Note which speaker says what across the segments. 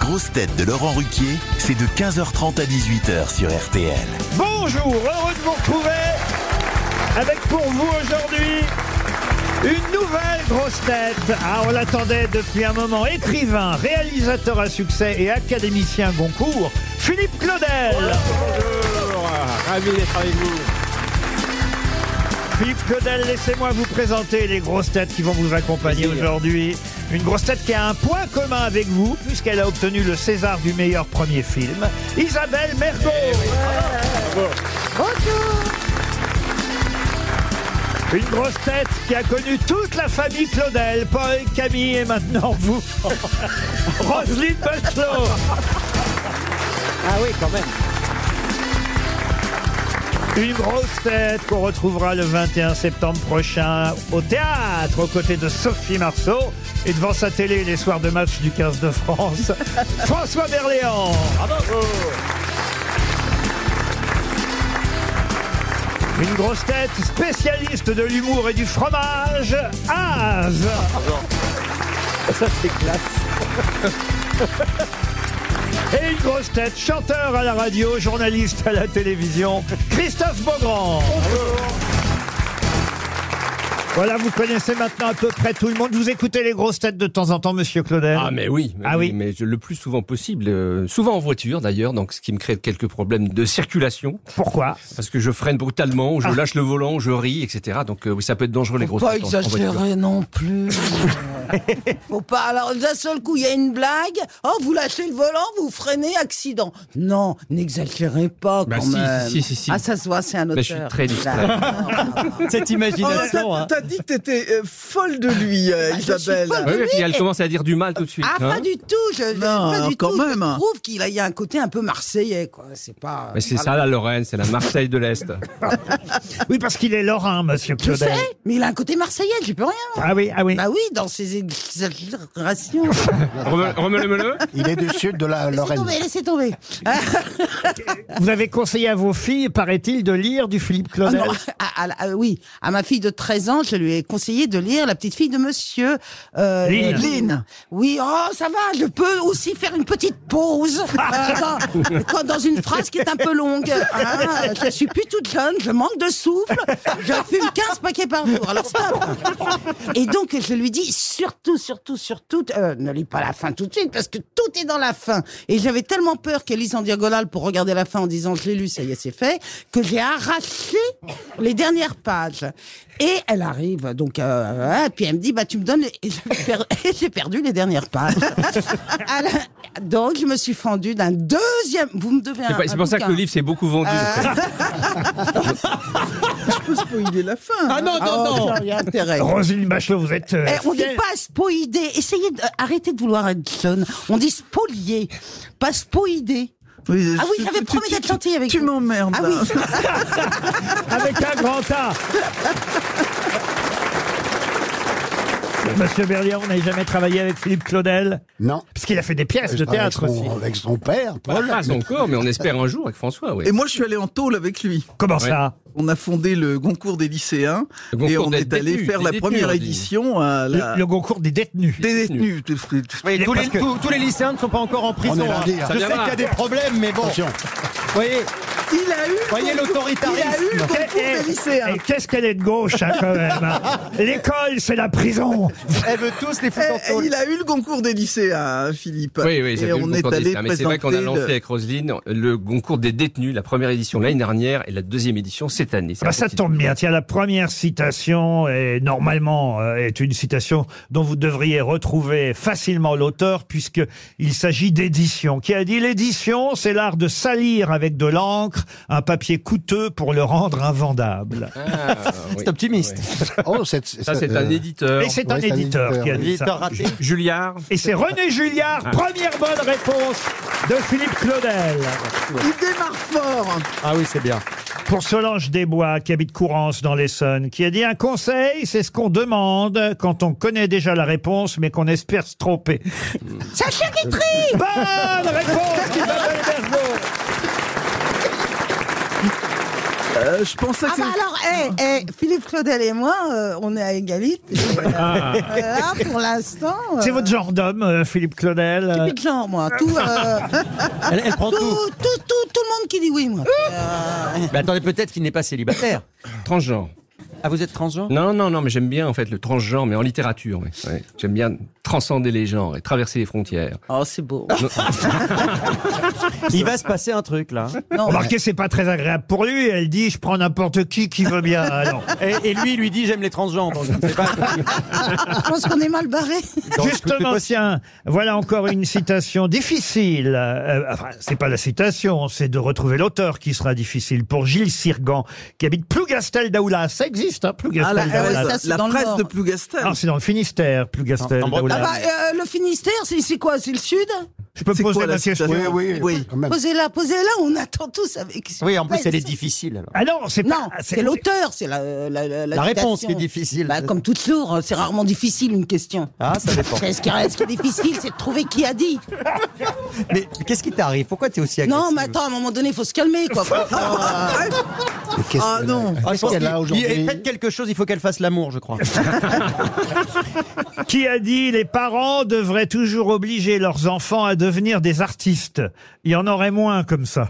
Speaker 1: grosses têtes de Laurent Ruquier, c'est de 15h30 à 18h sur RTL.
Speaker 2: Bonjour, heureux de vous retrouver avec pour vous aujourd'hui une nouvelle grosse tête. Ah, on l'attendait depuis un moment. Écrivain, réalisateur à succès et académicien Goncourt, Philippe Claudel.
Speaker 3: Bonjour, ravi d'être avec vous.
Speaker 2: Philippe Claudel, laissez-moi vous présenter les grosses têtes qui vont vous accompagner
Speaker 3: Plaisir.
Speaker 2: aujourd'hui. Une grosse tête qui a un point commun avec vous, puisqu'elle a obtenu le César du meilleur premier film, Isabelle Mergo.
Speaker 3: Eh
Speaker 2: Une grosse tête qui a connu toute la famille Claudel, Paul, Camille et maintenant vous, Roselyne Bachelot.
Speaker 3: Ah oui, quand même.
Speaker 2: Une grosse tête qu'on retrouvera le 21 septembre prochain au théâtre, aux côtés de Sophie Marceau et devant sa télé les soirs de match du 15 de France, François Berléand. Une grosse tête spécialiste de l'humour et du fromage, Az.
Speaker 3: Ça, c'est classe.
Speaker 2: Et une grosse tête chanteur à la radio, journaliste à la télévision, Christophe Beaugrand. Voilà, vous connaissez maintenant à peu près tout le monde. Vous écoutez les grosses têtes de temps en temps, monsieur Claudel.
Speaker 4: Ah mais oui, mais,
Speaker 2: Ah oui.
Speaker 4: mais je- le plus souvent possible, euh, souvent en voiture d'ailleurs, donc ce qui me crée quelques problèmes de circulation,
Speaker 2: Pourquoi Ah.
Speaker 4: parce que je freine brutalement, ou je lâche le volant, ou je ris, etc. Donc euh, oui, ça peut être dangereux les grosses
Speaker 5: Pas
Speaker 4: têtes en- en voiture.
Speaker 5: exagérer non plus. Faut pas. Alors d'un seul coup, il y a une blague. Oh, vous lâchez le volant, vous freinez, accident. Non, n'exagérez pas quand
Speaker 4: Bah si,
Speaker 5: même.
Speaker 4: si, si, si, si.
Speaker 5: Ah, ça se voit, c'est un auteur.
Speaker 4: Bah, je suis très distrait.
Speaker 3: Cette imagination, hein.
Speaker 6: Ah, T'as dit que t'étais euh, folle de lui, euh,
Speaker 5: Bah, je suis
Speaker 6: Isabelle.
Speaker 5: folle.
Speaker 4: Oui, oui, et puis elle commence à dire du mal tout de suite.
Speaker 5: Ah,
Speaker 4: hein.
Speaker 5: pas du tout. Je, je-
Speaker 6: Non,
Speaker 5: pas du
Speaker 6: quand
Speaker 5: tout.
Speaker 6: même.
Speaker 5: Je trouve qu'il a- il y a un côté un peu marseillais, quoi. C'est pas.
Speaker 4: Mais Bah, c'est ça la Lorraine, c'est la Marseille de l'Est.
Speaker 2: Oui, parce qu'il est lorrain, monsieur
Speaker 5: Je
Speaker 2: Claudel.
Speaker 5: sais, mais il a un côté marseillais, j'y peux rien.
Speaker 2: Ah oui, ah oui.
Speaker 5: Bah oui, dans ses exagérations.
Speaker 4: Remets- Remets-le-le.
Speaker 7: Il est du sud de la
Speaker 5: laissez
Speaker 7: Lorraine.
Speaker 5: tomber, laissez tomber.
Speaker 2: Vous avez conseillé à vos filles, paraît-il, de lire du Philippe
Speaker 5: Ah
Speaker 2: Claudel.
Speaker 5: non, à- à- à- oui, à ma fille de 13 ans, je lui ai conseillé de lire La petite fille de monsieur. euh,
Speaker 2: Lynn.
Speaker 5: Oui, oh, ça va, je peux aussi faire une petite pause euh, quand- quand dans une phrase qui est un peu longue. hein. je suis plus toute jeune, je manque de souffle, je fume 15 paquets par jour. Alors ça. Et donc, je lui dis surtout, surtout, surtout, euh, ne lis pas la fin tout de suite parce que tout est dans la fin. Et j'avais tellement peur qu'elle lise en diagonale pour regarder la fin en disant je l'ai lu, ça y est, c'est fait, que j'ai arraché les dernières pages. Et elle arrive, donc, euh, ouais, puis elle me dit bah tu me donnes, les- et j'ai per- et j'ai perdu les dernières pages. À la- donc, je me suis fendue d'un deuxième. Vous me devez un.
Speaker 4: C'est pas-
Speaker 5: un
Speaker 4: c'est pour ça que
Speaker 5: bouquin.
Speaker 4: le livre s'est beaucoup vendu.
Speaker 5: Euh,
Speaker 6: Je peux spoiler la fin. hein.
Speaker 3: Ah non,
Speaker 5: Ah,
Speaker 3: non,
Speaker 5: oh,
Speaker 3: non.
Speaker 5: j'aurais eu intérêt.
Speaker 2: Ah, Roselyne Bachelot, vous êtes. euh,
Speaker 5: Eh, on dit
Speaker 2: fière.
Speaker 5: pas spoider. Essayez de, euh, arrêtez de vouloir être jeune. On dit spolier, pas spoider.
Speaker 6: Oui,
Speaker 5: Ah
Speaker 6: je-
Speaker 5: oui, j'avais
Speaker 6: tu-
Speaker 5: promis
Speaker 6: tu-
Speaker 5: d'être gentille avec
Speaker 6: Tu
Speaker 5: vous.
Speaker 6: m'emmerdes.
Speaker 5: Ah oui.
Speaker 6: hein.
Speaker 2: Avec un grand A. Monsieur Berlier, on n'a jamais travaillé avec Philippe Claudel,
Speaker 7: Non.
Speaker 2: parce qu'il a fait des pièces de
Speaker 7: Je travaille
Speaker 2: théâtre
Speaker 7: avec
Speaker 2: aussi.
Speaker 7: son- Avec son père, Paul.
Speaker 4: Pas encore, mais on espère un jour avec François. Oui.
Speaker 6: Et moi, je suis allé en tôle avec lui.
Speaker 2: Comment ça
Speaker 6: On a fondé le Goncourt des lycéens
Speaker 4: Le Goncourt
Speaker 6: et on
Speaker 4: des
Speaker 6: est allé
Speaker 4: détenus,
Speaker 6: faire
Speaker 4: des
Speaker 6: la
Speaker 4: détenus,
Speaker 6: première
Speaker 4: on dit.
Speaker 6: édition à la...
Speaker 2: le, le concours des détenus.
Speaker 6: des détenus.
Speaker 3: Oui, tous,
Speaker 2: parce
Speaker 3: les,
Speaker 2: que-
Speaker 3: tous- tous les lycéens ne sont pas encore en prison.
Speaker 7: est lundi,
Speaker 3: hein.
Speaker 7: hein. Ça
Speaker 3: Je sais
Speaker 4: viendra.
Speaker 3: qu'il y a des problèmes, mais bon.
Speaker 7: Attention.
Speaker 3: Vous voyez,
Speaker 6: Il a eu.
Speaker 3: voyez
Speaker 6: le Goncourt- Il a eu
Speaker 3: l'autoritarisme.
Speaker 6: le Goncourt
Speaker 2: Eh,
Speaker 6: des lycéens.
Speaker 2: eh, Qu'est-ce qu'elle est de gauche, hein, quand même. hein. L'école, c'est la prison.
Speaker 3: Elle veut tous les foutre en
Speaker 6: Eh, eh,
Speaker 3: tôle.
Speaker 6: il a eu le Goncourt des
Speaker 2: hein,
Speaker 6: lycéens, Philippe.
Speaker 4: Oui, oui,
Speaker 6: et
Speaker 4: j'avais eu le
Speaker 6: on est
Speaker 4: concours des
Speaker 6: allé
Speaker 4: lycéens, Mais c'est vrai qu'on a
Speaker 6: présenter
Speaker 4: lancé
Speaker 6: le-
Speaker 4: avec Roselyne le concours des détenus, la première édition l'année dernière et la deuxième édition cette année. C'est
Speaker 2: Bah,
Speaker 4: un
Speaker 2: ça
Speaker 4: petit-
Speaker 2: tombe bien. Tiens, la première citation est normalement euh, est une citation dont vous devriez retrouver facilement l'auteur puisque il s'agit d'édition. Qui a dit l'édition, c'est l'art de salir avec de l'encre un papier coûteux pour le rendre invendable.
Speaker 4: Ah, oui.
Speaker 3: C'est optimiste.
Speaker 7: Oh, c'est,
Speaker 4: Ça, c'est un éditeur.
Speaker 2: Et c'est
Speaker 7: ouais,
Speaker 2: un
Speaker 7: c'est un
Speaker 2: éditeur
Speaker 7: éditeur,
Speaker 2: qui a
Speaker 7: oui.
Speaker 2: dit ça.
Speaker 3: L'éditeur raté.
Speaker 4: Julliard.
Speaker 2: Et c'est René Julliard,
Speaker 7: Ah.
Speaker 2: première bonne réponse de Philippe Claudel.
Speaker 6: Il démarre fort. hein.
Speaker 3: Ah oui, c'est bien.
Speaker 2: Pour Solange Desbois, qui habite Courance dans l'Essonne, qui a dit un conseil, c'est ce qu'on demande quand on connaît déjà la réponse, mais qu'on espère se tromper.
Speaker 5: Sacha Guitry
Speaker 2: Bonne réponse d'Isabelle Bergo.
Speaker 6: Euh, je pensais
Speaker 5: Ah
Speaker 6: que
Speaker 5: bah
Speaker 6: c'était-
Speaker 5: alors, eh, eh, Philippe Claudel et moi, euh, on est à égalité.
Speaker 6: Ah.
Speaker 5: Ah. Euh, Là, pour l'instant. euh,
Speaker 2: Euh, C'est votre genre d'homme, euh, Philippe Claudel.
Speaker 5: je suis de genre, moi. Tout, euh,
Speaker 3: Elle, elle prend
Speaker 5: tout, tout,
Speaker 3: tout.
Speaker 5: tout, tout le monde qui dit oui, moi. Euh,
Speaker 3: Mais attendez, peut-être qu'il n'est pas célibataire.
Speaker 4: Transgenre.
Speaker 3: Ah, vous êtes transgenre
Speaker 4: Non, non, non, mais j'aime bien en fait le transgenre, mais en littérature. ouais. Ouais. J'aime bien transcender les genres et traverser les frontières.
Speaker 5: Oh, c'est beau.
Speaker 3: Il va se passer un truc là. hein.
Speaker 2: Remarquez, c'est pas très agréable pour lui. Elle dit, je prends n'importe qui qui veut bien. Ah, non.
Speaker 3: Et, et lui, il lui dit j'aime les transgenres. Donc je ne sais pas.
Speaker 5: Je pense qu'on est mal barré.
Speaker 3: Donc, tout est
Speaker 2: Justement,
Speaker 3: possible.
Speaker 2: tiens, voilà encore une citation difficile. Euh, enfin, c'est pas la citation, c'est de retrouver l'auteur qui sera difficile. Pour Gilles Sirgan, qui habite Plougastel d'Aoulas. Ça existe, hein,
Speaker 6: Ah,
Speaker 2: Plougastel
Speaker 6: la,
Speaker 5: Ah ouais,
Speaker 2: d'Aoulas.
Speaker 5: ça, c'est
Speaker 6: la
Speaker 5: dans le
Speaker 6: presse
Speaker 5: Nord.
Speaker 6: de Plougastel.
Speaker 2: Non, c'est dans le Finistère, Plougastel
Speaker 3: En- en Bretagne.
Speaker 5: Ah bah,
Speaker 2: d'Aoulas.
Speaker 5: euh, le Finistère, c'est c'est quoi C'est le Sud
Speaker 2: Je peux
Speaker 6: C'est
Speaker 2: poser
Speaker 6: quoi
Speaker 2: la
Speaker 6: la
Speaker 2: question
Speaker 6: citation
Speaker 7: Oui, oui,
Speaker 6: Oui.
Speaker 7: quand même.
Speaker 5: Posez-la, posez-la, on attend tous avec.
Speaker 3: Oui, en plus, elle est
Speaker 5: difficile.
Speaker 3: difficile. alors.
Speaker 2: Ah non, c'est
Speaker 5: Non,
Speaker 2: pas.
Speaker 5: c'est l'auteur, c'est la, euh, la, la,
Speaker 3: La réponse qui est
Speaker 5: citation.
Speaker 3: difficile.
Speaker 5: Bah, comme tout toujours, c'est rarement difficile une question.
Speaker 3: Ah, ça dépend.
Speaker 5: Ce qui, ce qui est difficile, c'est de trouver qui a dit.
Speaker 3: Mais qu'est-ce qui t'arrive Pourquoi t'es aussi agressif
Speaker 5: Non, mais attends, à un moment donné, il faut se calmer, quoi.
Speaker 7: Mais qu'est-ce
Speaker 6: Ah,
Speaker 7: qu'elle a-
Speaker 6: non.
Speaker 3: Ah, je
Speaker 7: qu'est-ce
Speaker 3: pense
Speaker 7: qu'elle a
Speaker 3: qu'il- il-
Speaker 7: aujourd'hui
Speaker 3: Faites quelque chose, il faut qu'elle fasse l'amour, je crois.
Speaker 2: Qui a dit les parents devraient toujours obliger leurs enfants à devenir des artistes Il y en aurait moins comme ça.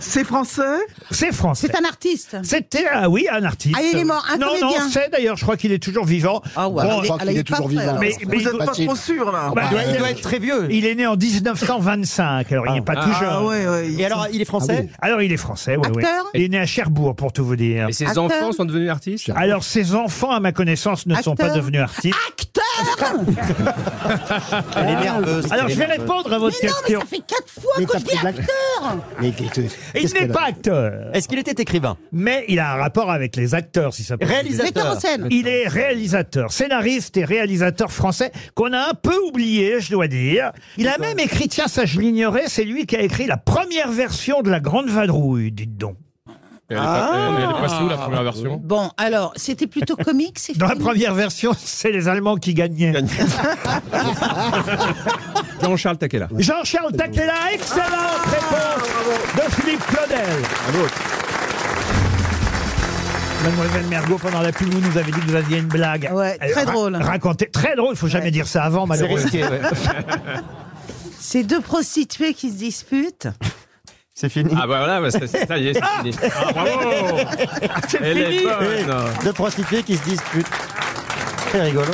Speaker 6: C'est français
Speaker 2: C'est français.
Speaker 5: C'est un artiste.
Speaker 2: C'était, ah oui, un artiste.
Speaker 5: Ah, il est mort, un
Speaker 2: Non, non,
Speaker 5: comédien.
Speaker 2: c'est d'ailleurs, je crois qu'il est toujours vivant.
Speaker 5: Ah ouais,
Speaker 2: Bon,
Speaker 5: il est-
Speaker 7: crois
Speaker 5: elle
Speaker 7: qu'il
Speaker 5: est
Speaker 7: est toujours
Speaker 5: parfaite,
Speaker 7: vivant.
Speaker 5: alors.
Speaker 2: mais, mais
Speaker 6: Vous
Speaker 2: il,
Speaker 6: êtes pas
Speaker 7: Mathilde.
Speaker 6: trop sûr là.
Speaker 2: bah,
Speaker 3: Il doit-
Speaker 2: euh,
Speaker 3: il doit être très vieux.
Speaker 2: il est né en 1925, alors il n'est pas
Speaker 4: Ah.
Speaker 2: tout jeune.
Speaker 6: ah ouais, ouais.
Speaker 3: Et alors, il est français
Speaker 2: Alors il est français, oui, oui.
Speaker 5: Acteur
Speaker 2: Il est né à Cherbourg, pour tout vous dire.
Speaker 4: Et ses
Speaker 5: Acteur.
Speaker 4: enfants sont devenus artistes
Speaker 2: Alors ses enfants, à ma connaissance, ne sont pas
Speaker 5: Acteur.
Speaker 2: devenus artistes.
Speaker 5: Acteur
Speaker 3: Elle est nerveuse.
Speaker 2: Ah, Alors
Speaker 3: elle est
Speaker 2: je vais
Speaker 3: nerveuse.
Speaker 2: répondre à votre
Speaker 5: Mais non, mais
Speaker 2: question.
Speaker 5: ça fait quatre fois
Speaker 7: Mais
Speaker 5: que
Speaker 7: t'as
Speaker 5: je
Speaker 7: pris
Speaker 5: dis
Speaker 7: de la-
Speaker 5: acteur
Speaker 7: Mais qu'est-ce
Speaker 2: Il
Speaker 7: qu'elle
Speaker 2: n'est
Speaker 7: a-
Speaker 2: pas acteur,
Speaker 3: Est-ce qu'il était écrivain
Speaker 2: mais il a un rapport avec les acteurs, si ça peut. vous aider.
Speaker 3: Réalisateur.
Speaker 5: Metteur en scène.
Speaker 2: Il est réalisateur, scénariste et réalisateur français qu'on a un peu oublié, je dois dire. Il a même écrit, tiens, ça je l'ignorais, c'est lui qui a écrit la première version de La Grande Vadrouille, dites donc.
Speaker 8: Elle est, pas, elle, elle
Speaker 2: Ah
Speaker 8: est passée où la première version
Speaker 5: Bon, alors, c'était plutôt comique, c'est
Speaker 2: Dans la
Speaker 5: fini.
Speaker 2: première version, c'est les Allemands qui gagnaient.
Speaker 4: Jean-Charles Taquella.
Speaker 2: Jean-Charles Taquella, excellente réponse de Philippe Claudel. Mademoiselle Mergot, pendant la pub, vous nous avez dit que vous aviez une blague.
Speaker 5: Ouais, très
Speaker 2: ra-
Speaker 5: drôle.
Speaker 2: Racontez, très drôle, faut jamais
Speaker 5: Ouais.
Speaker 2: dire ça avant,
Speaker 3: C'est
Speaker 2: malheureusement.
Speaker 3: risqué, ouais.
Speaker 5: C'est deux prostituées qui se disputent.
Speaker 3: C'est fini.
Speaker 8: Ah bah voilà, bah, ça, ça y est, c'est fini. Ah, bravo Elle est bonne
Speaker 3: Deux prostituées qui se disputent. C'est rigolo.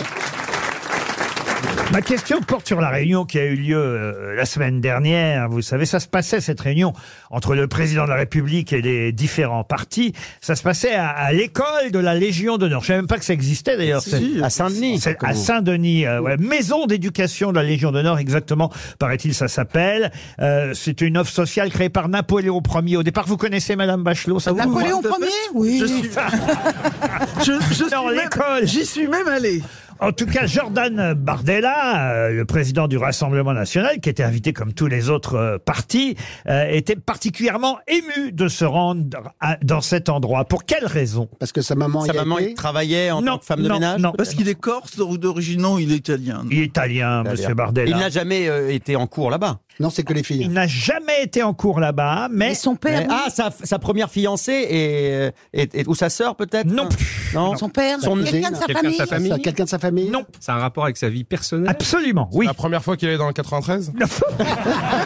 Speaker 2: Ma question porte sur la réunion qui a eu lieu euh, la semaine dernière. Vous savez, ça se passait, cette réunion entre le président de la République et les différents partis. Ça se passait à, à l'école de la Légion d'honneur. Je ne savais même pas que ça existait d'ailleurs. C'est-
Speaker 3: À Saint-Denis.
Speaker 2: C'est à Saint-Denis, euh, ouais, maison d'éducation de la Légion d'honneur, exactement, paraît-il, ça s'appelle. Euh, c'est une offre sociale créée par Napoléon Ier. Au départ, vous connaissez Madame Bachelot, ça vous
Speaker 5: Napoléon
Speaker 6: tout à fait.
Speaker 5: Ier Oui.
Speaker 6: Je suis. je, je
Speaker 2: Dans
Speaker 6: suis même-
Speaker 2: l'école.
Speaker 6: J'y suis même allé.
Speaker 2: En tout cas, Jordan Bardella, euh, le président du Rassemblement national, qui était invité comme tous les autres euh, partis, euh, était particulièrement ému de se rendre à- dans cet endroit. Pour quelle raison
Speaker 7: Parce que sa maman
Speaker 3: Sa
Speaker 7: y a
Speaker 3: maman
Speaker 7: été.
Speaker 3: il travaillait en
Speaker 2: Non,
Speaker 3: tant que femme de
Speaker 2: non,
Speaker 3: ménage.
Speaker 2: non.
Speaker 6: Parce qu'il est corse ou d'origine, non, il est italien.
Speaker 2: Il est italien,
Speaker 3: Italien.
Speaker 2: Monsieur
Speaker 3: Il
Speaker 2: Bardella.
Speaker 3: n'a jamais euh, été en cours là-bas.
Speaker 7: Non, c'est que les filles.
Speaker 2: Il n'a jamais été en cours là-bas, mais
Speaker 5: Et son père
Speaker 3: Mais-
Speaker 5: oui.
Speaker 3: Ah, sa, sa première fiancée et, et- et- ou sa sœur peut-être
Speaker 2: non
Speaker 3: hein
Speaker 2: plus.
Speaker 3: Non.
Speaker 5: Son père
Speaker 7: Son-
Speaker 5: Quelqu'un de sa
Speaker 8: Quelqu'un de
Speaker 5: famille
Speaker 8: sa famille
Speaker 7: Ça, Quelqu'un de sa famille
Speaker 2: Non,
Speaker 4: Ça a un rapport avec sa vie personnelle
Speaker 2: absolument, oui.
Speaker 8: La première fois qu'il est dans le 93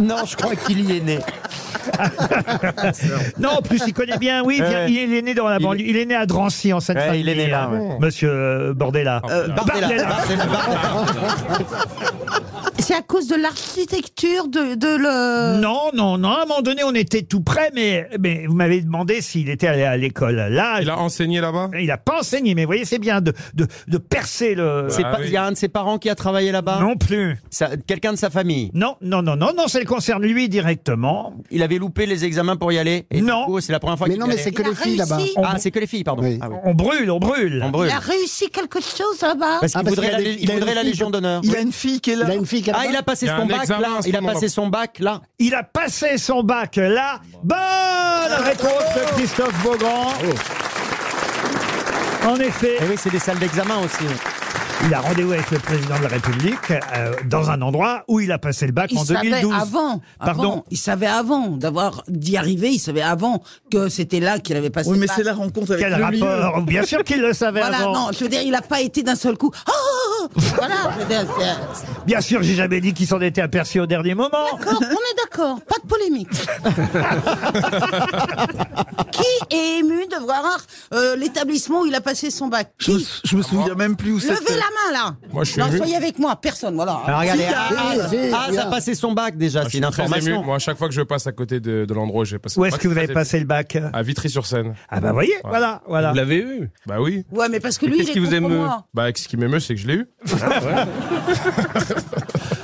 Speaker 3: Non, je crois qu'il y est né.
Speaker 2: Non, en plus, il connaît bien, oui. bien,
Speaker 3: Ouais.
Speaker 2: Il est né dans la banlieue. Il est né à Drancy, en Seine-Saint-Denis.
Speaker 3: Ouais, il est né là,
Speaker 2: hein, Monsieur euh, Bordella.
Speaker 8: Euh,
Speaker 3: Bardella.
Speaker 2: Bardella.
Speaker 3: Bardella, Bardella.
Speaker 5: C'est à cause de l'architecture de, de le...
Speaker 2: Non, non, non. À un moment donné, on était tout près, mais, mais vous m'avez demandé s'il était allé à l'école. Là,
Speaker 8: Il a enseigné là-bas
Speaker 2: il a pas enseigné, mais vous voyez, c'est bien de, de, de percer le.
Speaker 3: C'est
Speaker 8: Ah
Speaker 3: pas-
Speaker 8: oui.
Speaker 3: Il y a un de ses parents qui a travaillé là-bas.
Speaker 2: Non plus.
Speaker 3: Ça- Quelqu'un de sa famille.
Speaker 2: Non, non, non, non, non, ça le concerne lui directement.
Speaker 3: Il avait loupé les examens pour y aller. Et
Speaker 2: Non.
Speaker 3: du coup, C'est la première fois
Speaker 7: Mais
Speaker 3: qu'il
Speaker 7: non,
Speaker 3: y
Speaker 7: mais
Speaker 3: allait.
Speaker 7: c'est que
Speaker 5: Il a
Speaker 7: les filles là-bas.
Speaker 5: réussi.
Speaker 3: Ah, c'est que les filles, pardon.
Speaker 7: Oui.
Speaker 3: Ah oui.
Speaker 2: On brûle, on brûle.
Speaker 3: On
Speaker 5: Il
Speaker 3: brûle.
Speaker 5: a réussi quelque chose là-bas.
Speaker 3: Parce qu'il
Speaker 7: Ah, parce
Speaker 3: voudrait,
Speaker 7: qu'il a
Speaker 3: la,
Speaker 7: des-
Speaker 3: il
Speaker 7: il a
Speaker 3: voudrait
Speaker 7: des
Speaker 3: la
Speaker 7: filles
Speaker 3: Légion d'honneur.
Speaker 6: Il a une fille qui est là.
Speaker 7: Il a une fille qui
Speaker 3: Ah, il a passé
Speaker 8: Il y a
Speaker 3: son
Speaker 8: un
Speaker 3: bac
Speaker 8: examen
Speaker 3: là.
Speaker 8: à ce
Speaker 3: Il a
Speaker 8: moment-là.
Speaker 3: passé son bac là.
Speaker 2: Il a passé son bac là. Bonne réponse de Christophe Beaugrand. En effet,
Speaker 3: Et oui, c'est des salles d'examen aussi.
Speaker 2: Il a rendez-vous avec le président de la République euh, dans un endroit où il a passé le bac
Speaker 9: Il
Speaker 2: en
Speaker 9: savait
Speaker 2: 2012.
Speaker 9: avant.
Speaker 2: Pardon.
Speaker 9: avant. il savait avant d'avoir d'y arriver. Il savait avant que c'était là qu'il avait passé.
Speaker 6: Oui,
Speaker 9: le
Speaker 6: mais
Speaker 9: bac.
Speaker 6: c'est la rencontre avec
Speaker 2: Quel
Speaker 6: le milieu.
Speaker 2: rapport Bien sûr qu'il le savait
Speaker 9: Voilà,
Speaker 2: avant.
Speaker 9: non, je veux dire, il n'a pas été d'un seul coup. Ah, ah, ah, voilà, je veux dire, c'est-
Speaker 2: Bien sûr, j'ai jamais dit qu'il s'en était aperçu au dernier moment.
Speaker 9: D'accord, on est d'accord, pas de polémique. Qui est ému de voir euh, l'établissement où il a passé son bac
Speaker 6: Je me,
Speaker 9: Qui
Speaker 6: je me souviens même plus où
Speaker 9: Levez
Speaker 6: c'était.
Speaker 9: la main là
Speaker 10: Moi, je suis
Speaker 9: Non,
Speaker 10: ému.
Speaker 9: soyez avec moi, personne, voilà.
Speaker 3: Alors regardez,
Speaker 6: Si,
Speaker 3: ah,
Speaker 7: ah, si,
Speaker 3: ah,
Speaker 7: bien.
Speaker 3: ça a passé son bac
Speaker 2: Ah,
Speaker 3: déjà,
Speaker 10: Je
Speaker 3: c'est
Speaker 10: suis
Speaker 3: une
Speaker 10: très ému.
Speaker 3: information.
Speaker 10: Moi, à chaque fois que je passe à côté de, de l'endroit où j'ai passé.
Speaker 2: Où
Speaker 10: le
Speaker 2: est-ce
Speaker 10: bac,
Speaker 2: que vous
Speaker 10: je suis
Speaker 2: avez
Speaker 10: très
Speaker 2: passé le bac euh
Speaker 10: ému. À Vitry-sur-Seine.
Speaker 2: Ah bah voyez, voilà, voilà.
Speaker 4: Vous l'avez eu
Speaker 10: Bah oui.
Speaker 9: Ouais, mais parce que lui,
Speaker 4: Qu'est-ce
Speaker 9: il est
Speaker 4: qui vous
Speaker 9: contre
Speaker 4: émeut
Speaker 9: moi.
Speaker 10: Bah, ce qui m'émeut, c'est que je l'ai eu.
Speaker 11: Ah,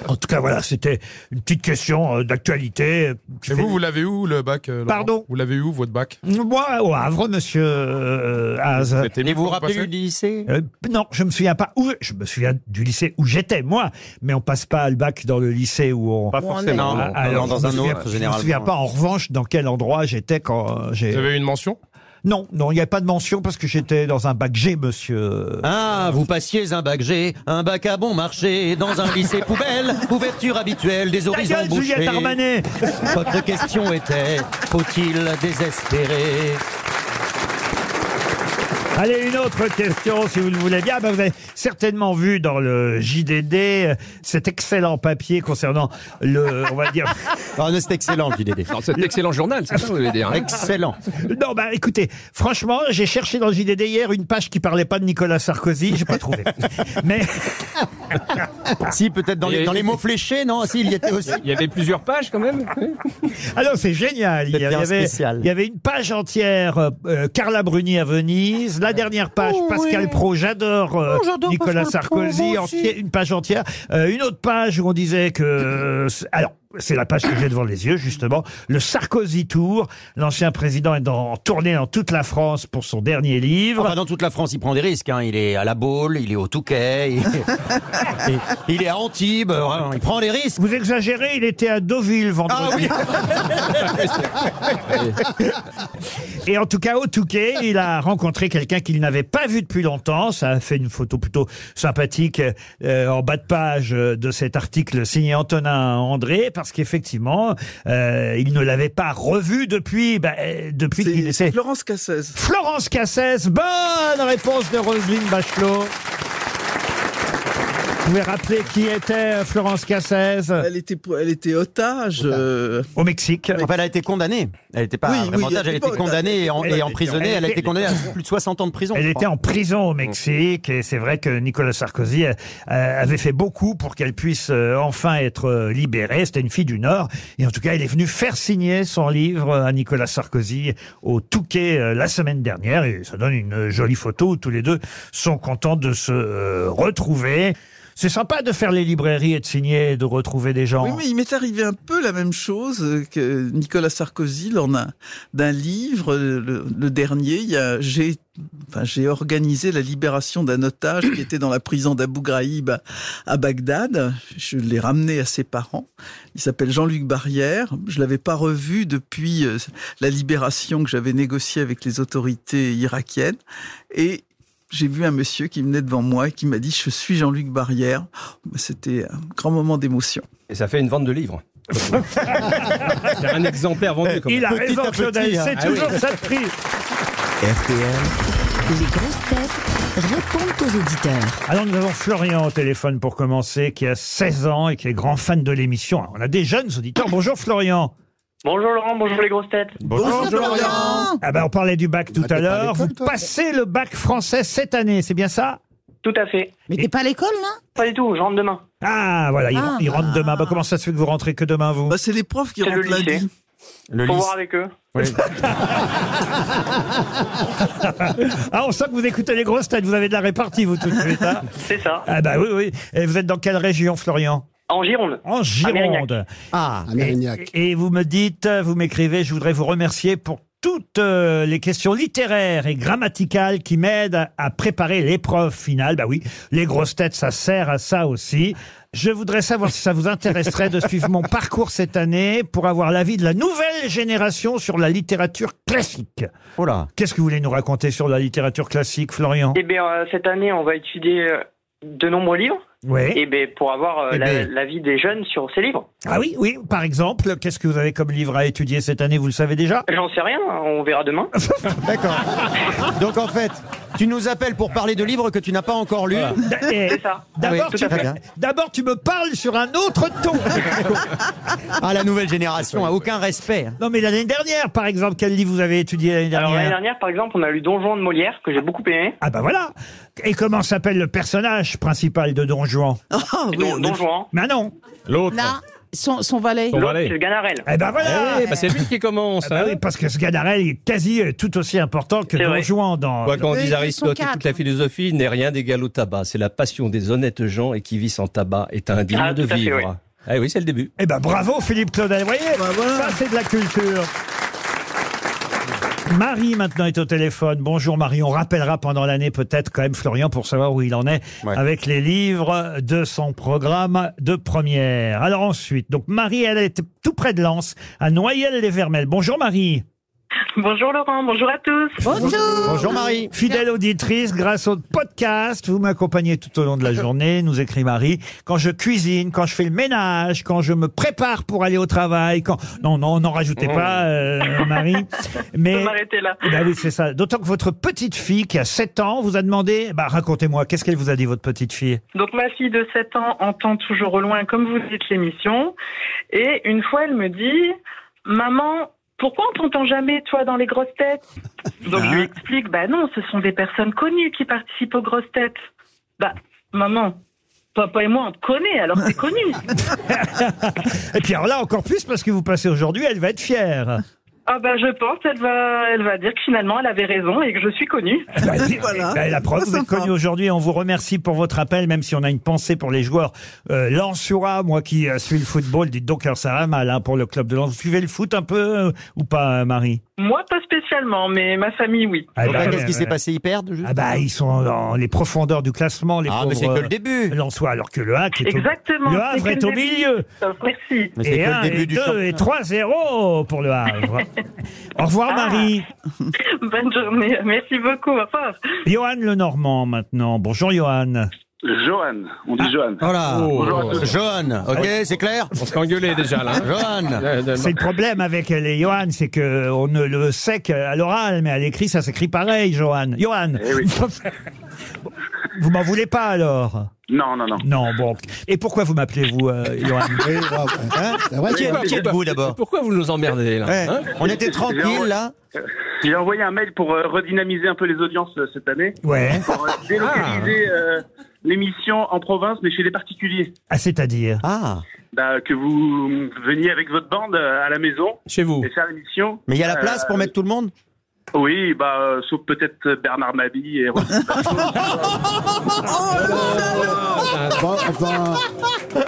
Speaker 2: En tout cas, voilà, c'était une petite question euh, d'actualité. euh, qui
Speaker 10: Et
Speaker 2: fait-
Speaker 10: vous, vous l'avez où le bac euh, Laurent
Speaker 2: Pardon
Speaker 10: Vous l'avez où votre bac
Speaker 2: Moi, au Havre, monsieur euh, Haas.
Speaker 10: Vous êtes ému
Speaker 3: Et vous vous
Speaker 10: quand
Speaker 3: rappelez
Speaker 10: passez
Speaker 3: du lycée
Speaker 2: Euh, non, je me souviens pas où. Je me souviens du lycée où j'étais moi, mais on passe pas le bac dans le lycée où on.
Speaker 4: Pas forcément.
Speaker 3: Non,
Speaker 2: Ah,
Speaker 3: non,
Speaker 2: alors,
Speaker 3: dans
Speaker 2: je me
Speaker 3: un
Speaker 2: souviens-
Speaker 3: autre,
Speaker 2: Je me souviens
Speaker 3: généralement.
Speaker 2: pas en revanche dans quel endroit j'étais quand euh,
Speaker 10: Vous
Speaker 2: j'ai.
Speaker 10: avez eu une mention
Speaker 2: Non, non, il n'y a pas de mention parce que j'étais dans un bac G, monsieur.
Speaker 3: Ah, vous passiez un bac G, un bac à bon marché, dans un lycée poubelle, ouverture habituelle, des
Speaker 2: Ta
Speaker 3: horizons
Speaker 2: gueule, Juliette
Speaker 3: bouchés.
Speaker 2: Armanet
Speaker 3: Votre question était, faut-il désespérer
Speaker 2: Allez, une autre question, si vous le voulez bien. Ben, vous avez certainement vu dans le JDD euh, cet excellent papier concernant le, on va dire.
Speaker 3: Ah, mais c'est excellent, JDD.
Speaker 4: Non, C'est un excellent journal, c'est ça que vous voulez dire. hein
Speaker 3: Excellent.
Speaker 2: Non, bah écoutez, franchement, j'ai cherché dans le JDD hier une page qui parlait pas de Nicolas Sarkozy, j'ai pas trouvé. Mais
Speaker 3: Si, peut-être dans, les, dans les mots fléchés, non Si, il y était aussi.
Speaker 4: Il y avait plusieurs pages Ah, quand même.
Speaker 2: alors Ah c'est génial. Il y,
Speaker 3: C'était un
Speaker 2: avait,
Speaker 3: spécial.
Speaker 2: il y avait une page entière euh, euh, Carla Bruni à Venise, la dernière page Pascal Pro, j'adore euh, Nicolas Sarkozy, entier- une page entière, Euh, une autre page où on disait que euh, c'est- alors. C'est la page que j'ai devant les yeux, justement. Le Sarkozy Tour. L'ancien président est en tournée dans toute la France pour son dernier livre.
Speaker 3: Enfin, dans toute la France, il prend des risques. hein. Il est à La Baule, il est au Touquet, il est, il- il est à Antibes. vraiment, il prend des risques.
Speaker 2: Vous exagérez, il était à Deauville vendredi. Et en tout cas, au Touquet, il a rencontré quelqu'un qu'il n'avait pas vu depuis longtemps. Ça a fait une photo plutôt sympathique euh, en bas de page euh, de cet article signé Antonin André, parce qu'effectivement, euh, il ne l'avait pas revu depuis, bah, euh, depuis qu'il
Speaker 6: C'est
Speaker 2: était...
Speaker 6: Florence Cassez.
Speaker 2: Florence Cassès, bonne réponse de Roselyne Bachelot. Vous pouvez rappeler qui était euh, Florence Cassès
Speaker 6: Elle était, pour- elle était otage. euh,
Speaker 2: au Mexique.
Speaker 3: Enfin, elle a été condamnée. Elle n'était pas
Speaker 6: Oui, oui,
Speaker 3: vraiment
Speaker 6: elle
Speaker 3: otage, elle a
Speaker 6: était
Speaker 3: été
Speaker 6: pas-
Speaker 3: condamnée et, en-
Speaker 2: elle
Speaker 3: et
Speaker 2: était-
Speaker 3: emprisonnée. Elle a été condamnée à plus de 60 ans de prison.
Speaker 2: Elle
Speaker 3: je
Speaker 2: était
Speaker 3: crois.
Speaker 2: en prison au Mexique et c'est vrai que Nicolas Sarkozy euh, avait fait beaucoup pour qu'elle puisse euh, enfin être euh, libérée. C'était une fille du Nord et en tout cas, elle est venue faire signer son livre à Nicolas Sarkozy au Touquet euh, la semaine dernière et ça donne une euh, jolie photo où tous les deux sont contents de se euh, retrouver. C'est sympa de faire les librairies et de signer et de retrouver des gens.
Speaker 6: Oui, mais il m'est arrivé un peu la même chose euh, que Nicolas Sarkozy lors d'un- d'un livre, euh, le, le dernier. Il y a, j'ai, enfin, j'ai organisé la libération d'un otage qui était dans la prison d'Abu Ghraib à, à Bagdad. Je l'ai ramené à ses parents. Il s'appelle Jean-Luc Barrière. Je l'avais pas revu depuis euh, la libération que j'avais négociée avec les autorités irakiennes. Et j'ai vu un monsieur qui venait devant moi et qui m'a dit Je suis Jean-Luc Barrière. C'était un grand moment d'émotion.
Speaker 4: Et ça fait une vente de livres. C'est un exemplaire vendu quand même.
Speaker 2: Il a raison,
Speaker 3: à petit,
Speaker 2: Claudel,
Speaker 3: hein.
Speaker 2: c'est
Speaker 4: Ah oui.
Speaker 2: toujours ça de prix.
Speaker 1: RTL,
Speaker 12: Les grosses têtes répondent aux auditeurs.
Speaker 2: Alors nous avons Florian au téléphone pour commencer, qui a 16 ans et qui est grand fan de l'émission. Alors, On a des jeunes auditeurs. Bonjour Florian.
Speaker 13: Bonjour Laurent, bonjour les grosses têtes.
Speaker 6: Bonjour Florian
Speaker 2: Ah ben on parlait du bac tout
Speaker 7: t'es
Speaker 2: à
Speaker 7: pas à
Speaker 2: l'heure.
Speaker 7: l'école,
Speaker 2: Vous
Speaker 7: toi,
Speaker 2: passez le bac français cette année, c'est bien ça
Speaker 13: Tout à fait.
Speaker 9: Mais t'es pas à l'école là
Speaker 13: Pas du tout, je rentre demain.
Speaker 2: Ah voilà, il,
Speaker 9: Ah.
Speaker 2: il rentre demain. Bah, comment ça se fait que vous rentrez que demain vous
Speaker 6: Bah, c'est les profs qui
Speaker 13: C'est le
Speaker 6: rentrent
Speaker 13: lycée.
Speaker 6: lundi.
Speaker 3: Le
Speaker 13: Faut
Speaker 3: lycée.
Speaker 13: voir avec eux.
Speaker 2: Ah on sent que vous écoutez les grosses têtes, vous avez de la répartie vous tout de suite. hein.
Speaker 13: C'est ça.
Speaker 2: ah bah oui oui. Et vous êtes dans quelle région Florian
Speaker 13: En Gironde.
Speaker 2: En
Speaker 13: Mérignac.
Speaker 2: Gironde.
Speaker 3: Ah,
Speaker 7: À Mérignac.
Speaker 2: Et vous me dites, vous m'écrivez, je voudrais vous remercier pour toutes euh, les questions littéraires et grammaticales qui m'aident à, à préparer l'épreuve finale. Bah oui, les grosses têtes, ça sert à ça aussi. Je voudrais savoir si ça vous intéresserait de suivre mon parcours cette année pour avoir l'avis de la nouvelle génération sur la littérature classique.
Speaker 3: oh là.
Speaker 2: Qu'est-ce que vous voulez nous raconter sur la littérature classique, Florian
Speaker 13: Eh bien, euh, cette année, on va étudier euh, de nombreux livres.
Speaker 2: Oui.
Speaker 13: Et ben pour avoir euh,
Speaker 2: Eh
Speaker 13: la-
Speaker 2: ben.
Speaker 13: l'avis des jeunes sur ces livres.
Speaker 2: Ah oui, oui. Par exemple, qu'est-ce que vous avez comme livre à étudier cette année Vous le savez déjà
Speaker 13: J'en sais rien, hein, on verra demain.
Speaker 3: D'accord. Donc en fait, tu nous appelles pour parler de livres que tu n'as pas encore lus.
Speaker 2: D'a- eh,
Speaker 13: C'est ça.
Speaker 2: D'abord,
Speaker 3: Ah Oui,
Speaker 2: tu,
Speaker 3: tout à fait.
Speaker 2: me- d'abord, tu me parles sur un autre ton.
Speaker 3: Ah, la nouvelle génération a aucun respect. hein.
Speaker 2: non, mais l'année dernière, par exemple, quel livre vous avez étudié l'année
Speaker 13: Alors l'année
Speaker 2: dernière
Speaker 13: dernière, par exemple, on a lu Donjon de Molière, que j'ai beaucoup aimé.
Speaker 2: Ah bah voilà. Et comment s'appelle le personnage principal de Don Juan
Speaker 6: Ah,
Speaker 13: Et
Speaker 6: oui,
Speaker 13: Don,
Speaker 6: on est-
Speaker 13: Don Juan.
Speaker 2: Ben non.
Speaker 10: L'autre.
Speaker 9: Là, son, son valet.
Speaker 10: Son
Speaker 13: L'autre,
Speaker 10: valet.
Speaker 13: hein. c'est Ganarelle.
Speaker 2: Eh ben voilà.
Speaker 4: Eh oui, bah, c'est lui qui commence.
Speaker 2: Ah bah
Speaker 4: hein.
Speaker 2: oui, parce que ce Ganarelle est quasi euh, tout aussi important que
Speaker 13: C'est
Speaker 2: Don
Speaker 13: vrai.
Speaker 2: Juan dans.
Speaker 4: Quoi qu'on
Speaker 9: Oui,
Speaker 4: dise
Speaker 9: ils sont
Speaker 4: Aristote, et toute
Speaker 9: quatre.
Speaker 4: la philosophie n'est rien d'égal au tabac. C'est la passion des honnêtes gens et qui vit sans tabac est indigne
Speaker 13: Ah,
Speaker 4: de
Speaker 13: tout à fait,
Speaker 4: vivre.
Speaker 13: oui.
Speaker 4: Ah oui, c'est le début.
Speaker 2: Eh ben bravo Philippe Claudel, vous voyez
Speaker 6: Bah voilà.
Speaker 2: Ça c'est de la culture. Marie maintenant est au téléphone. Bonjour Marie, on rappellera pendant l'année peut-être quand même Florian pour savoir où il en est
Speaker 3: Ouais.
Speaker 2: avec les livres de son programme de première. Alors ensuite, donc Marie elle est tout près de Lens, à Noyelles-les-Vermelles. Bonjour Marie.
Speaker 13: Bonjour Laurent, bonjour à tous.
Speaker 9: Bonjour.
Speaker 3: Bonjour Marie.
Speaker 2: Fidèle auditrice, grâce au podcast, vous m'accompagnez tout au long de la journée, nous écrit Marie. Quand je cuisine, quand je fais le ménage, quand je me prépare pour aller au travail, quand... Non, non, n'en
Speaker 13: Oh.
Speaker 3: Oh.
Speaker 2: rajoutez pas, euh, Marie.
Speaker 13: On
Speaker 2: Mais...
Speaker 13: va m'arrêter là.
Speaker 2: Eh ben oui, c'est ça. D'autant que votre petite fille, qui a 7 ans, vous a demandé... Bah, racontez-moi, qu'est-ce qu'elle vous a dit, votre petite fille
Speaker 14: Donc ma fille de 7 ans entend toujours au loin, comme vous dites, l'émission. Et une fois, elle me dit, maman, pourquoi on t'entend jamais, toi, dans les grosses têtes Donc je lui explique, bah non, ce sont des personnes connues qui participent aux grosses têtes. Bah, maman, papa et moi, on te connaît, alors c'est connu.
Speaker 2: Et puis alors là, encore plus, parce que vous passez aujourd'hui, elle va être fière.
Speaker 14: ah bah je pense, elle va, elle va dire que finalement, elle avait raison et que je suis connue.
Speaker 2: Bah, oui,
Speaker 13: Ah.
Speaker 6: Voilà.
Speaker 2: bah, la preuve,
Speaker 13: Oh,
Speaker 6: Très
Speaker 2: vous êtes
Speaker 6: sympa.
Speaker 2: connus aujourd'hui. On vous remercie pour votre appel, même si on a une pensée pour les joueurs. Euh, Lensoura, moi qui euh, suis le football, dites donc alors ça va mal hein, pour le club de Lens. Vous suivez le foot un peu euh, ou pas, euh, Marie
Speaker 14: Moi, pas spécialement, mais ma famille, oui.
Speaker 2: Ah,
Speaker 3: Donc
Speaker 2: bah,
Speaker 3: là, qu'est-ce
Speaker 2: euh,
Speaker 3: qui s'est passé Ils perdent juste
Speaker 2: Ah bah ils sont dans les profondeurs du classement, les
Speaker 3: Ah,
Speaker 2: pauvres.
Speaker 3: mais c'est que le
Speaker 2: euh,
Speaker 3: début.
Speaker 2: Lensois, alors que le HAC est au...
Speaker 14: Exactement.
Speaker 2: Le
Speaker 14: c'est
Speaker 2: Havre est
Speaker 14: qu'elle
Speaker 2: au
Speaker 14: l'a dit.
Speaker 2: milieu.
Speaker 14: Merci.
Speaker 3: Mais c'est
Speaker 2: Et
Speaker 3: que
Speaker 2: 1
Speaker 3: le début
Speaker 2: et
Speaker 3: du
Speaker 2: 2 et 3-0 pour le Havre. au revoir
Speaker 14: Ah.
Speaker 2: Marie.
Speaker 14: Bonne journée. Merci beaucoup. Au revoir.
Speaker 2: Johan le Normand maintenant. Bonjour Johan.
Speaker 11: Johan, on dit
Speaker 3: Ah.
Speaker 11: Johan.
Speaker 3: Voilà.
Speaker 4: Oh.
Speaker 3: Jaune, ok, c'est clair
Speaker 4: On s'est engueulé déjà là. hein.
Speaker 3: Jaune.
Speaker 2: C'est le problème avec les Johan, c'est que on ne le sait qu'à l'oral, mais à l'écrit, ça s'écrit pareil, Johan. Johan
Speaker 11: Eh oui.
Speaker 2: Vous m'en voulez pas alors
Speaker 11: Non, non, non.
Speaker 2: Non, bon. Et pourquoi vous m'appelez-vous, euh, Johan
Speaker 7: Oui, bravo.
Speaker 3: Hein
Speaker 7: C'est vrai,
Speaker 3: Qui
Speaker 7: c'est
Speaker 3: est-
Speaker 7: vrai.
Speaker 3: qui êtes-vous d'abord
Speaker 4: Pourquoi Eh ben, vous nous emmerdez là
Speaker 3: Ouais,
Speaker 4: hein
Speaker 3: On était tranquille là.
Speaker 11: euh, J'ai envoyé un mail pour euh, redynamiser un peu les audiences euh, cette année,
Speaker 2: Ouais.
Speaker 11: pour euh,
Speaker 3: Ah.
Speaker 11: délocaliser euh, l'émission en province, mais chez les particuliers.
Speaker 2: Ah, c'est-à-dire
Speaker 3: Ah,
Speaker 11: Bah, que vous veniez avec votre bande euh, à la maison
Speaker 4: Chez vous.
Speaker 11: et faire l'émission.
Speaker 3: mais il y a la place
Speaker 11: Euh,
Speaker 3: pour mettre tout le monde
Speaker 11: Oui, bah, euh, sauf peut-être Bernard Mabie et Roselyne Bachelot.
Speaker 3: Oh,
Speaker 7: Bon, enfin,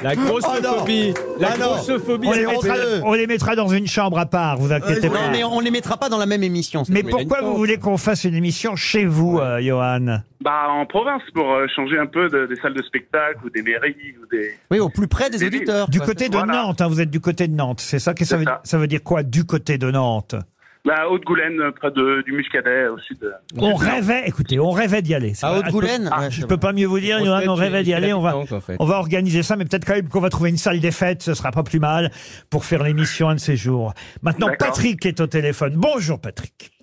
Speaker 4: La grosse
Speaker 3: Oh non.
Speaker 4: phobie. La
Speaker 3: Ah non.
Speaker 4: grosse phobie.
Speaker 2: on les, mettra,
Speaker 3: honteux.
Speaker 2: on les mettra dans une chambre à part, vous inquiétez
Speaker 6: Ouais,
Speaker 2: pas.
Speaker 3: Non, mais on les mettra pas dans la même émission. c'est
Speaker 2: Mais
Speaker 4: Mais
Speaker 2: pourquoi
Speaker 4: il y a une
Speaker 2: vous
Speaker 4: porte.
Speaker 2: voulez qu'on fasse une émission chez vous, euh, Johan
Speaker 11: bah, en province, pour euh, changer un peu de- des salles de spectacle ou des mairies ou des.
Speaker 3: Oui, au plus près des auditeurs.
Speaker 2: Du
Speaker 3: quoi.
Speaker 2: côté de
Speaker 11: Voilà.
Speaker 2: Nantes, hein, vous êtes du côté de Nantes, c'est ça que ça
Speaker 11: C'est
Speaker 2: veut,
Speaker 11: ça.
Speaker 2: ça veut dire quoi, du côté de Nantes
Speaker 11: La Haute-Goulaine, euh, près de, du Muscadet, au sud. euh,
Speaker 2: On rêvait, écoutez, on rêvait d'y aller. c'est
Speaker 3: À
Speaker 2: vrai.
Speaker 3: Haute-Goulaine
Speaker 2: Ah,
Speaker 3: Ouais,
Speaker 2: Je
Speaker 3: c'est
Speaker 2: peux
Speaker 3: vrai.
Speaker 2: pas mieux vous dire,
Speaker 4: Grosse
Speaker 2: Johan,
Speaker 4: tête,
Speaker 2: on rêvait
Speaker 4: j'ai-
Speaker 2: d'y
Speaker 4: j'ai
Speaker 2: aller,
Speaker 4: la
Speaker 2: on va,
Speaker 4: pétanque, en fait.
Speaker 2: on va organiser ça, mais peut-être quand même qu'on va trouver une salle des fêtes, ce sera pas plus mal pour faire l'émission un de ces jours. Maintenant,
Speaker 11: D'accord.
Speaker 2: Patrick est au téléphone. Bonjour Patrick.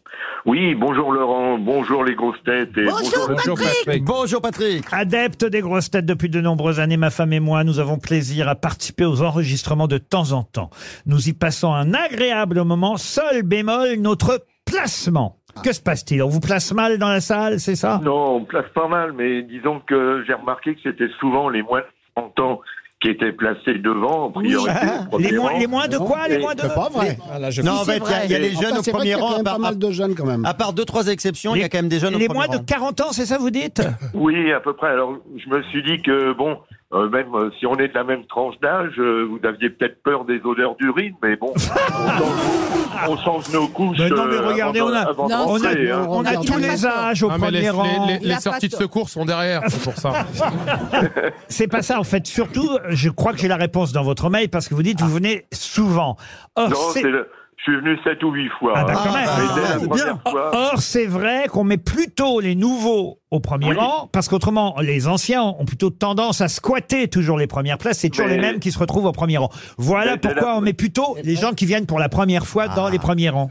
Speaker 11: Oui, bonjour Laurent, bonjour les grosses têtes. Et
Speaker 9: Bonjour,
Speaker 4: Bonjour
Speaker 9: Patrick.
Speaker 4: Patrick.
Speaker 3: Bonjour Patrick.
Speaker 2: Adepte des grosses têtes depuis de nombreuses années, ma femme et moi, nous avons plaisir à participer aux enregistrements de temps en temps. Nous y passons un agréable moment, seul bémol, notre placement. Que se passe-t-il On vous place mal dans la salle, c'est ça
Speaker 11: Non, on place pas mal, mais disons que j'ai remarqué que c'était souvent les moins de 30 ans qui étaient placés devant, en priorité. au premier
Speaker 2: les moins,
Speaker 11: rang.
Speaker 2: les moins de quoi Les
Speaker 11: Et-
Speaker 2: moins de...
Speaker 7: c'est pas vrai. Ah,
Speaker 4: Voilà, je-
Speaker 3: Non, en
Speaker 7: Si, c'est
Speaker 3: fait, il y a- il y, a
Speaker 7: vrai.
Speaker 3: des jeunes
Speaker 7: Enfin,
Speaker 3: au
Speaker 7: c'est vrai qu'il
Speaker 3: premier
Speaker 7: y a quand
Speaker 3: rang.
Speaker 7: même
Speaker 3: À part,
Speaker 7: pas mal de jeunes quand même.
Speaker 3: à part deux, trois exceptions, il y a quand même des jeunes au
Speaker 2: Les
Speaker 3: premier
Speaker 2: moins de
Speaker 3: rang.
Speaker 2: 40 ans, c'est ça vous dites
Speaker 11: Oui, à peu près. Alors, je me suis dit que, bon, euh, même euh, si on est de la même tranche d'âge, euh, vous aviez peut-être peur des odeurs d'urine, mais bon, on change, on change nos couches.
Speaker 2: Mais Ben non, mais
Speaker 11: euh, avant
Speaker 2: regardez,
Speaker 11: de-
Speaker 2: on a-
Speaker 11: avant de
Speaker 9: Non,
Speaker 2: On a,
Speaker 11: rentrer, hein.
Speaker 2: on a
Speaker 9: Il a
Speaker 2: tous
Speaker 9: pas
Speaker 2: les
Speaker 9: tort.
Speaker 2: âges au
Speaker 10: Ah, mais les,
Speaker 2: premier
Speaker 10: les-
Speaker 2: rang.
Speaker 10: les-
Speaker 9: Il
Speaker 10: les
Speaker 9: a
Speaker 10: sorties de
Speaker 9: pas-
Speaker 10: secours sont derrière, c'est pour ça.
Speaker 2: C'est pas ça, en fait. Surtout, je crois que j'ai la réponse dans votre mail parce que vous dites vous venez souvent. Or,
Speaker 11: Non,
Speaker 2: Oh, c'est-
Speaker 11: c'est le- je suis venu sept ou huit fois.
Speaker 2: Ah, bah,
Speaker 11: hein.
Speaker 2: quand même.
Speaker 11: Mais dès la
Speaker 6: c'est
Speaker 11: première
Speaker 6: bien.
Speaker 11: fois,
Speaker 2: Or, c'est vrai qu'on met plutôt les nouveaux au premier rang, parce qu'autrement, les anciens ont plutôt tendance à squatter toujours les premières places. C'est toujours
Speaker 15: Mais-
Speaker 2: les mêmes qui se retrouvent au premier rang. Voilà
Speaker 15: Mais c'est
Speaker 2: pourquoi
Speaker 15: la-
Speaker 2: on met plutôt les gens qui viennent pour la première fois dans les premiers rangs.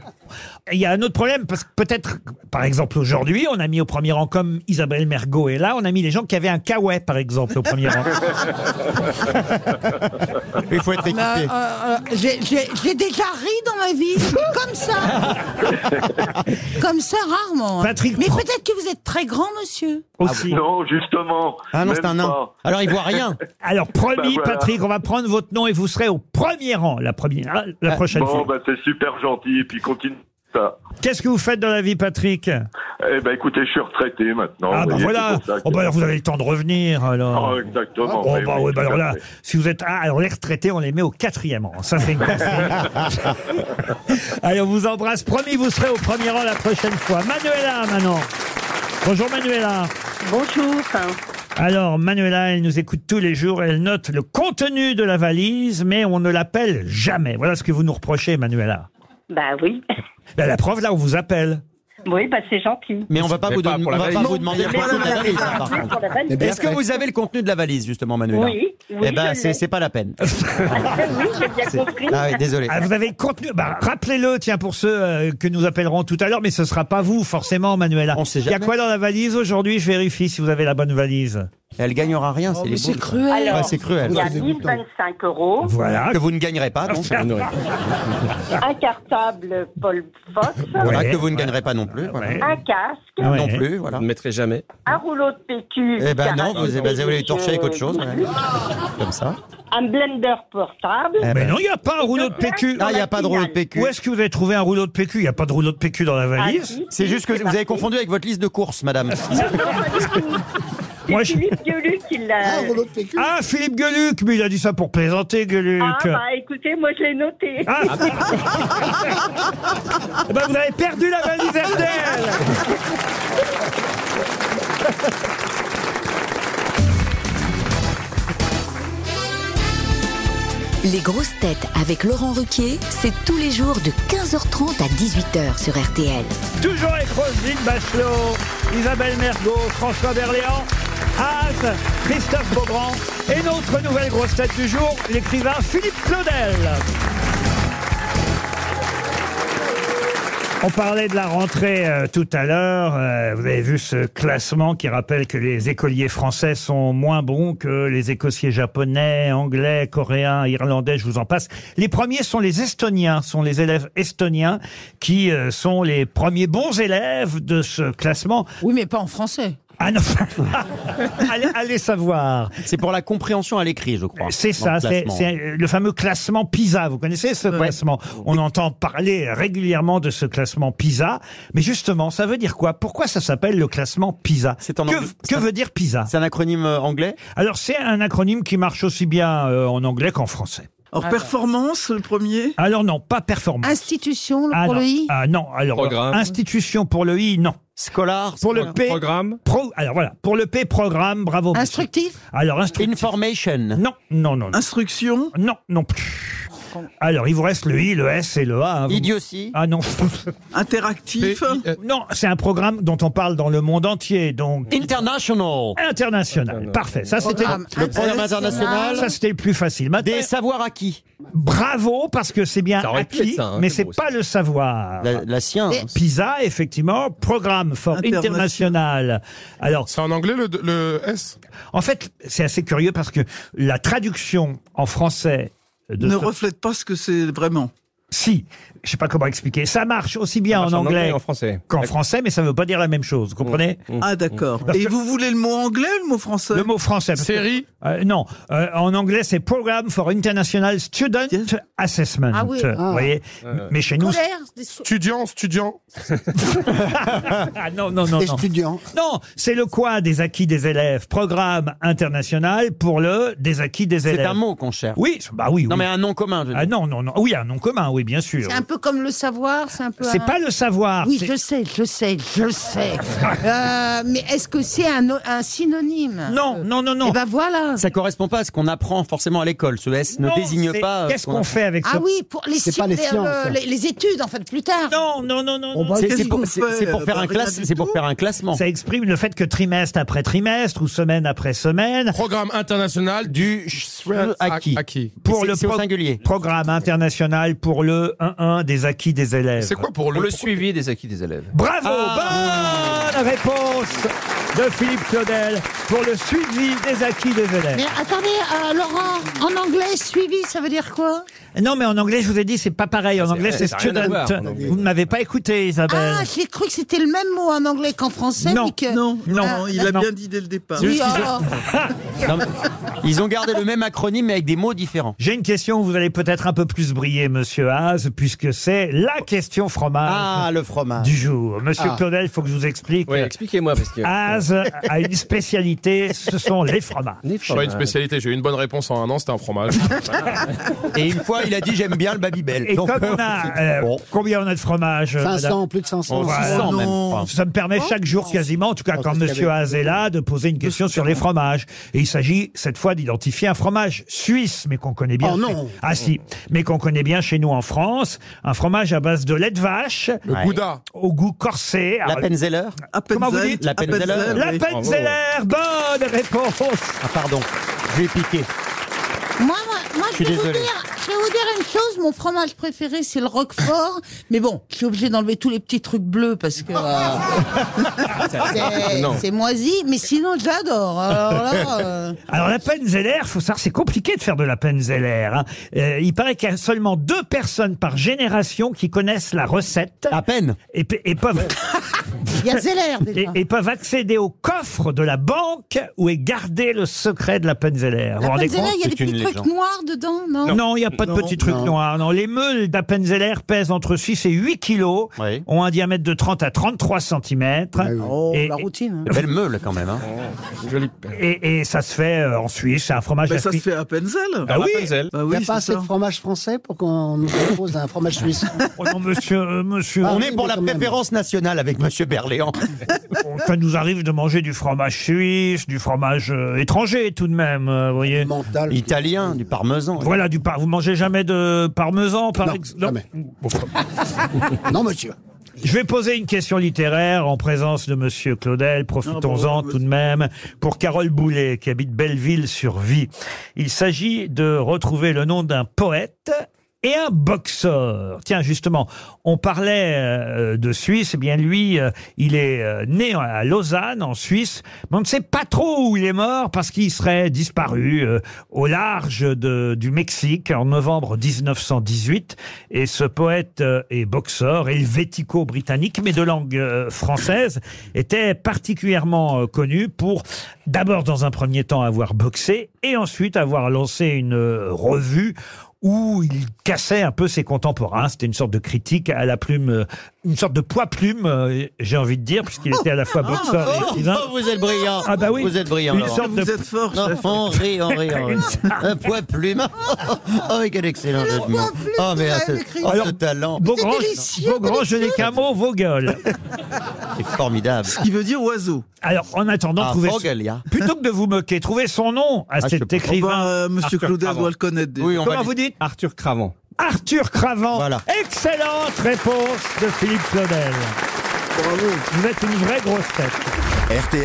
Speaker 2: Et Il y a un autre problème, parce que peut-être, par exemple, aujourd'hui, on a mis au premier rang, comme Isabelle Mergot est là, on a mis les gens qui avaient un kawaii, par exemple, au premier rang. Il faut être
Speaker 9: Euh, euh, j'ai- J'ai j'ai déjà ri dans ma vie, comme ça. comme ça, rarement. hein.
Speaker 2: Patrick
Speaker 9: Mais peut-être que vous êtes très grand, monsieur.
Speaker 2: Oh,
Speaker 11: Non, justement.
Speaker 2: Ah,
Speaker 11: même pas.
Speaker 2: Alors, promis,
Speaker 11: Bah, voilà.
Speaker 2: Patrick, on va prendre votre nom et vous serez au premier rang la, première, hein, la prochaine
Speaker 11: bon,
Speaker 2: fois.
Speaker 11: bah, c'est super gentil, et puis continue ça.
Speaker 2: Qu'est-ce que vous faites dans la vie, Patrick
Speaker 11: Eh ben, écoutez, je suis retraité maintenant.
Speaker 2: Ah,
Speaker 11: vous
Speaker 2: bah
Speaker 11: voyez,
Speaker 2: voilà.
Speaker 11: c'est pour ça que-
Speaker 2: Oh, bah alors, vous avez le temps de revenir, alors.
Speaker 11: Ah, exactement.
Speaker 2: Oh,
Speaker 11: oui,
Speaker 2: bah
Speaker 11: oui,
Speaker 2: oui, bah
Speaker 11: tout
Speaker 2: alors
Speaker 11: à
Speaker 2: là,
Speaker 11: fait.
Speaker 2: si vous êtes. Ah, alors les retraités, on les met au quatrième rang. Ça, c'est une Allez, on vous embrasse. Promis, vous serez au premier rang la prochaine fois. Manuela, maintenant. Bonjour, Manuela.
Speaker 13: Bonjour.
Speaker 2: Alors, Manuela, elle nous écoute tous les jours. Elle note le contenu de la valise, mais on ne l'appelle jamais. Voilà ce que vous nous reprochez, Manuela.
Speaker 13: Bah oui.
Speaker 2: Ben, la preuve, là, on vous appelle.
Speaker 13: Oui, bah c'est gentil.
Speaker 3: Mais on va pas vous, don- on va pas vous demander le
Speaker 13: Mais
Speaker 3: contenu de
Speaker 13: pour
Speaker 3: la
Speaker 13: la
Speaker 3: valise.
Speaker 13: valise.
Speaker 3: hein, par
Speaker 13: Oui, pour la valise.
Speaker 3: contre. Est-ce que vous avez le contenu de la valise, justement, Manuela
Speaker 13: Oui, oui,
Speaker 3: Eh ben,
Speaker 13: je
Speaker 3: c'est
Speaker 13: l'ai.
Speaker 3: c'est pas la peine.
Speaker 13: oui, j'ai bien
Speaker 3: C'est-
Speaker 13: compris.
Speaker 3: Ah oui, désolé.
Speaker 2: Ah, vous avez le contenu. Bah, rappelez-le, tiens, pour ceux euh, que nous appellerons tout à l'heure, mais ce sera pas vous, forcément, Manuela. Il y a
Speaker 3: jamais.
Speaker 2: quoi dans la valise aujourd'hui Je vérifie si vous avez la bonne valise.
Speaker 3: Elle gagnera rien, Oh, c'est les boules.
Speaker 13: Alors,
Speaker 3: Ouais, c'est cruel.
Speaker 13: Il y a 1025 euros,
Speaker 2: Voilà.
Speaker 3: Que vous ne gagnerez pas, donc.
Speaker 13: un cartable Paul Fox,
Speaker 2: Ah,
Speaker 3: Voilà, que vous ne gagnerez pas non plus. voilà.
Speaker 13: un casque,
Speaker 3: Non plus, voilà. Vous ne mettrez jamais.
Speaker 13: un rouleau de PQ.
Speaker 3: Eh ben non,
Speaker 13: caractère
Speaker 3: vous, eh ben, vous allez les torcher avec autre chose.
Speaker 13: euh,
Speaker 3: ouais.
Speaker 9: Oh.
Speaker 3: Comme ça.
Speaker 13: Un blender portable.
Speaker 9: Eh
Speaker 2: Mais
Speaker 9: ben,
Speaker 2: non, il n'y a pas un rouleau de PQ.
Speaker 13: Eh ben. Ah, il y a pas de rouleau de
Speaker 3: PQ.
Speaker 2: Où est-ce que vous avez trouvé un rouleau de PQ Il n'y a pas de rouleau de PQ dans
Speaker 13: Ah,
Speaker 2: la valise.
Speaker 3: C'est juste que vous avez confondu avec votre liste de courses, madame.
Speaker 2: Moi, je-
Speaker 13: Philippe Gueuluc, il l'a.
Speaker 2: Ah, Philippe Gueluc, mais il a dit ça pour plaisanter, Gueluc.
Speaker 13: Ah, bah écoutez, moi je l'ai noté.
Speaker 2: Ah. Eh ben, vous avez perdu la valise RTL
Speaker 12: Les grosses têtes avec Laurent Ruquier, c'est tous les jours de 15h30 à 18h sur RTL.
Speaker 2: Toujours avec Roselyne Bachelot, Isabelle Mergot, François Berléand, Az, Christophe Beaugrand et notre nouvelle grosse tête du jour, l'écrivain Philippe Claudel. On parlait de la rentrée euh, tout à l'heure. Euh, vous avez vu ce classement qui rappelle que les écoliers français sont moins bons que les écossiers japonais, anglais, coréens, irlandais, je vous en passe. Les premiers sont les estoniens, sont les élèves estoniens qui euh, sont les premiers bons élèves de ce classement.
Speaker 9: Oui, mais pas en français.
Speaker 2: Ah non allez, allez savoir.
Speaker 3: C'est pour la compréhension à l'écrit, je crois.
Speaker 2: C'est
Speaker 3: dans
Speaker 2: ça,
Speaker 3: le
Speaker 2: c'est
Speaker 3: classement.
Speaker 2: c'est, euh, le fameux classement PISA. Vous connaissez ce classement On entend parler régulièrement de ce classement PISA. Mais justement, ça veut dire quoi Pourquoi ça s'appelle le classement PISA
Speaker 3: en
Speaker 2: Que,
Speaker 3: anglais-
Speaker 2: que veut dire PISA
Speaker 3: C'est un acronyme euh, anglais
Speaker 2: Alors, c'est un acronyme qui marche aussi bien euh, en anglais qu'en français.
Speaker 6: Alors, performance, le premier
Speaker 2: Alors non, pas performance.
Speaker 9: Institution
Speaker 2: Ah
Speaker 9: pour
Speaker 2: non.
Speaker 9: le I
Speaker 2: Ah non, alors
Speaker 4: Programme.
Speaker 2: institution pour le I, non.
Speaker 3: Scolar
Speaker 2: Pour le P,
Speaker 4: Programme
Speaker 2: pro- alors voilà, pour le P, programme, bravo. monsieur.
Speaker 9: Instructif
Speaker 2: Alors instructif.
Speaker 3: Information.
Speaker 2: Non, non, non, non.
Speaker 6: Instruction
Speaker 2: Non, non plus. Alors, il vous reste le I, le S et le A. hein, vous-
Speaker 3: Idiotie.
Speaker 2: Ah non.
Speaker 6: Interactif
Speaker 4: euh,
Speaker 2: non, c'est un programme dont on parle dans le monde entier, donc
Speaker 3: International.
Speaker 2: international. Parfait. Ça, c'était
Speaker 9: Programme
Speaker 3: Le programme international.
Speaker 2: ça, c'était le plus facile. Maintenant,
Speaker 3: Des savoirs acquis.
Speaker 2: bravo parce que c'est bien
Speaker 4: Ça aurait pu être
Speaker 2: acquis,
Speaker 4: ça, hein,
Speaker 2: mais
Speaker 4: c'est
Speaker 2: c'est
Speaker 4: beau,
Speaker 2: pas le savoir.
Speaker 3: La, la science.
Speaker 2: PISA, effectivement, programme for international. Alors,
Speaker 8: C'est en anglais le, le S
Speaker 2: en fait, c'est assez curieux parce que la traduction en français de
Speaker 6: ne
Speaker 2: ce-
Speaker 6: reflète pas ce que c'est vraiment.
Speaker 2: si, je sais pas comment expliquer, ça marche aussi bien
Speaker 4: marche
Speaker 2: en anglais,
Speaker 4: et en français. Mm,
Speaker 2: qu'en français, mais ça veut pas dire la même chose, vous comprenez
Speaker 6: Ah, d'accord.
Speaker 2: Parce
Speaker 6: Et
Speaker 2: que-
Speaker 6: vous voulez le mot anglais ou le mot français
Speaker 2: Mm. Le mot français. parce que-
Speaker 8: Série
Speaker 2: Euh, non, Euh, en anglais c'est Program for International Student Assessment.
Speaker 9: Ah oui.
Speaker 2: Euh,
Speaker 9: Ah.
Speaker 2: Vous voyez, mais chez nous,
Speaker 9: Colère des sou-
Speaker 8: Étudiant, étudiant.
Speaker 2: ah non non non non.
Speaker 7: Étudiant.
Speaker 2: Non, c'est le quoi des acquis des élèves. Programme international pour le des acquis des
Speaker 3: C'est
Speaker 2: élèves.
Speaker 3: un mot qu'on cherche.
Speaker 2: Oui, bah oui.
Speaker 3: Non,
Speaker 2: oui.
Speaker 3: mais un nom commun. je veux
Speaker 2: Ah
Speaker 3: dire.
Speaker 2: non non non. Oui, un nom commun. oui, bien sûr.
Speaker 9: C'est un peu comme le savoir, c'est un peu.
Speaker 2: C'est
Speaker 9: un-
Speaker 2: pas le savoir,
Speaker 9: Oui,
Speaker 2: c'est-
Speaker 9: je sais, je sais, je sais. Euh, mais est-ce que c'est un, o- un synonyme
Speaker 2: Non, non, non, non.
Speaker 9: Eh ben voilà.
Speaker 3: Ça correspond pas à ce qu'on apprend forcément à l'école. Ce S ne
Speaker 2: Non,
Speaker 3: désigne
Speaker 2: c'est-
Speaker 3: pas. euh,
Speaker 2: qu'est-ce
Speaker 3: ce
Speaker 2: qu'on
Speaker 3: apprend.
Speaker 2: fait avec
Speaker 9: Ah oui, pour les, euh,
Speaker 3: C'est pas les
Speaker 9: les,
Speaker 3: sciences. hein.
Speaker 9: les, les études en fait plus tard.
Speaker 2: Non, non, non, non.
Speaker 9: non.
Speaker 3: C'est- c'est pour, c'est- c'est
Speaker 2: euh,
Speaker 3: pour
Speaker 2: bah,
Speaker 6: euh,
Speaker 3: faire un classe, c'est pour faire un classement.
Speaker 2: Ça exprime le fait que trimestre après trimestre ou semaine après semaine.
Speaker 8: Programme international du acquis.
Speaker 2: Pour le pro- programme international pour le 1-1 des acquis des élèves.
Speaker 4: C'est quoi pour Eh, le, suivi des acquis des élèves
Speaker 2: Bravo Bonne réponse de Philippe Claudel pour le suivi des acquis des élèves.
Speaker 9: Mais attendez, euh, Laurent, en anglais, suivi, ça veut dire quoi
Speaker 2: Non, mais en anglais, je vous ai dit, c'est pas pareil. En anglais, c'est
Speaker 4: ça a rien à
Speaker 2: student.
Speaker 4: voir, en anglais.
Speaker 2: Vous ne m'avez pas écouté, Isabelle.
Speaker 9: Ah, j'ai cru que c'était le même mot en anglais qu'en français.
Speaker 2: Euh. Non,
Speaker 9: mais que-
Speaker 6: Non, non,
Speaker 9: Ah,
Speaker 6: il a
Speaker 9: non.
Speaker 6: bien dit dès le départ.
Speaker 9: Oui, alors.
Speaker 3: Non, mais ils ont gardé le même acronyme mais avec des mots différents.
Speaker 2: J'ai une question où vous allez peut-être un peu plus briller, monsieur Haas, puisque c'est la question fromage
Speaker 3: Ah, le fromage.
Speaker 2: du jour. Monsieur
Speaker 4: Ah.
Speaker 2: Claudel, il faut que je vous explique.
Speaker 4: Oui, expliquez-moi parce que.
Speaker 2: Haas a une spécialité, ce sont les fromages.
Speaker 4: Les
Speaker 8: J'ai pas une spécialité, j'ai eu une bonne réponse en un an, c'était un fromage.
Speaker 3: Et une fois, il a dit j'aime bien le Babybel.
Speaker 2: Et
Speaker 3: Donc,
Speaker 2: comme on a, euh,
Speaker 3: Bon.
Speaker 2: combien on a de fromage euh,
Speaker 7: 500,
Speaker 2: madame
Speaker 7: plus de 500.
Speaker 2: Oh, voilà.
Speaker 3: 600 même. Enfin,
Speaker 2: Ça me permet
Speaker 3: Oh.
Speaker 2: chaque jour quasiment, en tout cas
Speaker 7: Oh,
Speaker 2: quand
Speaker 7: c'est ce qu'il y
Speaker 2: Monsieur
Speaker 7: avait.
Speaker 2: Haas est là, de poser une question sur les fromages. Et il s'agit cette fois d'identifier un fromage suisse, mais qu'on connaît bien.
Speaker 7: Oh, non.
Speaker 2: Ah si, mais qu'on connaît bien chez nous en France. Un fromage à base de lait de vache,
Speaker 8: Le
Speaker 3: Ouais.
Speaker 8: Gouda.
Speaker 2: au goût corsé.
Speaker 3: La
Speaker 2: Alors,
Speaker 3: Penzeller
Speaker 2: Comment vous dites
Speaker 3: La Penzeller.
Speaker 2: La
Speaker 6: oui.
Speaker 2: Penzeller, bonne réponse
Speaker 3: Ah, pardon, j'ai piqué.
Speaker 9: Moi, moi, moi,
Speaker 3: Je
Speaker 9: je,
Speaker 3: suis
Speaker 9: vais vous
Speaker 3: désolé.
Speaker 9: dire, je vais vous dire une chose. Mon fromage préféré, c'est le Roquefort. Mais bon, je suis obligé d'enlever tous les petits trucs bleus parce que euh, c'est-
Speaker 4: Non.
Speaker 9: c'est moisi. Mais sinon, j'adore. Alors là, euh,
Speaker 2: Alors la Penzeller, faut savoir, c'est compliqué de faire de la Penzeller. hein. Euh, il paraît qu'il y a seulement deux personnes par génération qui connaissent la recette
Speaker 3: À peine.
Speaker 2: et, pe- et peuvent,
Speaker 9: il y a Zeller
Speaker 2: et,
Speaker 9: déjà.
Speaker 2: et peuvent accéder au coffre de la banque où est gardé le secret de la Penzeller. Vous vous
Speaker 9: Après
Speaker 2: rendez
Speaker 9: Zeller,
Speaker 2: compte
Speaker 9: il y a des
Speaker 3: C'est une
Speaker 9: petits trucs hein.
Speaker 3: légende.
Speaker 9: noirs dedans, non,
Speaker 2: non, il n'y a pas de
Speaker 6: Non,
Speaker 2: petits trucs
Speaker 7: non.
Speaker 2: noirs. Non, les meules d'Appenzeller pèsent entre 6 et 8 kilos,
Speaker 3: Oui.
Speaker 2: ont un diamètre de 30 à 33 cm.
Speaker 6: Ah
Speaker 9: Oh,
Speaker 2: Et-
Speaker 9: la routine. hein.
Speaker 3: Belle meule quand même. hein.
Speaker 10: Joli.
Speaker 2: Et, et ça se fait euh, en Suisse, c'est un fromage
Speaker 6: Ben,
Speaker 2: à
Speaker 6: ça se
Speaker 2: Suisse.
Speaker 6: fait à Penzel.
Speaker 10: Ah oui.
Speaker 6: Bah
Speaker 7: Il n'y
Speaker 6: oui,
Speaker 7: a pas
Speaker 6: c'est
Speaker 7: assez de
Speaker 6: ça.
Speaker 7: fromage français pour qu'on nous propose un fromage suisse.
Speaker 2: Oh non, monsieur, euh, monsieur,
Speaker 7: Ah
Speaker 3: On
Speaker 7: oui,
Speaker 3: est pour
Speaker 7: mais
Speaker 3: la
Speaker 7: quand même.
Speaker 3: préférence nationale avec Monsieur Berléand.
Speaker 2: on- ça nous arrive de manger du fromage suisse, du fromage euh, étranger tout de même, euh, vous voyez.
Speaker 7: Mental.
Speaker 3: Italien, du parmesan.
Speaker 2: Voilà du par. Vous mangez jamais de parmesan, par
Speaker 7: Non,
Speaker 2: exemple.
Speaker 7: jamais. Non, monsieur.
Speaker 2: Je vais poser une question littéraire en présence de Monsieur Claudel. Profitons-en
Speaker 6: Ah, bon,
Speaker 2: tout de même pour Carole Boulet qui habite Belleville-sur-Vie. Il s'agit de retrouver le nom d'un poète et un boxeur. Tiens, justement, on parlait euh, de Suisse. Eh bien, lui, euh, il est euh, né à Lausanne, en Suisse, mais on ne sait pas trop où il est mort parce qu'il serait disparu euh, au large de- du Mexique en novembre 1918. Et ce poète euh, et boxeur helvético-britannique, mais de langue euh, française, était particulièrement euh, connu pour d'abord dans un premier temps avoir boxé et ensuite avoir lancé une euh, revue où il cassait un peu ses contemporains. C'était une sorte de critique à la plume, euh, une sorte de poids-plume, euh, j'ai envie de dire, puisqu'il était à la
Speaker 3: Ah,
Speaker 2: fois boxeur
Speaker 3: oh,
Speaker 2: et écrivain.
Speaker 3: vous êtes brillant.
Speaker 2: Ah bah oui.
Speaker 3: Vous êtes brillant.
Speaker 2: Une
Speaker 3: Laurent.
Speaker 2: sorte
Speaker 6: Vous
Speaker 2: de-
Speaker 6: êtes fort,
Speaker 3: Non,
Speaker 6: chef.
Speaker 3: on rit, on rit, on rit. Un poids plume. Oh, mais quel excellent jeu de mots. Oh, mais ah, ce, oh, ce talent
Speaker 2: Beaugrand,
Speaker 9: délicieux,
Speaker 2: Beaugrand, je n'ai qu'un mot, vos gueules.
Speaker 3: est formidable.
Speaker 6: Qui veut dire oiseau.
Speaker 2: Alors, en attendant,
Speaker 3: Ah,
Speaker 2: trouvez
Speaker 3: Vogel, il y a.
Speaker 2: plutôt que de vous moquer, trouvez son nom à
Speaker 3: Ah, je sais
Speaker 2: cet
Speaker 3: pas.
Speaker 6: Oh,
Speaker 2: écrivain.
Speaker 6: bah, euh, Monsieur
Speaker 4: Arthur
Speaker 6: Claudel
Speaker 4: Cravant.
Speaker 6: doit le connaître. déjà.
Speaker 3: Oui, on va
Speaker 2: Comment
Speaker 3: les-
Speaker 2: vous dites
Speaker 4: Arthur Cravant.
Speaker 2: Arthur Cravant.
Speaker 3: Voilà.
Speaker 2: Excellente réponse de Philippe Claudel. Vous êtes une vraie grosse tête.
Speaker 1: RTL,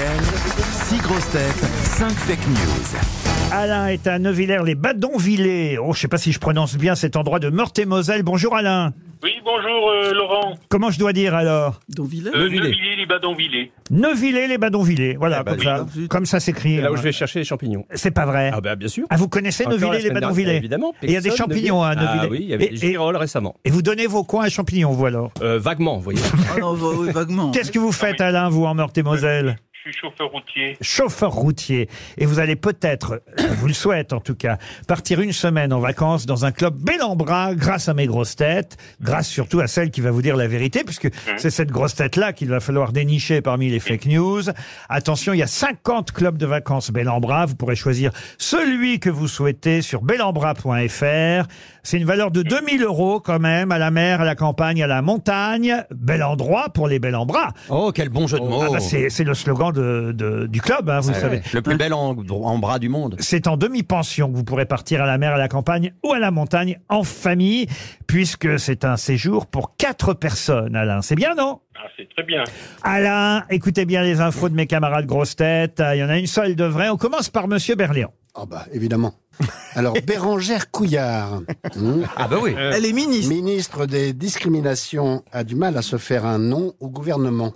Speaker 1: 6 grosses têtes, 5 fake news.
Speaker 2: Alain est à Neuvillers, les Badonvillers. Oh, je ne sais pas si je prononce bien cet endroit de Meurthe-et-Moselle. Bonjour Alain.
Speaker 15: Oui, bonjour euh, Laurent.
Speaker 2: Comment je dois dire alors
Speaker 6: Donvillers.
Speaker 15: Euh,
Speaker 4: Neuvillers.
Speaker 15: Neuvillers, les Badonvillers.
Speaker 2: Neuvillers, les Badonvillers. Voilà,
Speaker 4: Eh ben,
Speaker 2: comme, ça,
Speaker 6: oui, zut.
Speaker 2: comme ça s'écrit. euh,
Speaker 4: C'est là où je vais chercher les champignons.
Speaker 2: C'est pas vrai.
Speaker 4: Ah bah bien sûr.
Speaker 2: Ah, vous connaissez
Speaker 4: Encore la
Speaker 2: Neuvillers, les
Speaker 4: semaine dernière,
Speaker 2: Badonvillers
Speaker 4: Évidemment.
Speaker 2: Et il y a des
Speaker 4: Personne ne
Speaker 2: champignons
Speaker 4: vit-
Speaker 2: à Neuvillers.
Speaker 4: Ah oui, il y avait
Speaker 2: Et-
Speaker 4: des girolles récemment.
Speaker 2: Et vous donnez vos coins à champignons, vous alors.
Speaker 4: Euh, vaguement, vous voyez.
Speaker 6: Ah non, bah oui, vaguement.
Speaker 2: Qu'est-ce que vous faites, Alain, vous, en Meurthe-et-Moselle
Speaker 15: Je suis chauffeur routier.
Speaker 2: chauffeur routier, et vous allez peut-être, je vous le souhaite en tout cas, partir une semaine en vacances dans un club bel en bras grâce à mes grosses têtes, grâce surtout à celle qui va vous dire la vérité, puisque c'est cette grosse tête-là qu'il va falloir dénicher parmi les fake news. Attention, il y a 50 clubs de vacances bel en bras, vous pourrez choisir celui que vous souhaitez sur belenbras.fr. C'est une valeur de 2000 euros quand même, à la mer, à la campagne, à la montagne, bel endroit pour les bel en bras.
Speaker 3: Oh, quel bon jeu de mots
Speaker 2: Ah bah, c'est c'est le slogan de- de- du club, hein, vous
Speaker 3: Ah ouais.
Speaker 2: savez.
Speaker 3: Le plus bel en, en bras du monde.
Speaker 2: C'est en demi-pension que vous pourrez partir à la mer, à la campagne ou à la montagne en famille, puisque c'est un séjour pour quatre personnes, Alain. C'est bien, non
Speaker 15: Ah, c'est très bien.
Speaker 2: Alain, écoutez bien les infos de mes camarades grosses têtes. Ah, Il y en a une seule de vraie. On commence par Monsieur Berléand.
Speaker 7: Ah bah, évidemment. Alors, Bérangère Couillard.
Speaker 3: Ah bah oui.
Speaker 7: Elle est ministre. Ministre des discriminations a du mal à se faire un nom au gouvernement.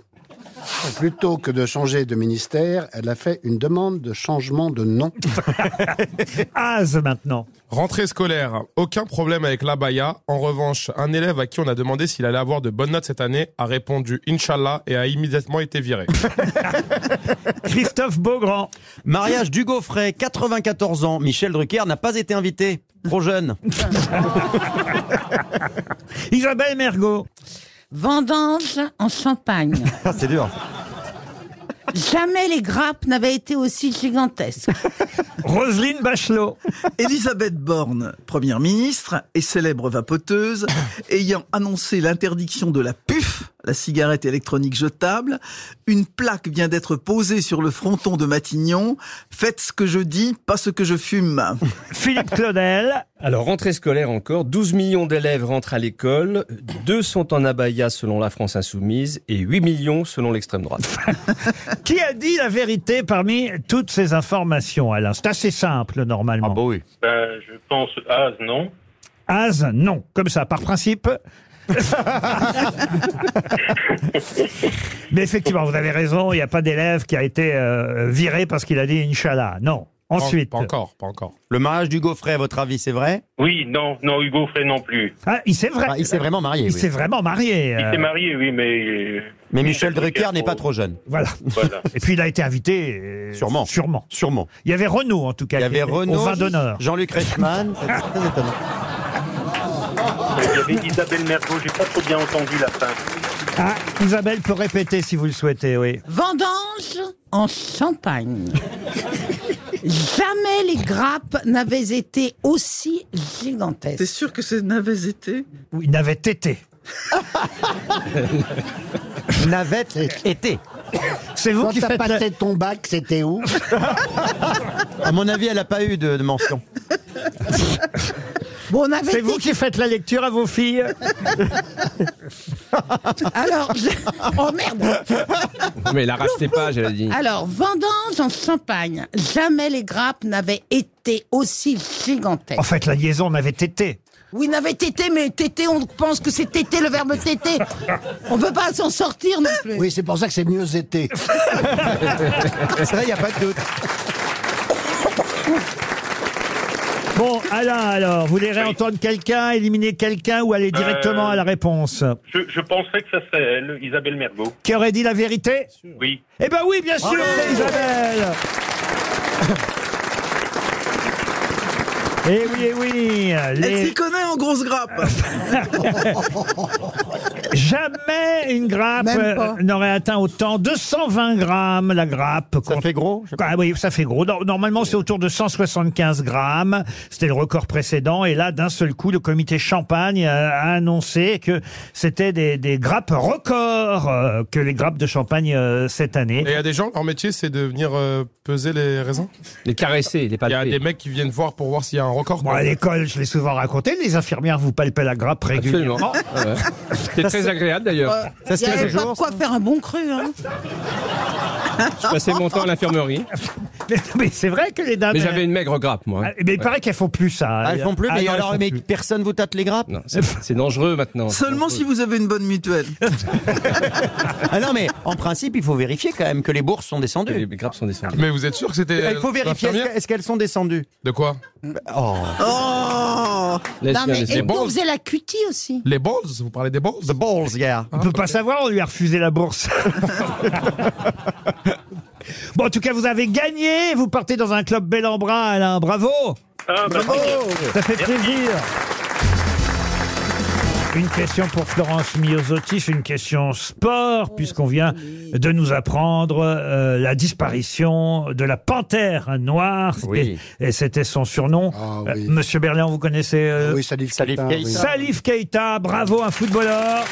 Speaker 7: Plutôt que de changer de ministère, elle a fait une demande de changement de nom.
Speaker 2: Az maintenant.
Speaker 8: Rentrée scolaire, aucun problème avec l'abaya. En revanche, un élève à qui on a demandé s'il allait avoir de bonnes notes cette année a répondu Inch'Allah et a immédiatement été viré.
Speaker 2: Christophe Beaugrand.
Speaker 3: Mariage du Gaufret, 94 ans. Michel Drucker n'a pas été invité. Trop jeune.
Speaker 2: Isabelle Mergot.
Speaker 5: Vendange en Champagne.
Speaker 3: c'est dur.
Speaker 5: Jamais les grappes n'avaient été aussi gigantesques.
Speaker 2: Roselyne Bachelot.
Speaker 6: Elisabeth Borne, première ministre et célèbre vapoteuse, ayant annoncé l'interdiction de la PUF, la cigarette électronique jetable, une plaque vient d'être posée sur le fronton de Matignon. Faites ce que je dis, pas ce que je fume.
Speaker 2: Philippe Claudel.
Speaker 4: Alors, rentrée scolaire encore, 12 millions d'élèves rentrent à l'école, 2 sont en abaya selon la France insoumise et 8 millions selon l'extrême droite.
Speaker 2: Qui a dit la vérité parmi toutes ces informations, Alain C'est assez simple, normalement. Ah bah
Speaker 3: oui.
Speaker 15: Ben, je pense, ah, non.
Speaker 2: Az, non. Comme ça, par principe. Mais effectivement, vous avez raison, il n'y a pas d'élève qui a été euh, viré parce qu'il a dit Inch'Allah. Non. Ensuite.
Speaker 8: Pas encore, pas encore.
Speaker 3: Le mariage du Gaufret, à votre avis, c'est vrai
Speaker 15: Oui, non, non, Hugo Frey non plus.
Speaker 2: Ah, il s'est vrai.
Speaker 3: Ah, il s'est vraiment marié,
Speaker 2: Il
Speaker 3: oui.
Speaker 2: s'est vraiment marié.
Speaker 15: Il
Speaker 2: euh,
Speaker 15: s'est marié, oui, mais.
Speaker 3: Mais Michel Drucker n'est pas trop jeune.
Speaker 2: Voilà.
Speaker 15: Voilà.
Speaker 2: Et puis il a été invité. euh,
Speaker 3: Sûrement.
Speaker 2: Sûrement.
Speaker 3: Sûrement.
Speaker 2: Il y avait Renault en tout cas.
Speaker 3: Il y avait
Speaker 2: Au
Speaker 3: Renaud,
Speaker 2: vin d'honneur.
Speaker 3: Jean-Luc Reichmann. C'est très étonnant.
Speaker 15: Euh, Il y avait Isabelle Mergo, j'ai pas trop bien entendu la fin.
Speaker 2: Ah, Isabelle peut répéter si vous le souhaitez, oui.
Speaker 5: Vendange en Champagne. Jamais les grappes n'avaient été aussi gigantesques.
Speaker 6: T'es sûr que c'est n'avait été
Speaker 2: Oui, n'avait été.
Speaker 3: Navette été.
Speaker 2: C'est vous
Speaker 7: Quand
Speaker 2: qui
Speaker 7: t'as
Speaker 2: faites la-
Speaker 7: pâté de ton bac, c'était où
Speaker 3: À mon avis, elle n'a pas eu de, de mention.
Speaker 5: Bon, on avait
Speaker 2: C'est
Speaker 5: été-
Speaker 2: vous qui faites la lecture à vos filles.
Speaker 5: Alors, je- oh merde
Speaker 4: Mais elle a racheté pas, j'avais dit.
Speaker 5: Alors, vendange en Champagne. Jamais les grappes n'avaient été aussi gigantesques.
Speaker 2: En fait, la liaison n'avait été.
Speaker 5: Oui, n'avait tété, mais tété, on pense que c'est tété, le verbe tété. On peut pas s'en sortir non plus.
Speaker 7: Oui, c'est pour ça que c'est mieux été.
Speaker 3: C'est vrai, il n'y a pas de doute.
Speaker 2: Bon, Alain, alors, vous voulez réentendre quelqu'un, éliminer quelqu'un ou aller directement
Speaker 15: Euh.
Speaker 2: à la réponse
Speaker 15: Je, je penserais que ça serait elle, Isabelle Mergo.
Speaker 2: Qui aurait dit la vérité
Speaker 15: Oui.
Speaker 2: Eh ben oui, bien sûr, c'est Isabelle Eh oui, eh oui
Speaker 6: Elle
Speaker 2: les-
Speaker 6: s'y connaît en grosse grappe.
Speaker 2: Jamais une grappe
Speaker 9: Même
Speaker 2: euh,
Speaker 9: pas.
Speaker 2: n'aurait atteint autant. 220 grammes la grappe. Ça fait gros Ah oui, ça fait gros. Nor- Normalement, c'est autour de 175 grammes. C'était le record précédent. Et là, d'un seul coup, le comité Champagne a a annoncé que c'était des, des grappes records euh, que les grappes de Champagne euh, cette année.
Speaker 4: Mmh.
Speaker 8: Et il y a des gens, leur métier, c'est de venir euh, peser les raisins.
Speaker 4: Les caresser, les
Speaker 8: Il y a
Speaker 4: palper.
Speaker 8: des mecs qui viennent voir pour voir s'il y a un record.
Speaker 2: Bon,
Speaker 8: quoi.
Speaker 2: à l'école, je l'ai souvent raconté, les infirmières vous palpaient la grappe régulièrement.
Speaker 4: Absolument. Ah ouais. C'était très agréable
Speaker 9: Euh,
Speaker 4: d'ailleurs.
Speaker 3: Ça
Speaker 5: Il n'y
Speaker 3: se fait
Speaker 5: Euh, avait
Speaker 3: ce
Speaker 5: pas de
Speaker 3: jour.
Speaker 5: quoi faire un bon cru. Hein.
Speaker 4: Je passais mon temps à l'infirmerie.
Speaker 2: Mais, mais c'est vrai que les dames...
Speaker 4: Mais j'avais une maigre grappe, moi.
Speaker 2: Ah, Mais il paraît qu'elles font plus ça.
Speaker 3: Ah, elles font plus,
Speaker 2: Ah
Speaker 3: mais
Speaker 2: non, elles
Speaker 3: alors,
Speaker 2: font
Speaker 3: mais
Speaker 2: plus.
Speaker 3: personne vous tâte les grappes
Speaker 4: Non, c'est- c'est dangereux maintenant.
Speaker 6: Seulement si vous avez une bonne mutuelle.
Speaker 3: Ah non, mais en principe, il faut vérifier quand même que les bourses sont
Speaker 4: Les
Speaker 3: descendues.
Speaker 4: grappes sont descendues.
Speaker 8: Mais vous êtes sûr que c'était.
Speaker 3: Il
Speaker 8: euh,
Speaker 3: faut vérifier, est-ce
Speaker 8: l'infirmière
Speaker 3: que- est-ce qu'elles sont descendues
Speaker 8: De quoi
Speaker 3: Oh,
Speaker 6: Oh
Speaker 4: Laisse
Speaker 5: Non,
Speaker 4: bien,
Speaker 5: mais
Speaker 4: laisse
Speaker 5: et
Speaker 4: bien.
Speaker 5: puis on faisait la cutie aussi.
Speaker 8: Les balls Vous parlez des balls Ah,
Speaker 3: the balls, yeah.
Speaker 2: On peut pas savoir, on lui a refusé la bourse. Bon, en tout cas, vous avez gagné. Vous partez dans un club bel en bras, Alain. Bravo.
Speaker 15: Ah, bah,
Speaker 2: Bravo.
Speaker 15: merci.
Speaker 2: Ça fait
Speaker 15: Merci.
Speaker 2: plaisir. Une question pour Florence Miosotis, une question sport, puisqu'on vient de nous apprendre euh, la disparition de la panthère noire. C'était-
Speaker 3: Oui.
Speaker 2: Et c'était son surnom. Euh, Monsieur Berléand, vous connaissez euh,
Speaker 7: Oui, Salif
Speaker 3: Salif Keita, Keita. oui.
Speaker 2: Salif Keita, bravo, un footballeur.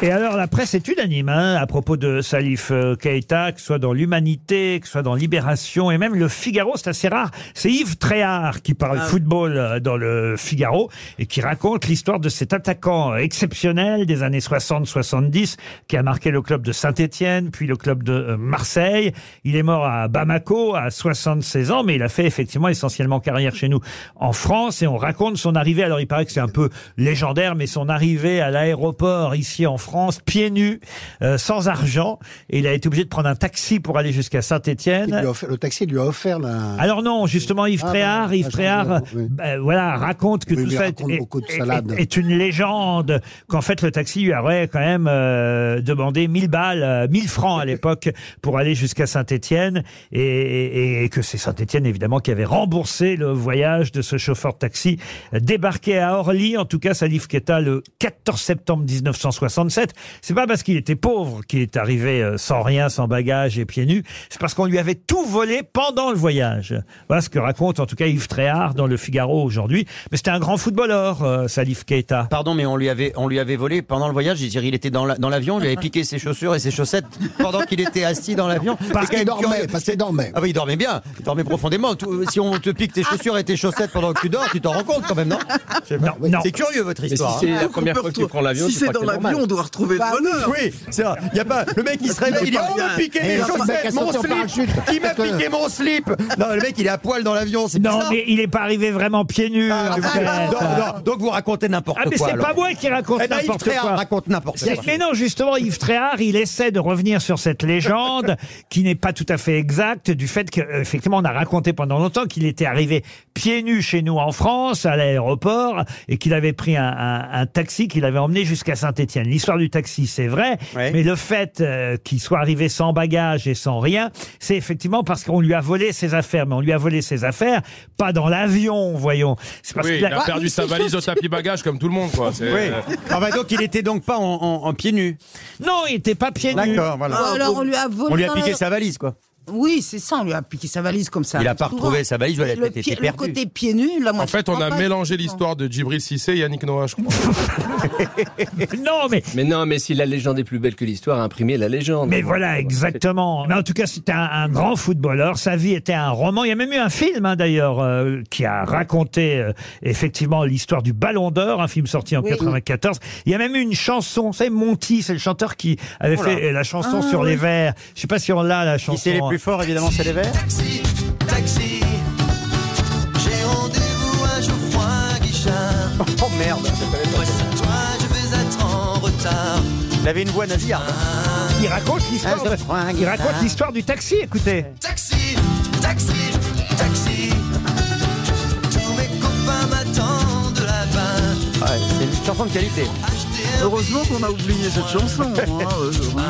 Speaker 2: Et alors, la presse est unanime hein, à propos de Salif euh, Keïta, que ce soit dans l'Humanité, que ce soit dans Libération, et même le Figaro, c'est assez rare. C'est Yves Tréhard qui parle football euh, dans le Figaro et qui raconte l'histoire de cet attaquant euh, exceptionnel des années 60-70 qui a marqué le club de Saint-Étienne, puis le club de euh, Marseille. Il est mort à Bamako à 76 ans, mais il a fait effectivement essentiellement carrière chez nous en France et on raconte son arrivée. Alors il paraît que c'est un peu légendaire, mais son arrivée à l'aéroport ici en France, pieds nus, euh, sans argent, et il a été obligé de prendre un taxi pour aller jusqu'à Saint-Étienne.
Speaker 7: Le taxi lui a offert la.
Speaker 2: Alors non, justement, Yves
Speaker 7: Ah,
Speaker 2: Tréhard,
Speaker 7: bah,
Speaker 2: Yves
Speaker 7: ah, je
Speaker 2: Tréhard,
Speaker 7: comprends, oui.
Speaker 2: ben, voilà, raconte que
Speaker 7: Oui,
Speaker 2: tout
Speaker 7: il
Speaker 2: ça est,
Speaker 7: raconte
Speaker 2: est-
Speaker 7: beaucoup de
Speaker 2: est-
Speaker 7: salades.
Speaker 2: est une légende, qu'en fait le taxi lui aurait quand même euh, demandé 1000 balles, euh, 1000 francs à l'époque pour aller jusqu'à Saint-Étienne, et, et- et que c'est Saint-Étienne évidemment qui avait remboursé le voyage de ce chauffeur de taxi débarqué à Orly, en tout cas Salif Keita le 14 septembre 1967. C'est pas parce qu'il était pauvre qu'il est arrivé euh, sans rien, sans bagage et pieds nus, c'est parce qu'on lui avait tout volé pendant le voyage. Voilà ce que raconte en tout cas Yves Tréhard dans Le Figaro aujourd'hui. Mais c'était un grand footballeur, euh, Salif Keita.
Speaker 3: Pardon, mais on lui avait, on lui avait volé pendant le voyage. Je dirais, Il était dans la- dans l'avion, il avait piqué ses chaussures et ses chaussettes pendant qu'il était assis dans l'avion.
Speaker 7: Parce
Speaker 3: C'est quand
Speaker 7: qu'il
Speaker 3: même
Speaker 7: dormait,
Speaker 3: curieux.
Speaker 7: parce qu'il dormait.
Speaker 3: Ah oui, il dormait bien, il dormait profondément. Tout- euh, si on te pique tes chaussures et tes chaussettes pendant que tu dors, tu t'en rends compte quand même, non
Speaker 2: Non, non.
Speaker 3: C'est curieux votre
Speaker 4: Mais
Speaker 3: histoire.
Speaker 4: si c'est
Speaker 3: hein.
Speaker 4: la première fois que tu prends l'avion,
Speaker 6: Si
Speaker 4: je
Speaker 6: c'est
Speaker 4: crois
Speaker 6: dans
Speaker 4: que c'est normal.
Speaker 6: l'avion, on doit retrouver
Speaker 3: Bah
Speaker 6: le bonheur.
Speaker 3: Oui, c'est vrai. Y a pas le mec il se réveille, il dit oh, on m'a piqué
Speaker 7: Et
Speaker 3: mes
Speaker 7: il sort sa
Speaker 3: chaussettes,
Speaker 7: cassette
Speaker 3: mon
Speaker 7: en
Speaker 3: slip,
Speaker 7: parachute.
Speaker 3: qui m'a
Speaker 7: Parce que-
Speaker 3: piqué mon slip. Non, le mec il est à poil dans l'avion, c'est
Speaker 2: Non,
Speaker 3: bizarre.
Speaker 2: mais il n'est pas arrivé vraiment pieds nus.
Speaker 3: Ah,
Speaker 2: Yves
Speaker 3: non,
Speaker 2: Tréhard.
Speaker 3: non, non, donc vous racontez n'importe
Speaker 2: Ah, mais
Speaker 3: quoi.
Speaker 2: c'est pas
Speaker 3: alors.
Speaker 2: moi qui raconte
Speaker 3: Eh ben, Yves
Speaker 2: n'importe
Speaker 3: Tréhard
Speaker 2: quoi.
Speaker 3: raconte n'importe
Speaker 2: C'est-
Speaker 3: quoi.
Speaker 2: Mais non, justement, Yves Tréhard, il essaie de revenir sur cette légende qui n'est pas tout à fait exacte du fait qu'effectivement, on a raconté pendant longtemps qu'il était arrivé pieds nus chez nous en France, à l'aéroport, et qu'il avait pris un, un- un taxi qu'il avait emmené jusqu'à Saint-Étienne. L'histoire du taxi, c'est vrai,
Speaker 3: Ouais.
Speaker 2: mais le fait euh, qu'il soit arrivé sans bagage et sans rien, c'est effectivement parce qu'on lui a volé ses affaires. Mais on lui a volé ses affaires, pas dans l'avion, voyons. C'est parce
Speaker 8: Oui,
Speaker 2: qu'il
Speaker 8: il a perdu sa valise au tapis bagage comme tout le monde, quoi. C'est- euh,
Speaker 3: Oui. Ah bah donc il était donc pas en, en- en pieds nus.
Speaker 2: Non, il n'était pas pieds nus.
Speaker 3: D'accord, voilà.
Speaker 5: Ou alors on lui a volé.
Speaker 3: Ah, On lui a
Speaker 5: dans
Speaker 3: piqué
Speaker 5: la-
Speaker 3: sa valise quoi.
Speaker 5: Oui, c'est ça, on lui a piqué sa valise comme ça.
Speaker 3: Il a
Speaker 5: arrive
Speaker 3: pas
Speaker 5: souvent.
Speaker 3: retrouvé sa valise, ouais, elle
Speaker 5: le,
Speaker 3: était
Speaker 5: pied- le
Speaker 3: perdue.
Speaker 5: côté pieds nus, là, moi,
Speaker 8: En
Speaker 5: je
Speaker 8: fait, on
Speaker 5: comprends
Speaker 8: a
Speaker 5: pas.
Speaker 8: mélangé l'histoire de Djibril Cissé et Yannick Noah, je crois.
Speaker 2: Non, mais
Speaker 4: Mais non, mais si la légende est plus belle que l'histoire, imprimez la légende.
Speaker 2: Mais voilà, exactement. Mais en tout cas, c'était un, un grand footballeur. Sa vie était un roman. Il y a même eu un film, hein, d'ailleurs, euh, qui a raconté euh, effectivement l'histoire du Ballon d'Or, un film sorti en
Speaker 5: Oui.
Speaker 2: 94. Il y a même eu une chanson. Vous savez, Monty, c'est le chanteur qui avait
Speaker 3: Oula.
Speaker 2: fait euh, la chanson
Speaker 5: Ah,
Speaker 2: sur
Speaker 5: oui.
Speaker 2: les verts. Je sais pas si on l'a, la chanson.
Speaker 3: Oh
Speaker 2: hein.
Speaker 3: Qui c'est les plus forts évidemment, c'est les verts.
Speaker 16: Taxi, taxi, j'ai rendez-vous à Geoffroy Guichard.
Speaker 3: Oh merde.
Speaker 16: Toi, je vais être en retard.
Speaker 3: Il avait une voix nasillarde.
Speaker 2: Il raconte l'histoire. de- Il raconte l'histoire du taxi. Écoutez.
Speaker 16: Taxi, taxi, taxi. Tous mes copains m'attendent là-bas.
Speaker 3: Ouais, c'est une chanson de qualité.
Speaker 6: Heureusement qu'on a oublié cette chanson. hein, euh, vraiment.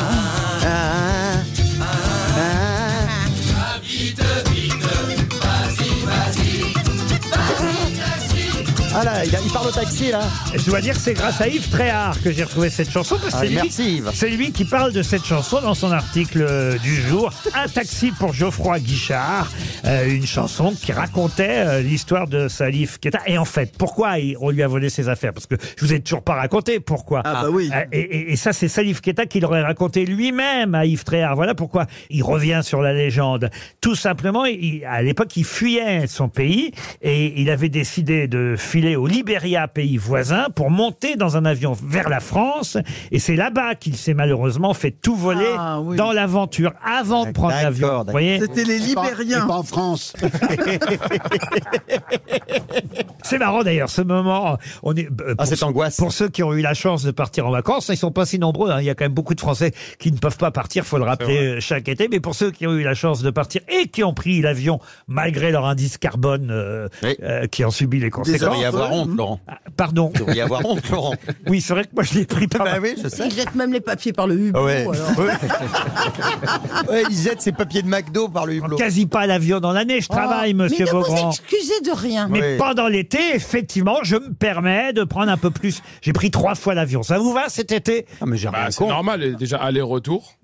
Speaker 3: Ah là, il, a- il parle au taxi là.
Speaker 2: Je dois dire que c'est grâce à Yves Tréhard Ah, que j'ai retrouvé cette chanson. parce que
Speaker 3: Ah,
Speaker 2: c'est lui-
Speaker 3: merci, Yves.
Speaker 2: C'est lui qui parle de cette chanson dans son article euh, du jour. Un taxi pour Geoffroy Guichard. Euh, une chanson qui racontait euh, l'histoire de Salif Keita. Et en fait, pourquoi il- on lui a volé ses affaires Parce que je vous ai toujours pas raconté pourquoi.
Speaker 6: Ah, bah oui.
Speaker 2: Euh, Et, et- et ça, c'est Salif Keita qui l'aurait raconté lui-même à Yves Tréhard. Voilà pourquoi il revient sur la légende. Tout simplement, il- à l'époque, il fuyait son pays et il avait décidé de filer au Libéria, pays voisin, pour monter dans un avion vers la France. Et c'est là-bas qu'il s'est malheureusement fait tout voler
Speaker 6: Ah, oui.
Speaker 2: dans l'aventure avant de prendre
Speaker 3: D'accord,
Speaker 2: l'avion. Vous
Speaker 3: d'accord.
Speaker 2: voyez,
Speaker 6: C'était les
Speaker 7: Et pas- et
Speaker 6: Libériens.
Speaker 7: Pas en France.
Speaker 2: c'est marrant d'ailleurs ce moment. On est euh,
Speaker 3: Ah
Speaker 2: pour
Speaker 3: cette angoisse.
Speaker 2: Pour ceux qui ont eu la chance de partir en vacances, ils sont pas si nombreux. hein. Il y a quand même beaucoup de Français qui ne peuvent pas partir, faut le rappeler euh, chaque été. Mais pour ceux qui ont eu la chance de partir et qui ont pris l'avion malgré leur indice carbone, euh,
Speaker 3: Oui.
Speaker 2: euh, qui ont subi les
Speaker 3: Il
Speaker 2: conséquences. Ah,
Speaker 3: y avoir honte, Laurent.
Speaker 2: Pardon.
Speaker 3: Il devrait y avoir honte, Laurent.
Speaker 2: Oui, c'est vrai que moi je l'ai pris par.
Speaker 3: Bah oui, je sais. Ah
Speaker 5: Ils jettent même les papiers par le hublot.
Speaker 3: Ouais.
Speaker 5: alors.
Speaker 3: Ouais, il jette ses papiers de McDo par le hublot.
Speaker 2: Quasi pas l'avion dans l'année, je travaille, monsieur
Speaker 5: Oh. Mais ne vous
Speaker 2: Beaugrand.
Speaker 5: excusez de
Speaker 3: bah,
Speaker 5: rien.
Speaker 2: Mais pendant l'été, effectivement, je me permets de prendre un peu plus. J'ai pris trois fois l'avion. Ça vous va cet été
Speaker 3: Ah, mais j'ai
Speaker 8: C'est normal, et déjà aller-retour.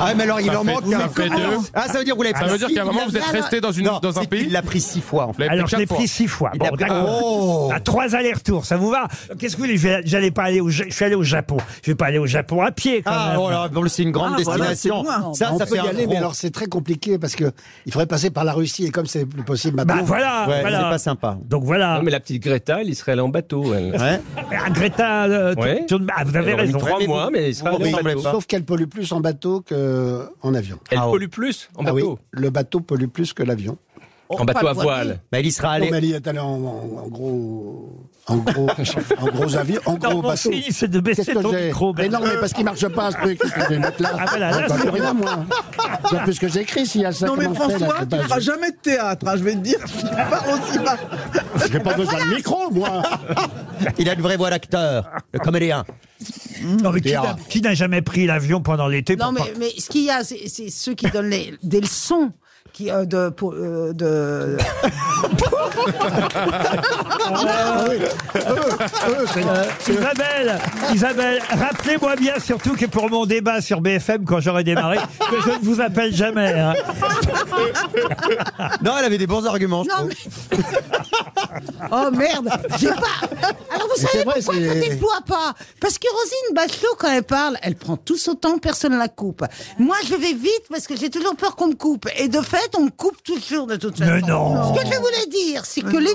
Speaker 3: Ah, mais alors il
Speaker 8: Ça
Speaker 3: en
Speaker 8: fait-
Speaker 3: manque
Speaker 8: ça
Speaker 3: un.
Speaker 8: fait deux.
Speaker 3: Ah, ça veut dire que vous l'avez
Speaker 8: Ça
Speaker 3: pas
Speaker 8: veut dire
Speaker 3: six.
Speaker 8: qu'à un moment, vous êtes resté dans une-
Speaker 3: Non,
Speaker 8: dans un
Speaker 3: c'est
Speaker 8: pays
Speaker 3: qu'il l'a pris six fois. en fait.
Speaker 2: Alors, je l'ai pris six fois.
Speaker 3: Il
Speaker 2: Bon,
Speaker 3: l'a pris-
Speaker 2: d'accord.
Speaker 3: Oh
Speaker 2: À trois allers-retours, ça vous va Qu'est-ce que vous voulez Je vais- J'allais pas aller au, Ja- je suis allé au Japon. Je vais pas aller au Japon à pied. Quand
Speaker 3: Ah,
Speaker 2: même.
Speaker 3: oh là, bon, c'est une grande
Speaker 2: Ah, voilà,
Speaker 3: destination.
Speaker 2: c'est loin.
Speaker 3: ça,
Speaker 7: Bah, on
Speaker 3: ça
Speaker 7: peut
Speaker 3: fait
Speaker 7: y
Speaker 3: un
Speaker 7: aller,
Speaker 3: gros.
Speaker 7: mais alors c'est très compliqué parce que il faudrait passer par la Russie et comme c'est plus possible maintenant.
Speaker 2: Bah voilà,
Speaker 3: Ouais,
Speaker 2: voilà.
Speaker 3: c'est pas sympa.
Speaker 2: Donc voilà.
Speaker 4: Non, mais la petite Greta, elle y serait allée en bateau. Elle.
Speaker 2: Ah, Greta, euh, tu-
Speaker 4: Ouais.
Speaker 2: tu- ah, vous avez
Speaker 4: Elle aurait mis
Speaker 2: raison.
Speaker 4: trois
Speaker 2: Mais
Speaker 4: mois,
Speaker 2: vous-
Speaker 4: mais il serait
Speaker 7: Oui,
Speaker 4: allée en bateau.
Speaker 7: sauf qu'elle pollue plus en bateau qu'en avion.
Speaker 4: Elle pollue plus en
Speaker 7: Ah oui,
Speaker 4: bateau.
Speaker 7: le bateau pollue plus que l'avion. Oh,
Speaker 4: En bateau à voile.
Speaker 3: Bah, il y sera allé.
Speaker 7: Non, mais elle y est allée en, en- en gros, en gros, en gros avion, en
Speaker 2: Non,
Speaker 7: gros
Speaker 2: mon
Speaker 7: bateau.
Speaker 2: signe, c'est de baisser
Speaker 7: Qu'est-ce que
Speaker 2: ton
Speaker 7: j'ai
Speaker 2: micro,
Speaker 7: Mais non,
Speaker 2: Bernard.
Speaker 7: mais parce qu'il marche pas ce truc. Qu'est-ce que je vais mettre là
Speaker 2: Ah, voilà, là,
Speaker 7: J'entends
Speaker 2: c'est
Speaker 7: plus
Speaker 2: bon.
Speaker 7: rien, moi. J'ai plus ce que j'écris s'il y a ça.
Speaker 6: Non mais
Speaker 7: comment je fais, là,
Speaker 6: François,
Speaker 7: je
Speaker 6: tu
Speaker 7: sais
Speaker 6: feras
Speaker 7: pas,
Speaker 6: jamais de théâtre, hein, je vais te dire, tu parles aussi mal.
Speaker 7: je-
Speaker 6: Bah,
Speaker 7: J'ai pas besoin de micro, moi.
Speaker 3: Il a une vraie voix d'acteur, le comédien.
Speaker 7: Mmh.
Speaker 2: Non, mais qui
Speaker 3: hein. Pierre.
Speaker 2: n'a- qui n'a jamais pris l'avion pendant l'été
Speaker 5: Non,
Speaker 2: pour-
Speaker 5: mais, mais ce qu'il y a, c'est c'est ceux qui donnent les- des leçons. Qui, euh, de, pour, euh, de...
Speaker 2: Ah Euh,
Speaker 7: Euh,
Speaker 2: Isabelle, Isabelle, rappelez-moi bien surtout que pour mon débat sur BFM quand j'aurai démarré, que je ne vous appelle jamais. hein.
Speaker 3: Non, elle avait des bons arguments. je trouve.
Speaker 5: Oh merde, j'ai pas. Alors vous
Speaker 7: Mais
Speaker 5: savez
Speaker 7: c'est vrai,
Speaker 5: pourquoi
Speaker 7: c'est-
Speaker 5: je ne déploie pas Parce que Rosine Bachelot, quand elle parle, elle prend tout son temps, personne ne la coupe. Moi, je vais vite parce que j'ai toujours peur qu'on me coupe. Et de fait, on me coupe toujours de toute façon.
Speaker 2: Mais non.
Speaker 5: Ce que je voulais dire, c'est que les,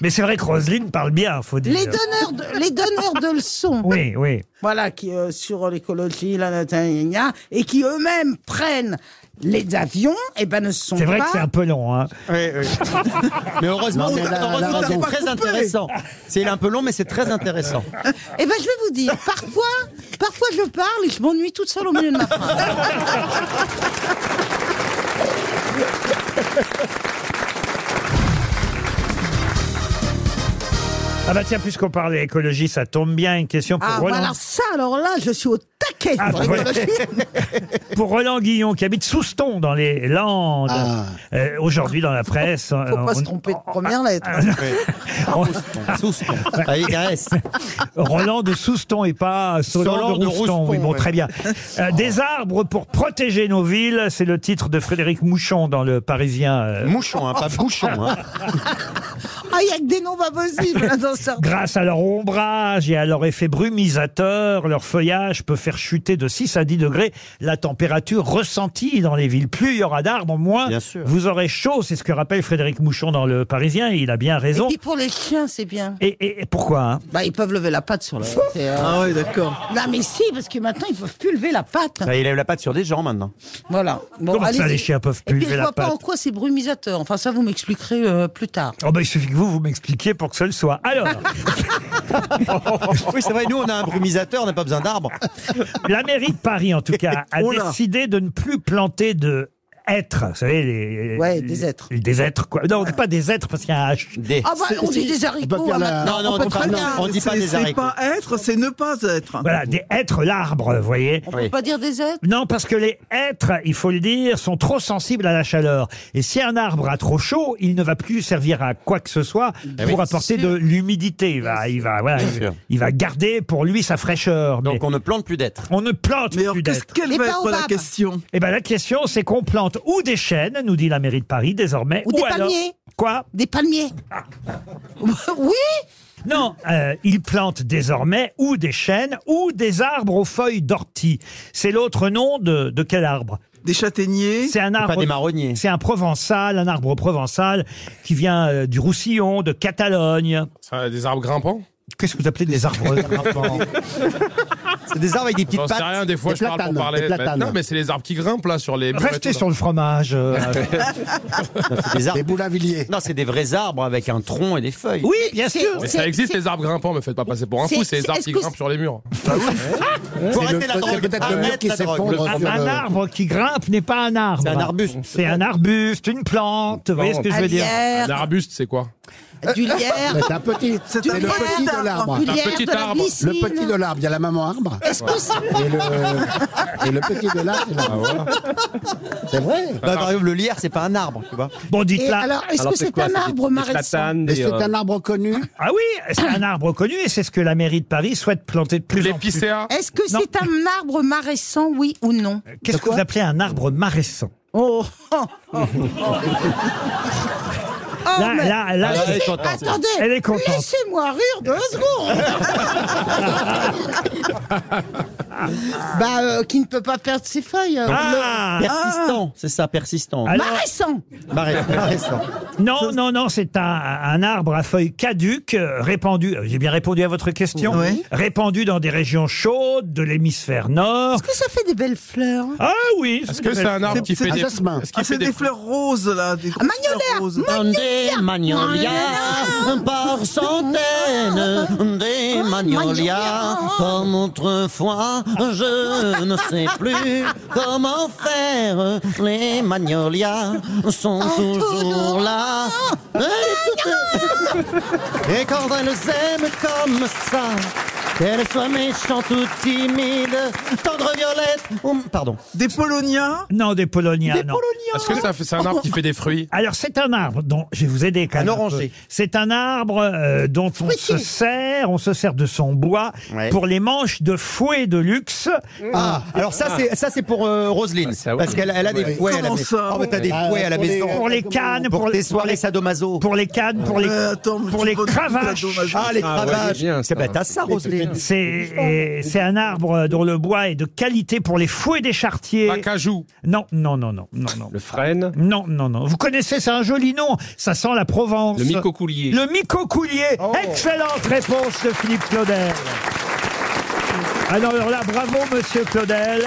Speaker 2: Mais c'est vrai que Roselyne parle bien, faut dire.
Speaker 5: les donneurs, de, les donneurs de leçons.
Speaker 2: Oui, oui.
Speaker 5: voilà, qui euh, sur l'écologie, la gna, gna, gna, et qui eux-mêmes prennent les avions, et ben ne sont
Speaker 2: C'est vrai
Speaker 5: pas.
Speaker 2: que c'est un peu long. hein.
Speaker 3: Mais heureusement,
Speaker 7: Non,
Speaker 3: c'est
Speaker 7: mais la-
Speaker 3: heureusement,
Speaker 7: la
Speaker 3: c'est
Speaker 7: raison.
Speaker 3: très intéressant. C'est un peu long, mais c'est très intéressant.
Speaker 5: Eh ben je vais vous dire, parfois, parfois je parle et je m'ennuie toute seule au milieu de ma phrase.
Speaker 2: Ah bah tiens, puisqu'on parle écologie, ça tombe bien. Une question pour
Speaker 5: Ah
Speaker 2: Roland.
Speaker 5: voilà ça, alors là, je suis au taquet.
Speaker 2: Ah, bah,
Speaker 5: Vraiment,
Speaker 2: voilà.
Speaker 5: je suis-
Speaker 2: Pour Roland Guillon, qui habite Souston dans les Landes. Euh, Aujourd'hui, dans la presse.
Speaker 5: Ah.
Speaker 2: euh,
Speaker 5: Faut pas
Speaker 2: on-
Speaker 5: se tromper de première lettre. hein.
Speaker 2: on-
Speaker 3: Souston. Ah, Avec un S.
Speaker 2: Roland de Souston et pas Solan
Speaker 3: Solan
Speaker 2: de
Speaker 3: de
Speaker 2: Rouston.
Speaker 3: Rouston,
Speaker 2: oui, bon,
Speaker 3: ouais.
Speaker 2: très bien. Euh, des arbres pour protéger nos villes, c'est le titre de Frédéric Mouchon dans le Parisien. euh,
Speaker 3: Mouchon, hein, pas bouchon. hein.
Speaker 5: Ah, il y a que des noms pas possibles là, dans ça.
Speaker 2: Grâce à leur ombrage et à leur effet brumisateur, leur feuillage peut faire chuter de 6 à 10 degrés la température ressentie dans les villes. Plus il y aura d'arbres, moins
Speaker 3: Bien sûr.
Speaker 2: vous aurez chaud. C'est ce que rappelle Frédéric Mouchon dans le Parisien et il a bien
Speaker 5: Et
Speaker 2: raison.
Speaker 5: puis pour les chiens, c'est bien.
Speaker 2: Et, et- et pourquoi hein
Speaker 5: Bah, ils peuvent lever la patte sur le. c'est, euh,
Speaker 6: Ah ouais, d'accord.
Speaker 5: Non, mais si, parce que maintenant, ils peuvent plus lever la patte.
Speaker 3: Bah, il lève la patte sur des gens maintenant.
Speaker 5: Voilà. Bon,
Speaker 2: Comment ça,
Speaker 5: allez-y.
Speaker 2: les chiens peuvent plus
Speaker 5: Et puis,
Speaker 2: lever
Speaker 5: je
Speaker 2: la
Speaker 5: vois pas
Speaker 2: patte
Speaker 5: en quoi c'est brumisateur. Enfin, ça, vous m'expliquerez euh, plus tard.
Speaker 2: Oh ben, il suffit que vous, vous m'expliquiez pour que ce le soit. Alors,
Speaker 3: Oui, c'est vrai, nous on a un brumisateur, on n'a pas besoin d'arbre.
Speaker 2: la mairie de Paris, en tout cas, a
Speaker 6: Oh là.
Speaker 2: décidé de ne plus planter de hêtres. Vous savez, les,
Speaker 5: Ouais, des hêtres.
Speaker 2: Des hêtres, quoi. Non, pas des hêtres, parce qu'il y a un H.
Speaker 3: Des-
Speaker 5: Ah, bah,
Speaker 7: C'est-
Speaker 5: on dit des
Speaker 7: c'est- on peut
Speaker 5: haricots.
Speaker 7: faire
Speaker 5: hein,
Speaker 7: la-
Speaker 5: maintenant.
Speaker 3: Non, non, on dit
Speaker 5: peut
Speaker 3: pas
Speaker 5: très
Speaker 3: des
Speaker 5: bien-
Speaker 3: On dit pas
Speaker 6: C'est-
Speaker 3: des haricots.
Speaker 6: C'est pas être, c'est ne pas être.
Speaker 2: Voilà, des hêtres, l'arbre, vous voyez.
Speaker 5: On
Speaker 3: Oui.
Speaker 5: peut pas dire des êtres.
Speaker 2: Non, parce que les hêtres, il faut le dire, sont trop sensibles à la chaleur. Et si un arbre a trop chaud, il ne va plus servir à quoi que ce soit
Speaker 3: Eh
Speaker 2: pour
Speaker 3: oui.
Speaker 2: apporter de l'humidité. Il va, il va, voilà,
Speaker 3: Bien
Speaker 2: il,
Speaker 3: sûr.
Speaker 2: il va garder pour lui sa fraîcheur. Mais
Speaker 3: Donc on ne plante plus d'être.
Speaker 2: on ne plante
Speaker 6: Mais alors,
Speaker 2: plus
Speaker 6: qu'est-ce
Speaker 2: d'être.
Speaker 6: qu'elle
Speaker 5: Les
Speaker 6: va être la
Speaker 5: baobabs.
Speaker 6: question
Speaker 2: Eh ben la question, c'est qu'on plante ou des chênes, nous dit la mairie de Paris désormais,
Speaker 5: Ou des
Speaker 2: alors-
Speaker 5: palmiers.
Speaker 2: Quoi
Speaker 5: Des palmiers. oui,
Speaker 2: Non, euh, ils plantent désormais ou des chênes ou des arbres aux feuilles d'ortie. C'est l'autre nom de, de quel arbre
Speaker 6: Des châtaigniers
Speaker 2: C'est un arbre.
Speaker 3: Pas des marronniers.
Speaker 2: C'est un provençal, un arbre provençal qui vient euh, du Roussillon, de Catalogne.
Speaker 8: Ça, des arbres grimpants
Speaker 2: Qu'est-ce que vous appelez des arbres grimpants
Speaker 3: C'est des arbres avec des petites
Speaker 8: J'en sais
Speaker 3: pattes.
Speaker 8: rien, des fois
Speaker 7: des
Speaker 8: je parle
Speaker 7: platanes,
Speaker 8: pour
Speaker 7: des
Speaker 8: parler. Bah,
Speaker 7: platanes.
Speaker 8: non, mais c'est les arbres qui grimpent là sur les. murs et
Speaker 2: Restez
Speaker 8: tout,
Speaker 2: sur le fromage. euh.
Speaker 3: C'est des
Speaker 7: Des
Speaker 3: arbres.
Speaker 7: boulevilliers.
Speaker 3: Non, c'est des vrais arbres avec un tronc et des feuilles.
Speaker 2: oui, bien
Speaker 5: c'est-
Speaker 2: sûr.
Speaker 8: Mais
Speaker 5: C'est-
Speaker 8: ça existe les arbres grimpants, me faites pas passer pour un fou,
Speaker 5: c'est-
Speaker 8: c'est
Speaker 5: c'est-
Speaker 8: les arbres
Speaker 5: est-ce
Speaker 8: qui
Speaker 5: que-
Speaker 8: grimpent sur les murs.
Speaker 7: C'est
Speaker 3: Faut arrêter
Speaker 7: le-
Speaker 3: la
Speaker 7: c'est
Speaker 3: drogue.
Speaker 7: peut-être le mur
Speaker 3: Arrête
Speaker 7: qui
Speaker 3: la drogue.
Speaker 7: s'effondre
Speaker 2: Un,
Speaker 7: sur
Speaker 2: un
Speaker 7: le-
Speaker 2: arbre qui grimpe n'est pas un arbre.
Speaker 3: C'est un arbuste.
Speaker 2: C'est un arbuste, une plante. Vous voyez ce que je veux dire
Speaker 5: Alière.
Speaker 8: Un arbuste, c'est quoi
Speaker 5: Euh, Du lierre.
Speaker 7: Mais C'est un petit, c'est
Speaker 5: Du
Speaker 7: le
Speaker 5: lierre,
Speaker 7: petit de l'arbre.
Speaker 5: du lierre, Un petit de la arbre. glycine.
Speaker 7: Le petit de l'arbre, il y a la maman arbre.
Speaker 5: Est-ce que c'est-
Speaker 7: et,
Speaker 5: Ah,
Speaker 7: le, et le petit de l'arbre, c'est
Speaker 8: Ah,
Speaker 7: l'arbre. C'est vrai.
Speaker 3: Bah, par exemple, le lierre, c'est pas un arbre, tu vois.
Speaker 2: Bon,
Speaker 7: Et
Speaker 2: dites-la.
Speaker 7: alors, est-ce Alors, que c'est c'est quoi, un c'est des- arbre, des Marescent platanes, Est-ce des, que c'est euh, un arbre connu
Speaker 2: Ah oui, c'est un arbre connu et c'est ce que la mairie de Paris souhaite planter de plus en plus.
Speaker 5: Est-ce que
Speaker 2: Ah. Non.
Speaker 5: c'est un arbre maraissant, oui ou non
Speaker 2: Qu'est-ce que vous appelez un arbre maraissant
Speaker 5: Oh, oh, oh. Oh,
Speaker 2: Là,
Speaker 5: mais-
Speaker 2: là, là,
Speaker 5: Laissez-
Speaker 2: elle est contente.
Speaker 5: Attendez,
Speaker 2: Elle est contente.
Speaker 5: laissez-moi rire deux secondes. bah, euh, qui ne peut pas perdre ses feuilles. euh,
Speaker 2: Ah,
Speaker 5: le-
Speaker 3: Persistant, c'est ça, persistant.
Speaker 5: Ah. Maraissant.
Speaker 3: Marais- maraissant.
Speaker 2: Non, non, non, c'est un, un arbre à feuilles caduques euh, répandu. euh, J'ai bien répondu à votre question. Répandu dans des régions chaudes de l'hémisphère nord.
Speaker 5: Est-ce que ça fait des belles fleurs
Speaker 2: Ah oui.
Speaker 8: Est-ce que c'est un arbre qui fait des
Speaker 6: Ah, c'est des fleurs roses, là. Des grosses fleurs roses.
Speaker 3: Des magnolias par centaines, des magnolias comme autrefois, je ne sais plus comment faire. Les magnolias sont toujours là. Et quand elles aiment comme ça, qu'elles soient méchantes ou timides, tendre violette. Hum, Pardon.
Speaker 6: Des polonias
Speaker 2: Non, des polonias.
Speaker 3: Des
Speaker 2: non.
Speaker 3: polonias.
Speaker 8: Est-ce que ça fait- c'est un arbre qui fait des fruits
Speaker 2: Alors c'est un arbre dont je vais vous aider quand même. Un
Speaker 3: oranger.
Speaker 2: peu. C'est un arbre euh, dont on se sert, on se sert de son bois pour les manches de fouet de luxe.
Speaker 3: Ah, alors ça c'est ça c'est pour euh, Roselyne parce qu'elle elle a des fouets à la
Speaker 6: Comment
Speaker 3: maison.
Speaker 6: ça
Speaker 3: Oh, mais t'as des
Speaker 7: Ah,
Speaker 3: fouets à la
Speaker 7: pour les-
Speaker 3: maison.
Speaker 2: Pour les cannes, pour,
Speaker 3: pour
Speaker 2: les
Speaker 3: tes soirées sadomaso.
Speaker 2: pour les cannes, pour les
Speaker 6: Euh, attends, mais
Speaker 2: pour
Speaker 6: tu
Speaker 2: les
Speaker 6: votes tout à
Speaker 2: cravaches.
Speaker 6: dommage.
Speaker 3: Ah les
Speaker 8: Ah, ouais,
Speaker 3: cravaches.
Speaker 8: c'est bien,
Speaker 3: c'est
Speaker 8: ça.
Speaker 3: bah, t'as ça Roselyne.
Speaker 2: C'est et c'est un arbre dont le bois est de qualité pour les fouets des chartiers.
Speaker 8: L'acajou.
Speaker 2: Non, non, non, non, non, non.
Speaker 4: Le frêne.
Speaker 2: Non, non, non. Vous connaissez, c'est un joli nom. Ça sent la Provence.
Speaker 4: Le micocoulier.
Speaker 2: Le micocoulier. Excellente réponse de Philippe Claudel. Alors, alors là, bravo, monsieur Claudel.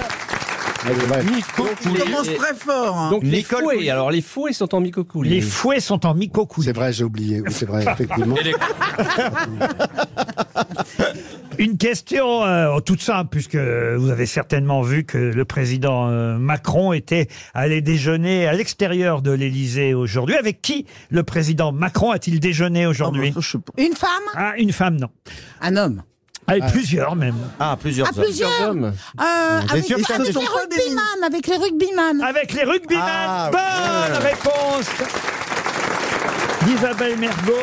Speaker 6: Il commence très fort. hein.
Speaker 4: Donc les
Speaker 3: Nicole
Speaker 4: fouets.
Speaker 3: Coulier.
Speaker 4: Alors les fouets sont en micocoulis.
Speaker 2: Les fouets sont en micocoulier.
Speaker 7: C'est vrai, j'ai oublié. Oui, c'est vrai, effectivement.
Speaker 8: Et les-
Speaker 2: Une question euh, en toute simple, puisque vous avez certainement vu que le président euh, Macron était allé déjeuner à l'extérieur de l'Élysée aujourd'hui. Avec qui le président Macron a-t-il déjeuné aujourd'hui
Speaker 3: bah,
Speaker 6: Je sais pas.
Speaker 5: Une femme
Speaker 2: Ah, une femme, non.
Speaker 5: Un homme.
Speaker 2: Avec plusieurs, même.
Speaker 3: Ah plusieurs.
Speaker 5: À
Speaker 3: hommes.
Speaker 5: plusieurs.
Speaker 4: hommes.
Speaker 5: Euh, avec,
Speaker 3: sûr que
Speaker 5: avec les
Speaker 6: sont pas des-
Speaker 5: rugbyman, avec les rugbyman.
Speaker 2: Avec les rugbymen.
Speaker 3: Ah,
Speaker 2: Bonne
Speaker 3: ouais.
Speaker 2: réponse d'Isabelle Mergot.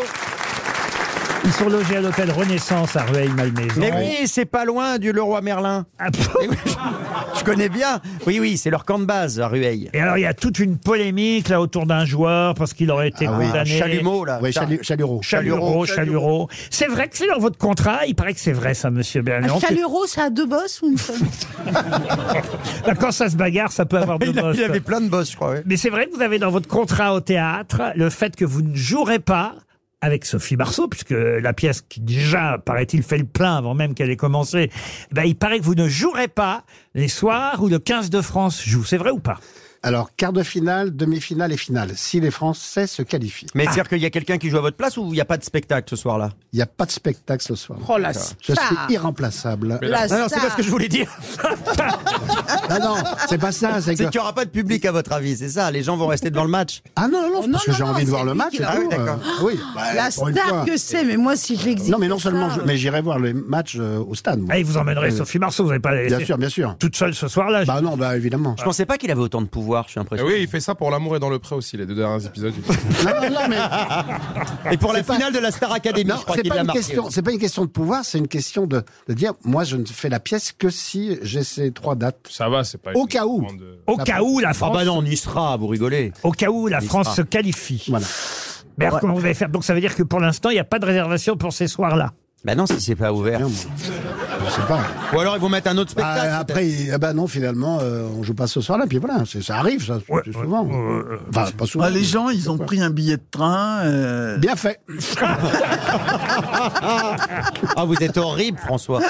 Speaker 2: Ils sont logés à l'hôtel Renaissance à Rueil-Malmaison.
Speaker 3: Mais oui, c'est pas loin du Leroy Merlin.
Speaker 2: Ah, pff.
Speaker 3: Mais oui, je- Je connais bien. Oui, oui, c'est leur camp de base à Rueil.
Speaker 2: Et alors, il y a toute une polémique là autour d'un joueur parce qu'il aurait été
Speaker 7: Ah oui,
Speaker 2: condamné.
Speaker 3: Chalumeau, là.
Speaker 7: Oui,
Speaker 3: Ça.
Speaker 7: Chalu- Chalureau.
Speaker 2: Chalureau, Chalureau. C'est vrai que c'est dans votre contrat. Il paraît que c'est vrai, ça, monsieur
Speaker 5: Un
Speaker 2: Berléon.
Speaker 5: chaluro, ça a deux bosses ou une seule
Speaker 2: Là, Bah, Quand ça se bagarre, ça peut avoir de
Speaker 3: Il, a-
Speaker 2: boss.
Speaker 3: il avait plein de bosses, je crois. ouais.
Speaker 2: Mais c'est vrai que vous avez dans votre contrat au théâtre le fait que vous ne jouerez pas avec Sophie Marceau, puisque la pièce qui déjà, paraît-il, fait le plein avant même qu'elle ait commencé, ben, il paraît que vous ne jouerez pas les soirs où le 15 de France joue. C'est vrai ou pas
Speaker 7: Alors, quart de finale, demi-finale et finale. Si les Français se qualifient.
Speaker 3: Mais c'est-à-dire qu'il y a quelqu'un qui joue à votre place ou il n'y a pas de spectacle ce soir-là
Speaker 7: Il n'y a pas de spectacle ce soir.
Speaker 5: Oh la
Speaker 7: Je suis
Speaker 5: star
Speaker 7: irremplaçable.
Speaker 5: La
Speaker 3: Non, non, c'est
Speaker 5: star.
Speaker 3: pas ce que je voulais dire.
Speaker 7: Non, non, c'est pas ça. C'est que...
Speaker 3: C'est qu'il n'y aura pas de public à votre avis, c'est ça Les gens vont rester devant le match.
Speaker 7: Ah non, non,
Speaker 5: Oh,
Speaker 7: c'est parce
Speaker 5: non,
Speaker 7: que j'ai
Speaker 5: non,
Speaker 7: envie de
Speaker 5: c'est
Speaker 7: voir le
Speaker 5: lui
Speaker 7: match.
Speaker 5: qui
Speaker 7: et
Speaker 5: l'a-
Speaker 7: tout,
Speaker 3: Ah oui, d'accord.
Speaker 7: euh, oui, bah,
Speaker 5: La
Speaker 7: pour une fois.
Speaker 5: star que c'est, mais moi, si je l'existe.
Speaker 7: Non, mais non seulement,
Speaker 5: ça,
Speaker 7: je- mais j'irai voir le match euh, au stade. moi.
Speaker 2: Ah, Et vous emmènerez
Speaker 7: Oui.
Speaker 2: Sophie Marceau, vous n'allez pas la
Speaker 7: Bien
Speaker 2: laisser
Speaker 7: sûr, bien sûr.
Speaker 2: toute seule ce soir-là.
Speaker 7: Bah non, bah évidemment.
Speaker 3: Je pensais pas qu'il avait autant de pouvoir, je suis
Speaker 8: Eh
Speaker 3: impressionné.
Speaker 8: oui, il fait ça pour l'amour et dans le pré aussi, les deux derniers épisodes.
Speaker 7: Non, Ah, non, non, mais
Speaker 3: Et pour la
Speaker 7: C'est pas-
Speaker 3: finale de la Star Academy,
Speaker 7: non,
Speaker 3: je crois
Speaker 7: c'est
Speaker 3: qu'il
Speaker 7: pas
Speaker 3: l'a
Speaker 7: une
Speaker 3: marqué.
Speaker 7: question. C'est pas une question de pouvoir, c'est une question de, de dire, moi, je ne fais la pièce que si j'ai ces trois dates.
Speaker 8: Ça va, c'est pas.
Speaker 7: Au
Speaker 8: une
Speaker 7: cas où.
Speaker 8: grande-
Speaker 2: Au cas où la
Speaker 3: Ah
Speaker 2: France,
Speaker 3: bah non, on y sera, vous rigolez.
Speaker 2: au cas où la
Speaker 3: Il
Speaker 2: France
Speaker 3: sera.
Speaker 2: se qualifie.
Speaker 7: Voilà.
Speaker 2: Mais alors, comment vous allez faire Donc ça veut dire que pour l'instant, il n'y a pas de réservation pour ces soirs-là.
Speaker 3: Bah non, si c'est pas ouvert.
Speaker 7: Bien, moi. Je sais pas.
Speaker 3: Ou alors ils vont mettre un autre
Speaker 7: Bah,
Speaker 3: spectacle.
Speaker 7: après, il- ah bah non, finalement, euh, on joue pas ce soir-là. Puis voilà, c'est- ça arrive, ça,
Speaker 2: Ouais,
Speaker 7: c'est souvent. Enfin, pas souvent.
Speaker 6: Ah, les gens, ils ont
Speaker 7: Pourquoi
Speaker 6: pris un billet de train. euh,
Speaker 7: Bien fait.
Speaker 3: peut-être. Ah, vous êtes horrible, François.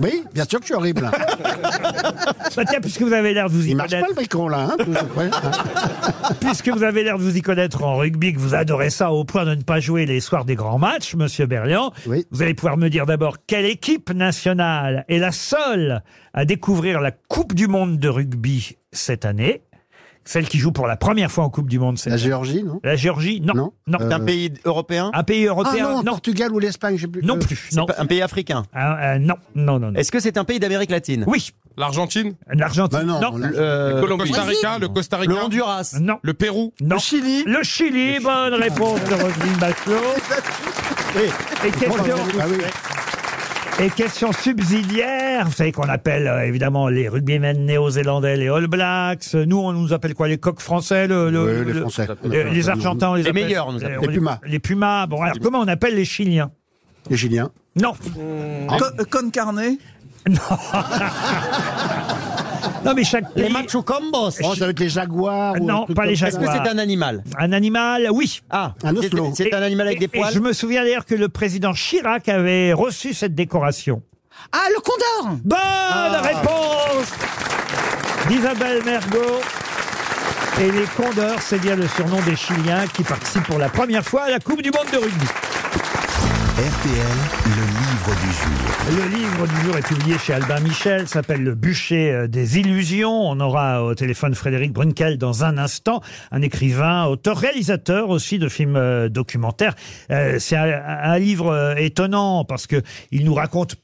Speaker 7: Oui, bien sûr que tu es horrible.
Speaker 2: Bah, tiens, puisque vous avez l'air de vous y
Speaker 7: Il marche pas
Speaker 2: connaître,
Speaker 7: le bricon, là. Hein, tout- ouais, hein.
Speaker 2: puisque vous avez l'air de vous y connaître en rugby, que vous adorez ça au point de ne pas jouer les soirs des grands matchs, Monsieur Berlian,
Speaker 7: Oui.
Speaker 2: vous allez pouvoir me dire d'abord quelle équipe nationale est la seule à découvrir la Coupe du Monde de rugby cette année. Celle qui joue pour la première fois en Coupe du Monde, c'est la
Speaker 7: Géorgie, non
Speaker 2: La Géorgie, non. Non.
Speaker 7: Euh, D'un pays
Speaker 17: européen
Speaker 2: Un pays européen.
Speaker 7: Ah non, Portugal ou l'Espagne, j'ai plus.
Speaker 2: Non
Speaker 7: euh,
Speaker 2: plus. Non.
Speaker 17: Un pays africain
Speaker 2: Ah, euh, non, non, non.
Speaker 17: Est-ce que c'est un pays d'Amérique latine
Speaker 2: Oui.
Speaker 8: L'Argentine
Speaker 2: Euh, L'Argentine.
Speaker 8: Bah non,
Speaker 2: non. euh,
Speaker 8: l'Argentine. Le Colombie. Costa Rica, le Costa Rica.
Speaker 17: Le Honduras.
Speaker 2: Non.
Speaker 8: Le Pérou.
Speaker 2: Le Chili. Le Chili, bonne réponse de Roselyne Bachelot. Et
Speaker 7: Oh,
Speaker 2: question,
Speaker 7: Ah
Speaker 2: et question subsidiaire, vous savez qu'on appelle euh, évidemment les rugbymen néo-zélandais les All Blacks. Nous, on nous appelle quoi Les coqs français le, le-
Speaker 7: Oui, les
Speaker 2: le-
Speaker 7: Français.
Speaker 2: Les, les Argentins, on les,
Speaker 7: Les
Speaker 2: appelle-
Speaker 7: meilleurs, on nous appelle.
Speaker 2: euh,
Speaker 7: Les Pumas.
Speaker 2: Les Pumas. Bon, alors comment on appelle les Chiliens
Speaker 7: Les Chiliens.
Speaker 2: Non.
Speaker 6: Co- euh, Con carnet
Speaker 2: Non, mais chaque
Speaker 7: Les
Speaker 2: pays-
Speaker 7: macho combos oh, Ça va être les jaguars ou un
Speaker 2: Ah, Non,
Speaker 7: truc
Speaker 2: pas les
Speaker 7: comme ça.
Speaker 2: jaguars. Un animal, oui.
Speaker 17: Ah,
Speaker 7: un oslo.
Speaker 17: c'est- c'est un animal avec
Speaker 2: Et-
Speaker 17: des
Speaker 2: et
Speaker 17: poils
Speaker 2: je me souviens d'ailleurs que le président Chirac avait reçu cette décoration.
Speaker 5: Ah, le condor
Speaker 2: Bonne
Speaker 7: Ah.
Speaker 2: réponse d'Isabelle Mergot. Et les Condors, c'est bien le surnom des Chiliens qui participent pour la première fois à la Coupe du Monde de rugby.
Speaker 1: RTL, le livre du jour.
Speaker 2: Le livre du jour est publié chez Albin Michel, s'appelle Le bûcher euh, des illusions. On aura au téléphone Frédéric Brunkel dans un instant, un écrivain, auteur, réalisateur aussi de films euh, documentaires. Euh, C'est un, un livre euh, étonnant parce que il nous raconte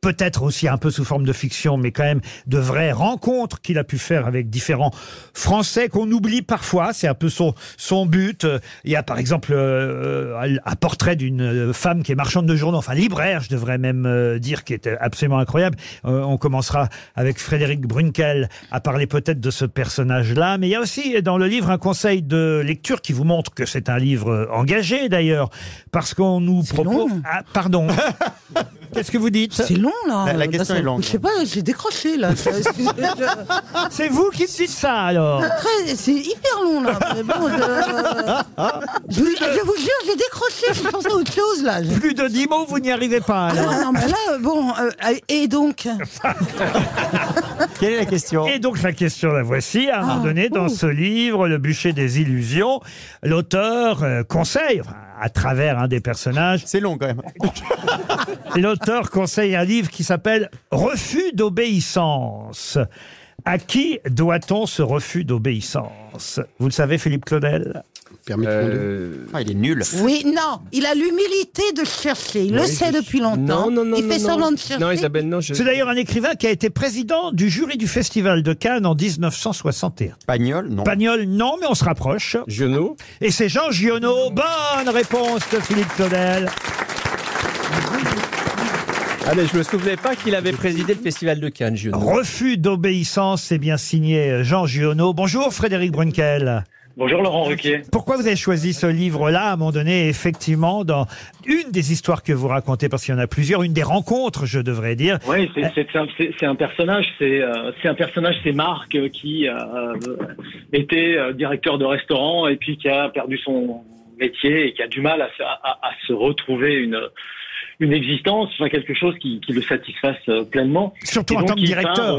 Speaker 2: peut-être aussi un peu sous forme de fiction, mais quand même de vraies rencontres qu'il a pu faire avec différents Français qu'on oublie parfois. C'est un peu son, son but. Euh, Il y a par exemple euh, un portrait d'une euh, femme qui est marchande de journaux, enfin libraire, je devrais même euh, dire, qui était absolument incroyable. Euh, on commencera avec Frédéric Brunkel à parler peut-être de ce personnage-là. Mais il y a aussi dans le livre un conseil de lecture qui vous montre que c'est un livre euh, engagé d'ailleurs, parce qu'on nous propose... Ah, pardon. Qu'est-ce que vous dites
Speaker 5: C'est long, là.
Speaker 2: La- la
Speaker 5: Là,
Speaker 2: question
Speaker 5: ça-
Speaker 2: est longue.
Speaker 5: Je sais pas, j'ai décroché, là.
Speaker 2: C'est vous qui dites ça, alors
Speaker 5: Très- C'est hyper long, là. Mais bon, euh, je... Je, vous, je vous jure, j'ai décroché, je pensais à autre chose, là. Je-
Speaker 2: Plus de dix mots, vous n'y arrivez pas.
Speaker 5: Ah
Speaker 2: alors.
Speaker 5: non, non, mais là, euh, bon, euh, et donc
Speaker 2: Quelle est la question Et donc la question, la voici. À un
Speaker 5: Ah.
Speaker 2: moment donné, dans ce livre, Le bûcher des illusions, l'auteur euh, conseille, enfin, à travers un des personnages... C'est long quand même. l'auteur conseille un livre qui s'appelle Refus d'obéissance. À qui doit-on ce refus d'obéissance Vous le savez, Philippe Claudel
Speaker 17: Euh, ah, il est nul.
Speaker 5: Oui, non, il a l'humilité de chercher. Il le
Speaker 2: Oui,
Speaker 5: sait depuis longtemps.
Speaker 2: Non, non, non,
Speaker 5: il
Speaker 2: non,
Speaker 5: fait
Speaker 2: non.
Speaker 5: semblant de chercher.
Speaker 2: Non, Isabelle,
Speaker 4: non,
Speaker 2: C'est d'ailleurs un écrivain qui a été président du jury du Festival de Cannes en 1961.
Speaker 17: Pagnol, non.
Speaker 2: Pagnol, non, mais on se rapproche.
Speaker 4: Giono.
Speaker 2: Et c'est Jean Giono. Bonne réponse de Philippe Claudel.
Speaker 4: Ah, mais je me souvenais pas qu'il avait présidé le festival de Cannes, Giono.
Speaker 2: Refus d'obéissance, c'est bien signé euh, Jean Giono. Bonjour Frédéric Brunkel.
Speaker 18: Bonjour Laurent Ruquier.
Speaker 2: Pourquoi vous avez choisi ce livre-là, à un moment donné, effectivement, dans une des histoires que vous racontez, parce qu'il y en a plusieurs, une des rencontres, je devrais dire.
Speaker 18: Oui, c'est- c'est c'est un, c'est- c'est un personnage, c'est euh, c'est un personnage, c'est Marc euh, qui euh, était euh, directeur de restaurant et puis qui a perdu son métier et qui a du mal à, se- à- à se retrouver une une existence, enfin quelque chose qui, qui le satisfasse euh, pleinement.
Speaker 2: Surtout
Speaker 18: Et
Speaker 2: en
Speaker 18: donc,
Speaker 2: tant que
Speaker 18: il
Speaker 2: directeur.
Speaker 18: part,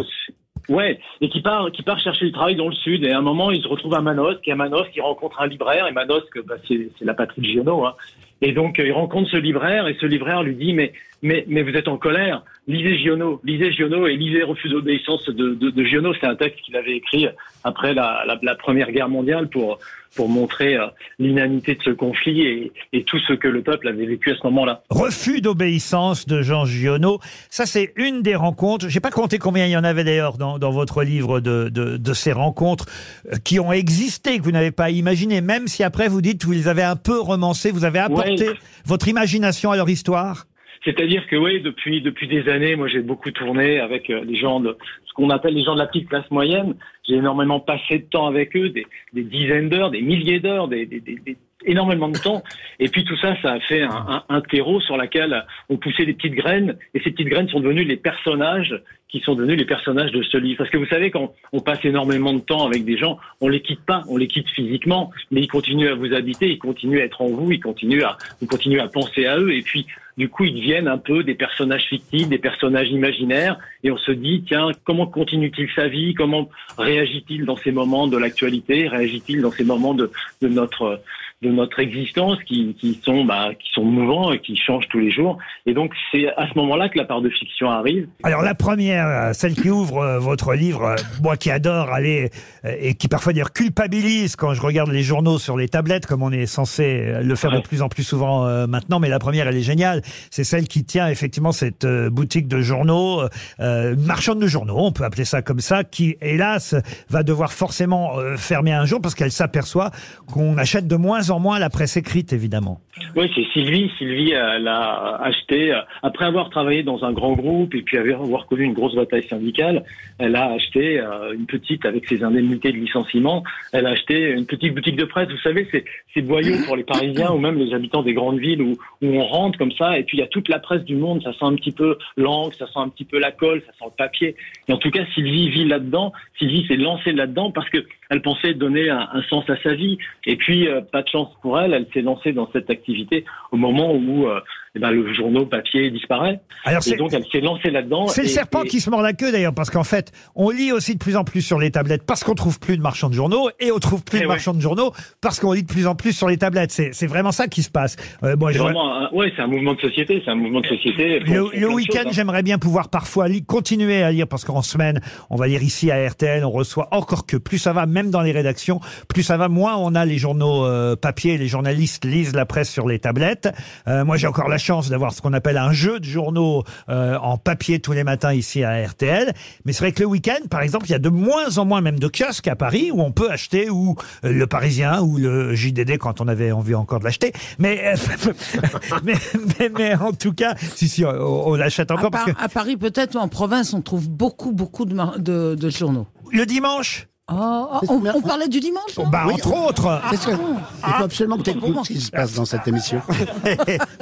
Speaker 18: euh, ouais, et qui part qui part chercher du travail dans le sud et à un moment il se retrouve à Manosque, et à Manosque il rencontre un libraire et Manosque bah, c'est c'est la patrie de Giono. hein. Et donc, euh, il rencontre ce libraire et ce libraire lui dit mais, mais, mais vous êtes en colère, lisez Giono, lisez Giono et lisez Refus d'obéissance de, de, de Giono. C'est un texte qu'il avait écrit après la, la, la Première Guerre mondiale pour, pour montrer euh, l'inanité de ce conflit et, et tout ce que le peuple avait vécu à ce moment-là.
Speaker 2: Refus d'obéissance de Jean Giono. Ça, c'est une des rencontres. J'ai pas compté combien il y en avait d'ailleurs dans, dans votre livre de, de- de ces rencontres euh, qui ont existé, que vous n'avez pas imaginé, même si après vous dites vous les avez un peu romancées, vous avez apporté
Speaker 18: Ouais.
Speaker 2: votre imagination à leur histoire.
Speaker 18: C'est-à-dire que oui, depuis depuis des années, moi j'ai beaucoup tourné avec euh, les gens de ce qu'on appelle les gens de la petite classe moyenne. J'ai énormément passé de temps avec eux, des, des dizaines d'heures, des milliers d'heures, des, des- des- des- énormément de temps. Et puis tout ça, ça a fait un, un- un terreau sur lequel on poussait des petites graines. Et ces petites graines sont devenues les personnages qui sont devenus les personnages de ce livre. Parce que vous savez, quand on passe énormément de temps avec des gens, on les quitte pas, on les quitte physiquement, mais ils continuent à vous habiter, ils continuent à être en vous, ils continuent à, vous continuez à penser à eux. Et puis, du coup, ils deviennent un peu des personnages fictifs, des personnages imaginaires, et on se dit, tiens, comment continue-t-il sa vie Comment réagit-il dans ces moments de l'actualité Réagit-il dans ces moments de, de notre de notre existence qui, qui sont bah, qui sont mouvants et qui changent tous les jours. Et donc c'est à ce moment-là que la part de fiction arrive.
Speaker 2: Alors la première, euh, celle qui ouvre euh, votre livre, euh, moi qui adore aller euh, et qui parfois d'ailleurs culpabilise quand je regarde les journaux sur les tablettes, comme on est censé euh, le faire de plus en plus souvent euh, maintenant, mais la première elle est géniale, c'est celle qui tient effectivement cette euh, boutique de journaux, euh, euh, marchande de journaux, on peut appeler ça comme ça, qui hélas va devoir forcément euh, fermer un jour parce qu'elle s'aperçoit qu'on achète de moins en moins la presse écrite évidemment.
Speaker 18: Oui, c'est Sylvie. Sylvie, elle a acheté, euh, après avoir travaillé dans un grand groupe et puis avoir avoir connu une grosse bataille syndicale, elle a acheté euh, une petite, avec ses indemnités de licenciement, elle a acheté une petite boutique de presse. Vous savez, c'est ces boyaux pour les Parisiens ou même les habitants des grandes villes où, où on rentre comme ça et puis il y a toute la presse du monde. Ça sent un petit peu l'encre, ça sent un petit peu la colle, ça sent le papier. Et en tout cas, Sylvie vit là-dedans. Sylvie s'est lancée là-dedans parce que elle pensait donner un, un sens à sa vie. Et puis, euh, pas de chance pour elle, elle s'est lancée dans cette activité au moment où euh, eh ben, le journaux papier disparaît.
Speaker 2: Ah, Alors, c'est-
Speaker 18: et donc, elle s'est lancée là-dedans.
Speaker 2: C'est le
Speaker 18: et-
Speaker 2: serpent
Speaker 18: et-
Speaker 2: qui se mord la queue d'ailleurs, parce qu'en fait, on lit aussi de plus en plus sur les tablettes parce qu'on trouve plus de marchands de journaux, et on trouve
Speaker 18: Eh
Speaker 2: plus de marchands de journaux parce qu'on lit de plus en plus sur les tablettes. C'est c'est vraiment ça qui se passe. Euh, moi,
Speaker 18: C'est
Speaker 2: je-
Speaker 18: vraiment un, ouais, c'est un mouvement de société, c'est un mouvement de société. pour- pour
Speaker 2: le,
Speaker 18: plein
Speaker 2: le
Speaker 18: de
Speaker 2: week-end,
Speaker 18: choses, hein.
Speaker 2: j'aimerais bien pouvoir parfois li- continuer à lire parce qu'en semaine, on va lire ici à RTL, on reçoit encore que plus ça va, même dans les rédactions, plus ça va, moins on a les journaux euh, papier, les journalistes lisent la presse sur les tablettes. Euh, moi, j'ai encore la chance d'avoir ce qu'on appelle un jeu de journaux euh, en papier tous les matins ici à RTL. Mais c'est vrai que le week-end, par exemple, il y a de moins en moins même de kiosques à Paris où on peut acheter ou euh, le Parisien ou le JDD quand on avait envie encore de l'acheter. Mais, euh, mais, mais, mais en tout cas, si, si, on, on l'achète encore.
Speaker 5: À,
Speaker 2: Parce
Speaker 5: Par-
Speaker 2: que
Speaker 5: à Paris, peut-être, ou en province, on trouve beaucoup, beaucoup de, mar- de- de journaux.
Speaker 2: le dimanche,
Speaker 5: Oh, oh, on, on parlait du dimanche non
Speaker 2: bah,
Speaker 5: Oui,
Speaker 2: entre
Speaker 5: on-
Speaker 2: autres.
Speaker 5: Ah, bon.
Speaker 7: Il faut absolument que tu écoutes ce qui se passe dans cette émission.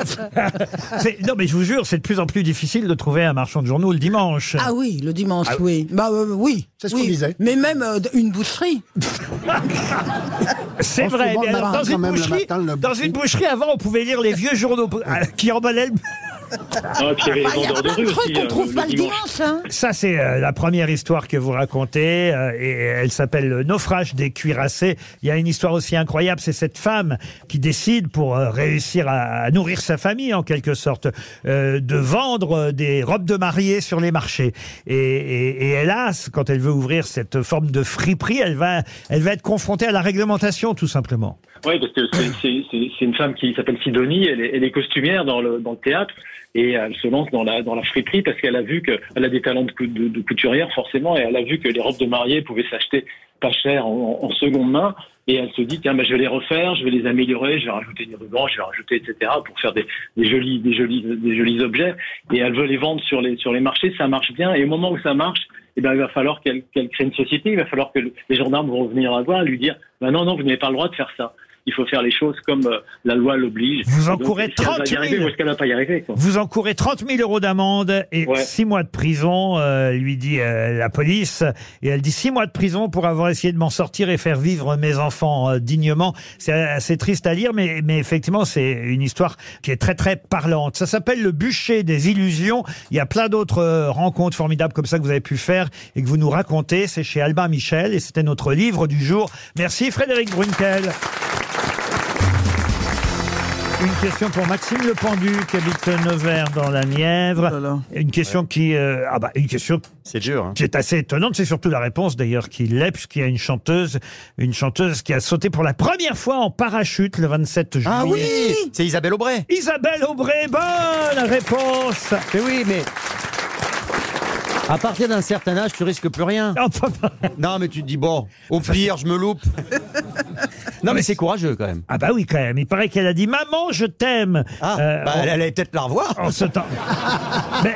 Speaker 2: C'est- non, mais je vous jure, c'est de plus en plus difficile de trouver un marchand de journaux le dimanche.
Speaker 5: Ah oui, le dimanche,
Speaker 2: Ah
Speaker 5: oui. Bah euh, oui.
Speaker 7: C'est
Speaker 5: ce qu'on disait. Mais même euh, d- une boucherie.
Speaker 2: C'est
Speaker 7: On se
Speaker 2: vrai,
Speaker 7: vend
Speaker 2: mais
Speaker 7: le
Speaker 2: alors, dans,
Speaker 7: matin quand
Speaker 2: une
Speaker 7: même, le
Speaker 2: boucherie,
Speaker 7: matin, le
Speaker 2: dans une boucherie, avant, on pouvait lire les vieux journaux euh, qui emballaient le.
Speaker 18: Ah, puis il y avait les
Speaker 5: Ah, il y a
Speaker 18: vendeurs de
Speaker 5: plein de
Speaker 18: rue
Speaker 5: trucs
Speaker 18: aussi,
Speaker 5: qu'on
Speaker 18: euh,
Speaker 5: trouve
Speaker 18: le
Speaker 5: pas le
Speaker 18: dimanche.
Speaker 5: dimanche. hein.
Speaker 2: Ça, c'est euh, la première histoire que vous racontez, euh, et elle s'appelle Le naufrage des cuirassés. Il y a une histoire aussi incroyable, c'est cette femme qui décide, pour euh, réussir à, à nourrir sa famille en quelque sorte, euh, de vendre euh, des robes de mariée sur les marchés. Et, et- et hélas, quand elle veut ouvrir cette forme de friperie, elle va, elle va être confrontée à la réglementation, tout simplement.
Speaker 18: Oui, parce que c'est- c'est c'est- c'est une femme qui s'appelle Sidonie, elle est, elle est costumière dans le, dans le théâtre et elle se lance dans la, dans la friperie parce qu'elle a vu que elle a des talents de, cou- de- de couturière forcément et elle a vu que les robes de mariée pouvaient s'acheter pas cher en, en- en seconde main et elle se dit tiens bah, je vais les refaire, je vais les améliorer, je vais rajouter des rubans, je vais rajouter etc pour faire des, des jolis des jolis des jolis objets et elle veut les vendre sur les sur les marchés, ça marche bien et au moment où ça marche eh ben, il va falloir qu'elle qu'elle crée une société, il va falloir que le- les gendarmes vont venir la voir et lui dire ben non, non, vous n'avez pas le droit de faire ça. Il faut faire les choses comme euh, la loi l'oblige.
Speaker 2: Vous
Speaker 18: Et donc,
Speaker 2: encourez
Speaker 18: est-ce qu'elle va
Speaker 2: 30
Speaker 18: y
Speaker 2: 000.
Speaker 18: arriver ou est-ce qu'elle va pas y arriver quoi.
Speaker 2: Vous encourez 30 000 euros d'amende et
Speaker 18: Ouais.
Speaker 2: 6 mois de prison, euh, lui dit euh, la police. Et elle dit 6 mois de prison pour avoir essayé de m'en sortir et faire vivre mes enfants euh, dignement. C'est assez triste à lire, mais, mais effectivement, c'est une histoire qui est très, très parlante. Ça s'appelle Le bûcher des illusions. Il y a plein d'autres euh, rencontres formidables comme ça que vous avez pu faire et que vous nous racontez. C'est chez Albin Michel et c'était notre livre du jour. Merci Frédéric Brunkel. Une question pour Maxime Le Pendu qui habite Nevers dans la Nièvre. Une question qui euh, ah bah une question c'est
Speaker 17: hein.
Speaker 2: dur qui est assez étonnante, c'est surtout la réponse d'ailleurs qui l'est puisqu'il y a une chanteuse, une chanteuse qui a sauté pour la première fois en parachute le 27 juillet.
Speaker 17: Ah oui C'est Isabelle Aubray
Speaker 2: Isabelle Aubray, bonne réponse
Speaker 17: Mais oui, mais... À partir d'un certain âge, tu risques plus rien.
Speaker 2: Ah,
Speaker 17: non, mais tu te dis, bon, au pire, je me loupe. Non, mais c'est courageux quand même.
Speaker 2: Ah bah oui quand même, il paraît qu'elle a dit maman, je t'aime. Euh,
Speaker 17: bah,
Speaker 2: en-
Speaker 17: elle allait peut-être la revoir.
Speaker 2: En ce temps. Mais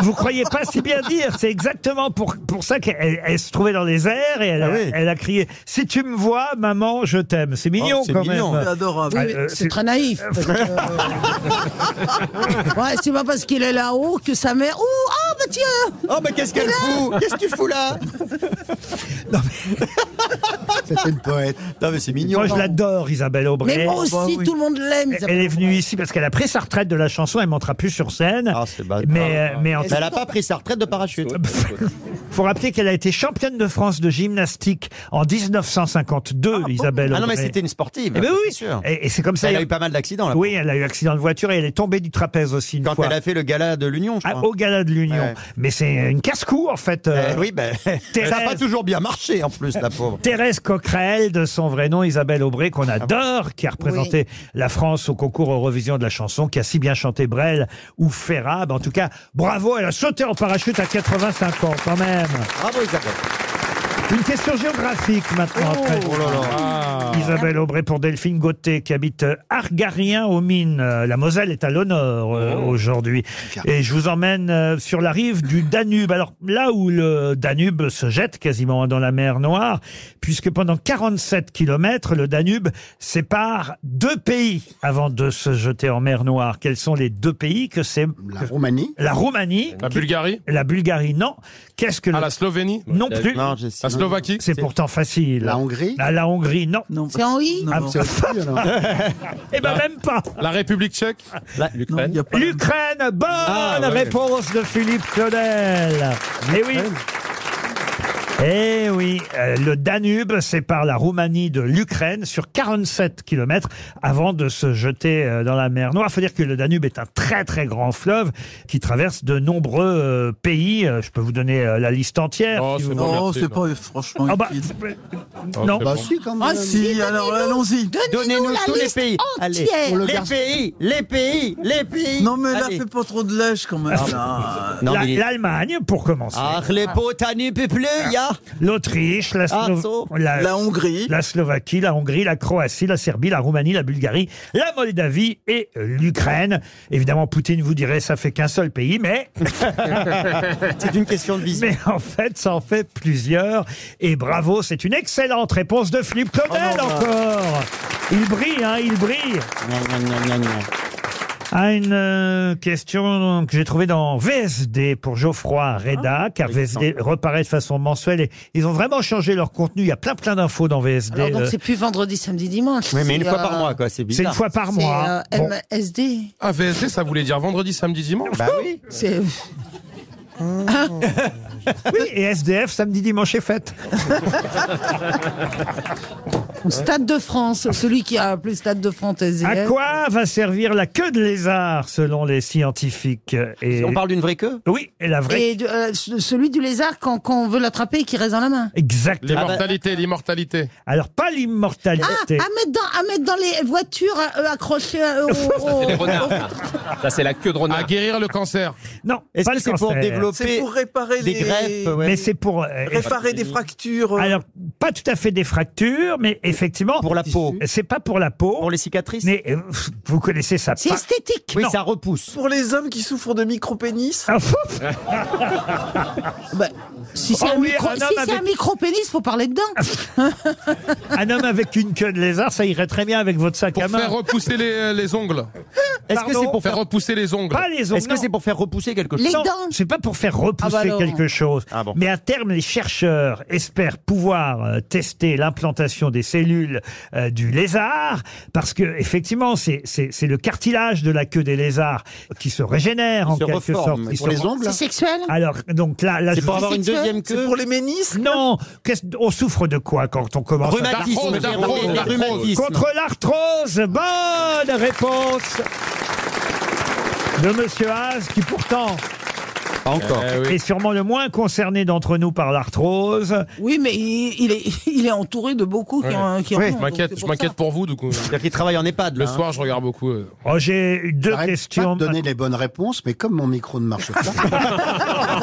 Speaker 2: vous croyez pas si bien dire. C'est exactement pour, pour ça qu'elle elle se trouvait dans les airs et
Speaker 17: Ah
Speaker 2: elle, a- elle a crié Si tu me vois, maman, je t'aime. C'est mignon
Speaker 6: Oh, c'est
Speaker 2: quand
Speaker 6: mignon.
Speaker 2: même.
Speaker 6: C'est adorable.
Speaker 2: Ah,
Speaker 6: Oui, mais
Speaker 2: euh,
Speaker 5: C'est très naïf. parce que, euh, ouais, c'est pas parce qu'il est là-haut que sa mère. Ouh, oh, bah tiens
Speaker 17: Oh, bah qu'est-ce qu'elle fout Qu'est-ce que tu fous là
Speaker 7: C'était une poète.
Speaker 17: Non, mais c'est
Speaker 2: Moi, je l'adore, Isabelle Aubray.
Speaker 5: Mais moi aussi, Bah oui. tout le monde l'aime,
Speaker 2: Elle
Speaker 5: Isabelle
Speaker 2: elle est venue ici parce qu'elle a pris sa retraite de la chanson, elle montera plus sur scène. mais, euh, mais en
Speaker 17: Ah, Mais elle n'a pas pris sa retraite de parachute.
Speaker 2: faut rappeler qu'elle a été championne de France de gymnastique en 1952, Isabelle
Speaker 17: Ah non, mais
Speaker 2: Aubray.
Speaker 17: c'était une sportive,
Speaker 2: Eh ben
Speaker 17: c'est
Speaker 2: oui,
Speaker 17: sûr.
Speaker 2: Et, et c'est comme ça.
Speaker 17: Elle a eu pas mal d'accidents, là.
Speaker 2: Oui, elle a eu accident de voiture et elle est tombée du trapèze aussi une
Speaker 17: Quand
Speaker 2: fois.
Speaker 17: elle a fait le gala de l'Union, je
Speaker 2: Ah,
Speaker 17: crois.
Speaker 2: au gala de l'Union.
Speaker 17: Ouais.
Speaker 2: Mais c'est une casse-cou, en fait. euh,
Speaker 17: Eh oui, ben, ça n'a pas
Speaker 2: Thérèse.
Speaker 17: toujours bien marché, en plus, la pauvre. Ah
Speaker 2: Thérèse Coquerel, de son vrai nom, Isabelle Aubray, qu'on adore, qui a représenté la France au concours Eurovision de la chanson, qui a si bien chanté Brel ou Ferrab. En tout cas, bravo, elle a sauté en parachute à 85 ans, quand même.
Speaker 17: Bravo, Isabelle.
Speaker 2: Une question géographique maintenant. après. Isabelle Aubray pour Delphine Gauthier qui habite euh, Argarien aux mines. Euh, La Moselle est à l'honneur euh, aujourd'hui. Et je vous emmène euh, sur la rive du Danube. Alors là où le Danube se jette quasiment hein, dans la mer Noire, puisque pendant 47 kilomètres, le Danube sépare deux pays avant de se jeter en mer Noire. Quels sont les deux pays que c'est La
Speaker 7: Roumanie.
Speaker 2: La Roumanie.
Speaker 8: La Bulgarie.
Speaker 2: La Bulgarie, non. Qu'est-ce que
Speaker 8: Ah,
Speaker 2: le-
Speaker 8: la Slovénie
Speaker 2: Non plus.
Speaker 8: Non, je sais. La Slovaquie
Speaker 2: C'est pourtant facile. La Hongrie La Hongrie, non.
Speaker 5: C'est en I
Speaker 2: Ah,
Speaker 8: c'est aussi, alors.
Speaker 2: Eh ben même pas.
Speaker 8: La République tchèque L'Ukraine
Speaker 2: L'Ukraine, bonne
Speaker 8: Ah, ouais.
Speaker 2: réponse de Philippe Claudel. Eh oui. Eh oui, euh, le Danube sépare la Roumanie de l'Ukraine sur 47 kilomètres avant de se jeter euh, dans la mer Noire. Il faut dire que le Danube est un très très grand fleuve qui traverse de nombreux euh, pays. Euh, Je peux vous donner euh, la liste entière. si vous voulez.
Speaker 6: Non, Oh, c'est pas franchement
Speaker 2: Ah bah,
Speaker 6: utile.
Speaker 2: non.
Speaker 6: Bah si, quand même. Ah si, alors allons-y.
Speaker 17: Donnez-nous tous les pays. Allez,
Speaker 6: Pour le
Speaker 17: les
Speaker 6: garçon.
Speaker 17: pays, les pays, les pays.
Speaker 6: Non, mais là,
Speaker 17: Allez.
Speaker 6: fais pas trop de lèche quand même. là.
Speaker 17: Ah, Non,
Speaker 2: La-
Speaker 17: mais il-
Speaker 2: L'Allemagne, pour commencer.
Speaker 17: Ah, les potes à nu peuplé, ya.
Speaker 2: L'Autriche, la, Slo-
Speaker 17: Arceau.
Speaker 6: La Hongrie.
Speaker 2: la Slovaquie, la Hongrie, la Croatie, la Serbie, la Roumanie, la Bulgarie, la Moldavie et l'Ukraine. Évidemment, Poutine vous dirait ça fait qu'un seul pays, mais
Speaker 17: C'est une question de vision.
Speaker 2: mais en fait, ça en fait plusieurs. Et bravo, c'est une excellente réponse de Philippe Claudel
Speaker 17: Oh, non, bah.
Speaker 2: encore. Il brille, hein, il brille. À une euh, question que j'ai trouvée dans VSD pour Geoffroy
Speaker 17: Ah,
Speaker 2: Reda, car VSD reparaît de façon mensuelle et ils ont vraiment changé leur contenu. Il y a plein plein d'infos dans VSD.
Speaker 5: Alors
Speaker 2: euh,
Speaker 5: donc c'est plus vendredi, samedi, dimanche.
Speaker 8: Oui, mais une
Speaker 5: c'est,
Speaker 8: fois par mois, quoi, c'est
Speaker 2: C'est
Speaker 8: bizarre.
Speaker 2: une fois par
Speaker 5: c'est,
Speaker 2: mois,
Speaker 5: euh,
Speaker 2: hein. Bon.
Speaker 5: MSD.
Speaker 8: Ah, VSD, ça voulait dire vendredi, samedi, dimanche
Speaker 17: Bah oui.
Speaker 5: C'est.
Speaker 2: Ah. Oui, et SDF, samedi, dimanche et fête.
Speaker 5: Stade de France, celui qui a appelé Stade de France.
Speaker 2: À quoi va servir la queue de lézard selon les scientifiques et...
Speaker 17: On parle d'une vraie queue
Speaker 2: Oui, et la vraie.
Speaker 5: Et de- euh, ce- celui du lézard quand, quand on veut l'attraper et qui reste dans la main.
Speaker 2: Exactement.
Speaker 8: L'immortalité, l'immortalité.
Speaker 2: Alors, pas
Speaker 5: Ah, à
Speaker 2: l'immortalité.
Speaker 5: mettre dans, à mettre dans les voitures euh, accrochées euh, au. au-
Speaker 10: les
Speaker 5: au-
Speaker 10: renards. Ça, c'est la queue de renard.
Speaker 8: À guérir le cancer.
Speaker 2: Non,
Speaker 17: Est-ce
Speaker 2: pas
Speaker 17: que
Speaker 2: le
Speaker 17: c'est pour
Speaker 2: cancer.
Speaker 6: C'est
Speaker 17: développer
Speaker 6: pour réparer
Speaker 17: des
Speaker 6: les...
Speaker 17: greffes ouais.
Speaker 2: Mais c'est pour. euh,
Speaker 6: Réparer des
Speaker 5: euh.
Speaker 6: fractures.
Speaker 2: Alors, pas tout à fait des fractures, mais effectivement.
Speaker 17: Pour la peau,
Speaker 2: C'est pas pour la peau.
Speaker 17: pour les cicatrices
Speaker 2: Mais euh, vous connaissez ça.
Speaker 5: C'est
Speaker 2: pas-
Speaker 5: esthétique.
Speaker 17: Oui,
Speaker 2: non.
Speaker 17: ça repousse.
Speaker 6: Pour les hommes qui souffrent de micro-pénis.
Speaker 2: Ah, fouf
Speaker 5: Bah, si c'est
Speaker 2: Oh
Speaker 5: un
Speaker 2: oui,
Speaker 5: micro,
Speaker 2: un homme
Speaker 5: si c'est un
Speaker 2: avec-
Speaker 5: micro-pénis, faut parler dedans.
Speaker 2: Un homme avec une queue de lézard, ça irait très bien avec votre sac
Speaker 8: Pour
Speaker 2: à main.
Speaker 8: faire repousser les, euh, les ongles.
Speaker 17: Est-ce que
Speaker 2: Pardon
Speaker 17: c'est pour
Speaker 8: Faire
Speaker 17: faire
Speaker 8: repousser les ongles.
Speaker 2: Pas les ongles.
Speaker 17: Est-ce que
Speaker 2: non.
Speaker 17: c'est pour faire repousser quelque chose
Speaker 5: Les
Speaker 2: Non,
Speaker 5: dents.
Speaker 2: C'est pas pour faire repousser
Speaker 5: Ah bah non.
Speaker 2: quelque chose.
Speaker 17: Ah bon.
Speaker 2: Mais à terme, les chercheurs espèrent pouvoir euh, tester l'implantation des cellules euh, du lézard, parce que effectivement, c'est c'est- c'est le cartilage de la queue des lézards qui se régénère en
Speaker 17: se
Speaker 2: quelque
Speaker 17: reforme.
Speaker 2: sorte. Il
Speaker 17: Pour
Speaker 2: se-
Speaker 17: les ongles hein.
Speaker 5: C'est sexuel
Speaker 2: Alors donc là, là
Speaker 17: C'est
Speaker 2: je
Speaker 17: pour
Speaker 2: vous-
Speaker 17: avoir une
Speaker 5: sexuel
Speaker 17: deuxième queue
Speaker 6: Pour les ménisques.
Speaker 2: non. Qu'est-ce- On souffre de quoi quand on commence à...
Speaker 17: Rhumatisme,
Speaker 8: D'arthrose,
Speaker 17: rhumatisme.
Speaker 8: d'arthrose,
Speaker 17: Rhumatisme.
Speaker 2: Contre l'arthrose, bonne réponse de Monsieur Haas, qui pourtant
Speaker 17: Encore.
Speaker 8: Eh oui.
Speaker 2: est sûrement le moins concerné d'entre nous par l'arthrose.
Speaker 9: Oui, mais il, il est, il est entouré de beaucoup qui ont. Qui en
Speaker 17: Oui.
Speaker 9: ont,
Speaker 8: Je
Speaker 9: donc
Speaker 8: m'inquiète,
Speaker 9: c'est
Speaker 8: je
Speaker 9: pour
Speaker 8: m'inquiète
Speaker 9: ça.
Speaker 8: pour vous, du coup.
Speaker 17: C'est-à-dire qu'il travaille en EHPAD.
Speaker 8: Le
Speaker 17: là, hein.
Speaker 8: soir, je regarde beaucoup. euh.
Speaker 2: Oh, j'ai eu deux
Speaker 7: J'arrête
Speaker 2: questions.
Speaker 7: pas de donner les bonnes réponses, mais comme mon micro ne marche pas,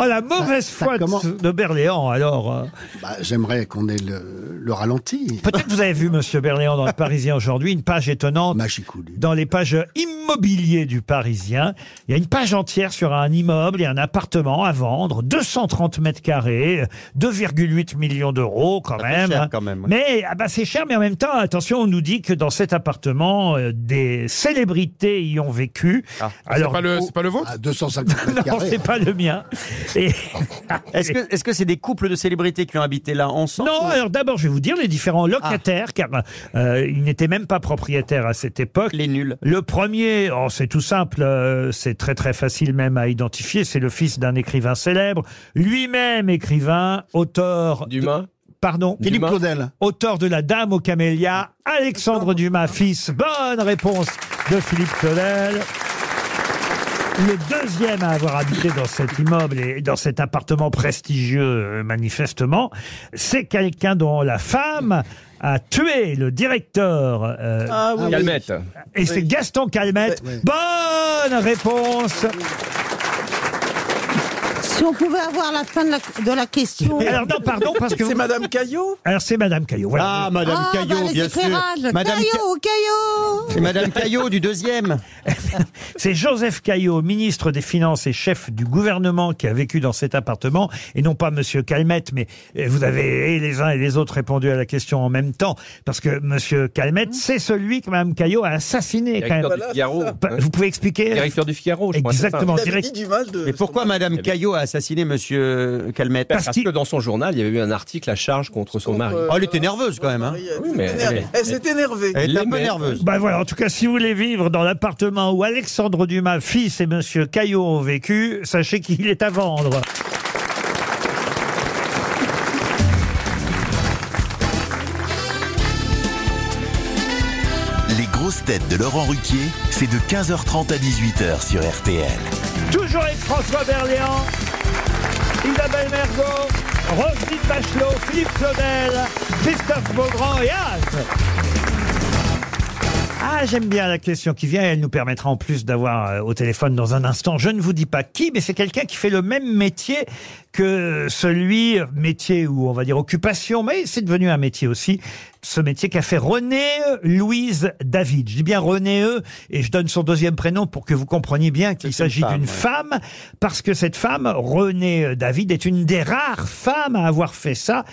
Speaker 2: Oh, la mauvaise foi de-
Speaker 7: commence.
Speaker 2: de Berléand, alors. euh.
Speaker 7: bah, j'aimerais qu'on ait le, le ralenti.
Speaker 2: Peut-être vous avez vu, monsieur Berléand, dans le Parisien aujourd'hui, une page étonnante
Speaker 7: Machicoulu.
Speaker 2: dans les pages immenses l'immobilier du Parisien. Il y a une page entière sur un immeuble et un appartement à vendre, 230 mètres carrés, 2,8 millions d'euros quand, même,
Speaker 17: Ah, cher
Speaker 2: hein.
Speaker 17: quand même, ouais.
Speaker 2: Mais ah bah, c'est cher, mais en même temps, attention, on nous dit que dans cet appartement, euh, des célébrités y ont vécu.
Speaker 8: c'est pas le- c'est pas le
Speaker 2: Ah,
Speaker 8: vôtre
Speaker 7: 250
Speaker 2: mètres Non,
Speaker 17: carrés.
Speaker 2: c'est pas le mien. Et-
Speaker 17: Est-ce que est-ce que c'est des couples de célébrités qui ont habité là ensemble Ah.
Speaker 2: Non, alors d'abord, je vais vous dire les différents locataires, car euh, ils n'étaient même pas propriétaires à cette époque. Les nuls. Le premier, oh, c'est tout simple, euh, c'est très très facile même à identifier, c'est le fils d'un écrivain célèbre, lui-même écrivain, auteur... Dumas Pardon
Speaker 7: Philippe Dumas Claudel.
Speaker 2: Auteur de La Dame aux Camélias, Alexandre Dumas, fils. Bonne réponse de Philippe Claudel. Le deuxième à avoir habité dans cet immeuble et dans cet appartement prestigieux, euh, manifestement, c'est quelqu'un dont la femme a tué le directeur. euh,
Speaker 4: Ah oui. Calmette.
Speaker 2: Et c'est
Speaker 4: Oui.
Speaker 2: Gaston Calmette. Bonne réponse.
Speaker 5: Si on pouvait avoir la fin de la, de la question.
Speaker 2: Alors non, pardon, parce que...
Speaker 5: C'est
Speaker 2: Madame Caillot Alors c'est Madame Caillot. voilà.
Speaker 17: Ah, Madame
Speaker 5: Ah,
Speaker 17: Caillot,
Speaker 5: bah, les
Speaker 17: bien sûr.
Speaker 5: éclairages.
Speaker 17: Madame
Speaker 5: Caillot, Caillot
Speaker 17: C'est Madame Caillot du deuxième.
Speaker 2: C'est Joseph Caillot, ministre des Finances et chef du gouvernement, qui a vécu dans cet appartement, et non pas Monsieur Calmette, mais euh, vous avez et les uns et les autres répondu à la question en même temps, parce que Monsieur Calmette, c'est celui que Madame Caillot a assassiné. Quand même.
Speaker 4: Directeur du Figaro.
Speaker 2: Pa-
Speaker 8: Hein
Speaker 2: Vous pouvez expliquer
Speaker 4: Directeur du Figaro, je crois, c'est ça.
Speaker 2: Exactement.
Speaker 4: Il avait
Speaker 2: direct-
Speaker 4: dit du mal de-
Speaker 17: Mais pourquoi Madame Caillot a assassiné Monsieur Calmette
Speaker 4: Parce que dans son journal, il y avait eu un article à charge contre son mari.
Speaker 17: Oh, elle était nerveuse quand même. Hein.
Speaker 4: Oui, mais
Speaker 6: Elle, elle s'est énervée.
Speaker 17: Elle est un peu nerveuse.
Speaker 2: Bah voilà, en tout cas, si vous voulez vivre dans l'appartement où Alexandre Dumas, fils et Monsieur Caillot ont vécu, sachez qu'il est à vendre.
Speaker 1: Les grosses têtes de Laurent Ruquier, c'est de 15h30 à 18h sur RTL.
Speaker 2: Toujours avec François Berléand, Isabelle Mergot, Roselyne Bachelot, Philippe Claudel, Christophe
Speaker 17: Oh,
Speaker 2: Beaugrand et Anne. Ah, j'aime bien la question qui vient. Elle nous permettra en plus d'avoir euh, au téléphone dans un instant. Je ne vous dis pas qui, mais c'est quelqu'un qui fait le même métier que celui, euh, métier ou on va dire occupation, mais c'est devenu un métier aussi. Ce métier qu'a fait René euh, Louise David. Je dis bien René E, et je donne son deuxième prénom pour que vous compreniez bien qu'il s'agit d'une femme, parce que cette femme, René euh, David, est une des rares femmes à avoir fait ça.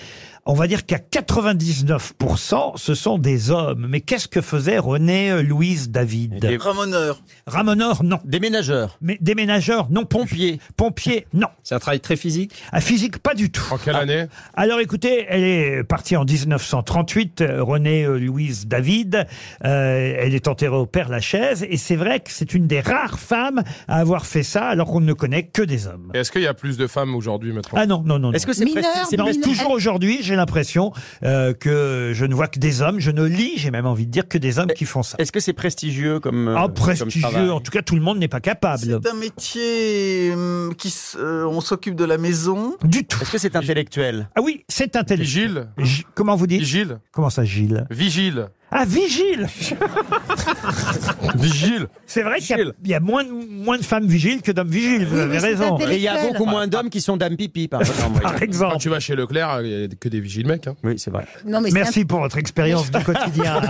Speaker 2: On va dire qu'à 99%, ce sont des hommes. Mais qu'est-ce que faisait René euh, Louise David
Speaker 6: Des ramoneurs.
Speaker 2: Ramoneurs, non. Déménageurs. Mais déménageurs, non. Pompiers. Pompiers, non.
Speaker 4: C'est un travail très physique
Speaker 2: Ah, physique, pas du tout. En
Speaker 8: quelle année
Speaker 2: Alors écoutez, elle est partie en 1938, euh, Renée euh, Louise David. Euh, elle est enterrée au Père Lachaise. Et c'est vrai que c'est une des rares femmes à avoir fait ça, alors qu'on ne connaît que des hommes.
Speaker 8: Est-ce qu'il y a plus de femmes aujourd'hui maintenant
Speaker 2: Ah non, non, non. non.
Speaker 8: Est-ce que c'est Mineure, presti-
Speaker 2: C'est
Speaker 8: mineure.
Speaker 2: toujours aujourd'hui, j'ai l'impression euh, que je ne vois que des hommes, je ne lis, j'ai même envie de dire que des hommes qui font ça.
Speaker 17: Est-ce que c'est prestigieux comme euh,
Speaker 2: Ah,
Speaker 17: comme travail
Speaker 2: prestigieux, en tout cas, tout le monde n'est pas capable.
Speaker 6: C'est un métier hum, qui s- euh, on s'occupe de la maison.
Speaker 2: Du tout.
Speaker 17: Est-ce que c'est intellectuel
Speaker 2: Ah oui, c'est intelligent. Gilles Comment vous dites
Speaker 8: Vigile.
Speaker 2: Comment ça, Gilles
Speaker 8: Vigile.
Speaker 2: Ah, vigile
Speaker 8: Vigile.
Speaker 2: C'est vrai qu'il y a- il y, a moins de, moins de femmes vigiles que d'hommes vigiles, vous
Speaker 17: Oui,
Speaker 2: avez
Speaker 17: mais c'est
Speaker 2: raison.
Speaker 17: intellectuel. Et il y a beaucoup moins d'hommes qui sont dames pipi, par exemple.
Speaker 2: Par exemple.
Speaker 8: Quand Ah, tu vas chez Leclerc, il n'y a que des vigiles mecs. hein.
Speaker 17: Oui, c'est vrai.
Speaker 5: Non, mais c'est
Speaker 2: Merci
Speaker 5: un-
Speaker 2: pour votre expérience du quotidien.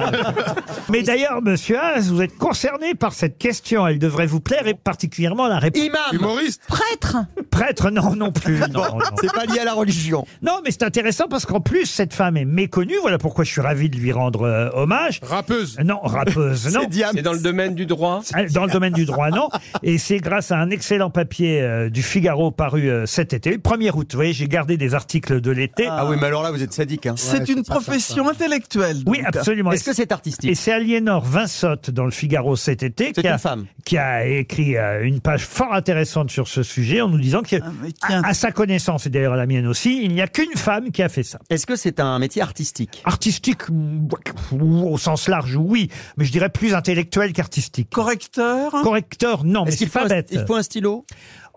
Speaker 2: Mais d'ailleurs, monsieur Haas, vous êtes concerné par cette question. Elle devrait vous plaire et particulièrement la réponse.
Speaker 17: Imam
Speaker 8: Humoriste
Speaker 5: Prêtre
Speaker 2: Prêtre, non, non plus. non, non.
Speaker 17: C'est pas lié à la religion.
Speaker 2: Non, mais c'est intéressant parce qu'en plus, cette femme est méconnue. Voilà pourquoi je suis ravi de lui rendre euh, hommage.
Speaker 8: Rappeuse.
Speaker 2: Non, rappeuse, non.
Speaker 4: C'est dans le domaine du droit.
Speaker 2: Euh, Dans le domaine du droit, non. Et c'est grâce à un excellent papier euh, du Figaro paru euh, cet été, le 1er août. Vous voyez, j'ai gardé des articles de l'été.
Speaker 17: Ah oui, mais alors là, vous êtes sadique. Hein.
Speaker 6: C'est une profession intellectuelle.
Speaker 2: Oui,
Speaker 6: donc.
Speaker 2: absolument.
Speaker 17: Est-ce que c'est artistique
Speaker 2: Et c'est Aliénor Vinsotte dans le Figaro cet été
Speaker 17: C'est
Speaker 2: qui a,
Speaker 17: une femme.
Speaker 2: qui a écrit euh, une page fort intéressante sur ce sujet en nous disant que, à, à sa connaissance, et d'ailleurs à la mienne aussi, il n'y a qu'une femme qui a fait ça.
Speaker 17: Est-ce que c'est un métier artistique
Speaker 2: Artistique, mm, ou au sens large, oui, mais je dirais plus intellectuel qu'artistique.
Speaker 6: Correcteur
Speaker 2: Correcteur, non, mais
Speaker 17: Est-ce
Speaker 2: c'est
Speaker 17: qu'il faut,
Speaker 2: pas
Speaker 17: un-
Speaker 2: bête.
Speaker 17: il faut un stylo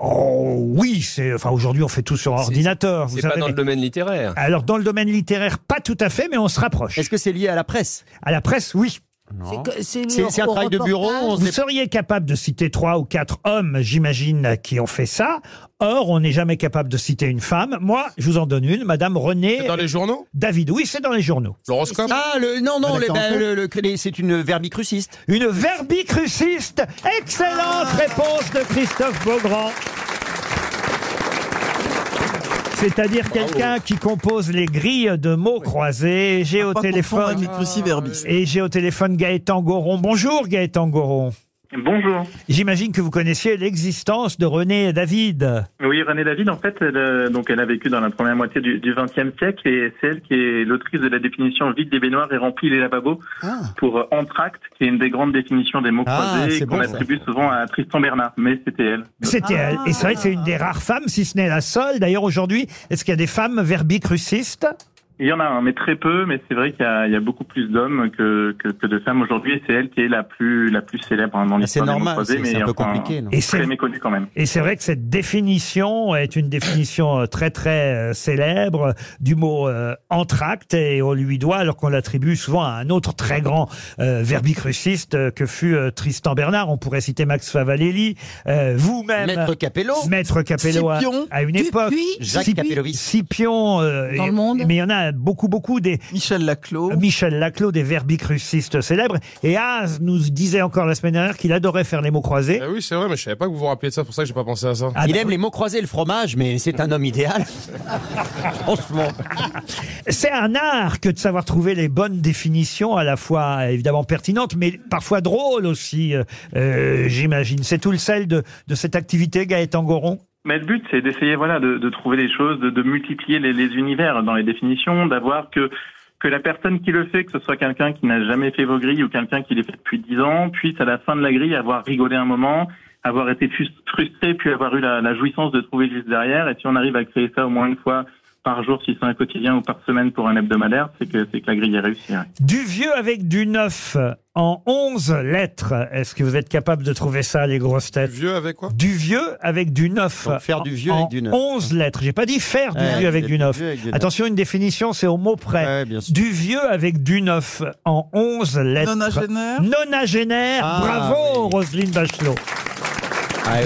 Speaker 2: Oh oui, c'est enfin aujourd'hui on fait tout sur ordinateur, vous
Speaker 4: C'est pas
Speaker 2: savez.
Speaker 4: dans le domaine littéraire.
Speaker 2: Alors dans le domaine littéraire, pas tout à fait, mais on se rapproche.
Speaker 17: Est-ce que c'est lié à la presse
Speaker 2: À la presse, oui.
Speaker 5: C'est que- c'est
Speaker 17: C'est- c'est un
Speaker 5: au
Speaker 17: travail de bureau,
Speaker 5: reportage.
Speaker 17: on
Speaker 2: Vous seriez capable de citer trois ou quatre hommes, j'imagine, qui ont fait ça. Or, on n'est jamais capable de citer une femme. Moi, je vous en donne une, Madame Renée.
Speaker 8: dans les journaux
Speaker 2: David, oui, c'est dans les journaux.
Speaker 8: L'horoscope
Speaker 17: Ah, le, non, non, les- ben, le- le- les- c'est une verbicruciste.
Speaker 2: Une verbicruciste Excellente réponse de Christophe Beaugrand. C'est-à-dire quelqu'un qui compose les grilles de mots croisés. J'ai au téléphone. Et j'ai au téléphone Gaëtan Goron. Bonjour Gaëtan Goron.
Speaker 19: Bonjour.
Speaker 2: J'imagine que vous connaissiez l'existence de René et David.
Speaker 19: Oui, René David, en fait, elle, euh, donc elle a vécu dans la première moitié du XXe siècle et c'est elle qui est l'autrice de la définition vide des baignoires et remplit les lavabos pour euh, entracte, qui est une des grandes définitions des mots
Speaker 2: Ah,
Speaker 19: croisés
Speaker 2: c'est
Speaker 19: qu'on
Speaker 2: bon, ça.
Speaker 19: attribue souvent à Tristan Bernard, mais c'était elle. Ah.
Speaker 2: C'était elle. Et c'est vrai que c'est une des rares femmes, si ce n'est la seule. D'ailleurs, aujourd'hui, est-ce qu'il y a des femmes verbicrucistes
Speaker 19: Il y en a un, mais très peu, mais c'est vrai qu'il y, a- il y a beaucoup plus d'hommes que, que, que de femmes aujourd'hui et c'est elle qui est la plus, la plus célèbre hein, dans l'histoire des mots
Speaker 17: normal,
Speaker 19: croisés,
Speaker 17: c'est-
Speaker 19: mais
Speaker 17: c'est un peu
Speaker 19: enfin,
Speaker 17: compliqué, non
Speaker 2: Et c'est-
Speaker 19: très méconnue quand même.
Speaker 2: Et c'est vrai que cette définition est une définition euh, très très euh, célèbre euh, du mot euh, entracte et on lui doit, alors qu'on l'attribue souvent à un autre très grand euh, verbicruciste euh, que fut euh, Tristan Bernard. On pourrait citer Max Favalelli, euh, vous-même,
Speaker 17: Maître Capello.
Speaker 2: Maître Capello à,
Speaker 17: Scipion.
Speaker 2: à une époque,
Speaker 17: Dupuis. Jacques
Speaker 2: Scipi-
Speaker 17: Capellovis.
Speaker 2: Scipion, euh,
Speaker 17: Dans
Speaker 2: et-
Speaker 17: le monde.
Speaker 2: mais il y en a beaucoup beaucoup des Euh,
Speaker 6: Michel Laclos,
Speaker 2: Michel Laclos, des verbicrucistes célèbres. Et Haas nous disait encore la semaine dernière qu'il adorait faire les mots croisés.
Speaker 8: Ah oui, c'est vrai, mais je savais pas que vous vous rappeliez de ça, c'est pour ça que j'ai pas pensé à ça.
Speaker 2: Ah,
Speaker 17: Il
Speaker 2: bah-
Speaker 17: aime les mots croisés et le fromage, mais c'est un homme idéal. Franchement.
Speaker 2: C'est un art que de savoir trouver les bonnes définitions, à la fois euh, évidemment pertinentes, mais parfois drôles aussi, euh, euh, j'imagine. C'est tout le sel de, de cette activité, Gaëtan Goron
Speaker 19: Mais le but, c'est d'essayer voilà, de, de trouver les choses, de, de multiplier les, les univers dans les définitions, d'avoir que, que la personne qui le fait, que ce soit quelqu'un qui n'a jamais fait vos grilles ou quelqu'un qui les fait depuis 10 ans, puisse à la fin de la grille avoir rigolé un moment, avoir été fus- frustré, puis avoir eu la, la jouissance de trouver juste derrière. Et si on arrive à créer ça au moins une fois par jour, si c'est un quotidien ou par semaine pour un hebdomadaire, c'est que, c'est que la grille est réussie. ouais.
Speaker 2: Du vieux avec du neuf, en 11 lettres. Est-ce que vous êtes capable de trouver ça, les grosses têtes Du
Speaker 8: vieux avec quoi
Speaker 2: Du vieux avec du neuf.
Speaker 17: Donc, faire du vieux avec
Speaker 2: En- en
Speaker 17: du neuf.
Speaker 2: 11 lettres. J'ai pas dit faire du
Speaker 17: Ouais,
Speaker 2: vieux avec
Speaker 17: c'est
Speaker 2: du
Speaker 17: du
Speaker 2: neuf.
Speaker 17: vieux avec du neuf.
Speaker 2: Attention, une définition, c'est au mot près. du vieux avec du neuf, en 11 lettres.
Speaker 6: Nonagénaire
Speaker 2: Nonagénaire.
Speaker 6: Ah,
Speaker 2: Bravo, Roselyne Bachelot.
Speaker 17: Ah